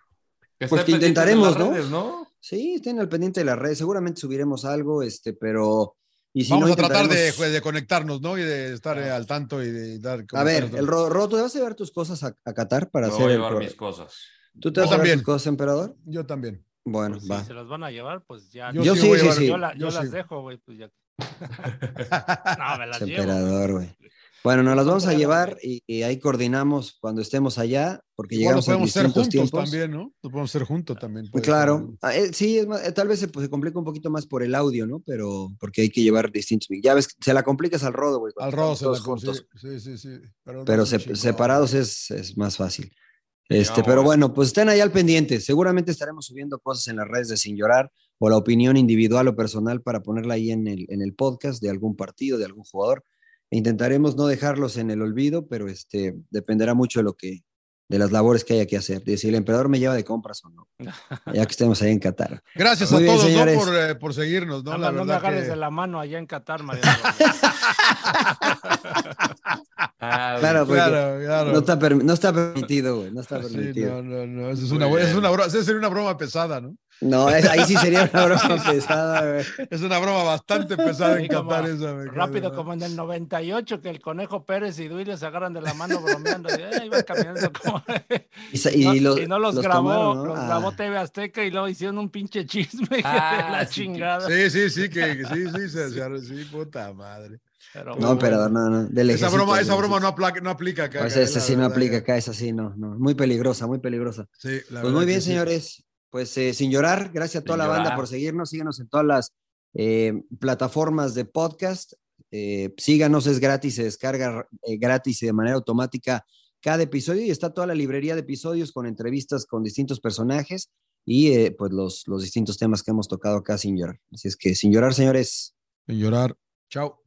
S3: Que
S1: Pues
S3: esté
S1: que
S3: pendiente de
S1: intentaremos,
S3: las
S1: ¿no?
S3: redes, ¿no?
S1: Sí, estén al pendiente de las redes. Seguramente subiremos algo, este, pero. Y si
S2: vamos
S1: no,
S2: a tratar de,
S1: intentaremos-
S2: de conectarnos, ¿no? Y de estar eh, al tanto y de dar.
S1: Ah. A ver, el
S2: comentarios.
S1: Rodo, Rodo, ¿tú vas a llevar tus cosas a, a Qatar para
S3: Me
S1: hacer
S3: voy a
S1: el
S3: llevar
S1: pro-
S3: mis cosas.
S1: ¿Tú te
S2: Yo
S1: vas a llevar
S2: también.
S1: tus cosas, emperador?
S2: Yo también.
S1: Bueno,
S4: Pues sí,
S1: va.
S4: se las van a llevar, pues ya.
S1: Yo sí,
S2: voy a
S1: sí,
S2: llevar-
S1: sí.
S4: yo la- yo
S2: yo sí.
S4: las dejo, güey, pues ya. No, me las
S1: Ese
S4: llevo.
S1: emperador, güey. Bueno, nos las vamos a
S4: Bueno,
S1: llevar y, y ahí coordinamos cuando estemos allá, porque
S2: Igual lo
S1: llegamos a
S2: podemos hacer
S1: distintos
S2: juntos
S1: tiempos.
S2: también, ¿no? Lo podemos hacer juntos también.
S1: Pues
S2: puede
S1: claro, Ah, eh, sí, es más, eh, tal vez se, pues, se complica un poquito más por el audio, ¿no? Pero porque hay que llevar distintos. Ya ves, se la complicas al rodo, güey.
S2: ser.
S1: cuando
S2: Al Rodo
S1: estamos
S2: se la
S1: todos juntos.
S2: Sí, sí, sí. Pero,
S1: Pero
S2: no es un
S1: se-
S2: chingo.
S1: separados eh. es, es más fácil. Este,
S3: Ya,
S1: pero
S3: güey.
S1: bueno, pues estén ahí al pendiente. Seguramente estaremos subiendo cosas en las redes de Sin Llorar o la opinión individual o personal para ponerla ahí en el, en el podcast de algún partido, de algún jugador. E intentaremos no dejarlos en el olvido, pero este, dependerá mucho de lo que de las labores que haya que hacer, de si el emperador me lleva de compras o no, ya que estemos ahí en Qatar.
S2: Gracias
S1: Muy
S2: a
S1: bien,
S2: todos, ¿no?
S1: señores.
S2: Por, eh, por seguirnos, ¿no? La
S4: Nada más no me
S2: verdad
S4: agarres
S2: que-
S4: de la mano allá en Qatar, Mario.
S3: Ah,
S1: Claro, porque
S2: Claro, claro.
S1: no, está permi- no está permitido, güey, no está
S2: Sí,
S1: permitido.
S2: no, no, no. Eso es
S3: Muy
S2: una, bu- eso es
S3: bien.
S2: una broma, eso sería una broma pesada, ¿no?
S1: No, es- ahí sí sería una broma pesada, güey.
S2: Es una broma bastante pesada en
S4: Sí, como-
S2: Qatar esa. me cae de
S4: Rápido,
S2: madre.
S4: como en el 98, que el conejo Pérez y Duilio se agarran de la mano bromeando. Y, eh, iban caminando como...
S1: Y, sa-
S4: y,
S1: y los,
S4: no los, grabó,
S1: tomaron, ¿no?
S4: los
S1: Ah.
S4: grabó TV Azteca y luego hicieron un pinche chisme
S3: Ah,
S4: de la
S3: sí,
S4: chingada.
S2: Sí, sí, sí, que que sí, sí, se, se- sí, puta madre.
S4: Pero
S1: No,
S4: bueno.
S1: emperador, no, no. del
S2: Esa
S1: ejército,
S2: broma, esa
S1: del
S2: broma no,
S1: ejército.
S2: apla- no aplica acá.
S1: Pues
S2: acá,
S1: esa
S2: la
S1: sí no
S2: verdad
S1: aplica
S2: que-
S1: acá, esa sí no, no. Muy peligrosa, muy peligrosa.
S2: Sí, la
S1: Pues
S2: verdad
S1: muy
S2: que
S1: bien,
S2: sí.
S1: señores. Pues eh, sin llorar, gracias a toda
S3: Sin
S1: la banda
S3: llorar.
S1: por seguirnos. Síganos en todas las eh, plataformas de podcast. Eh, síganos, es gratis, se descarga eh, gratis y de manera automática cada episodio y está toda la librería de episodios con entrevistas con distintos personajes y eh, pues los, los distintos temas que hemos tocado acá sin llorar. Así es que sin llorar, señores.
S2: Sin llorar. Chao.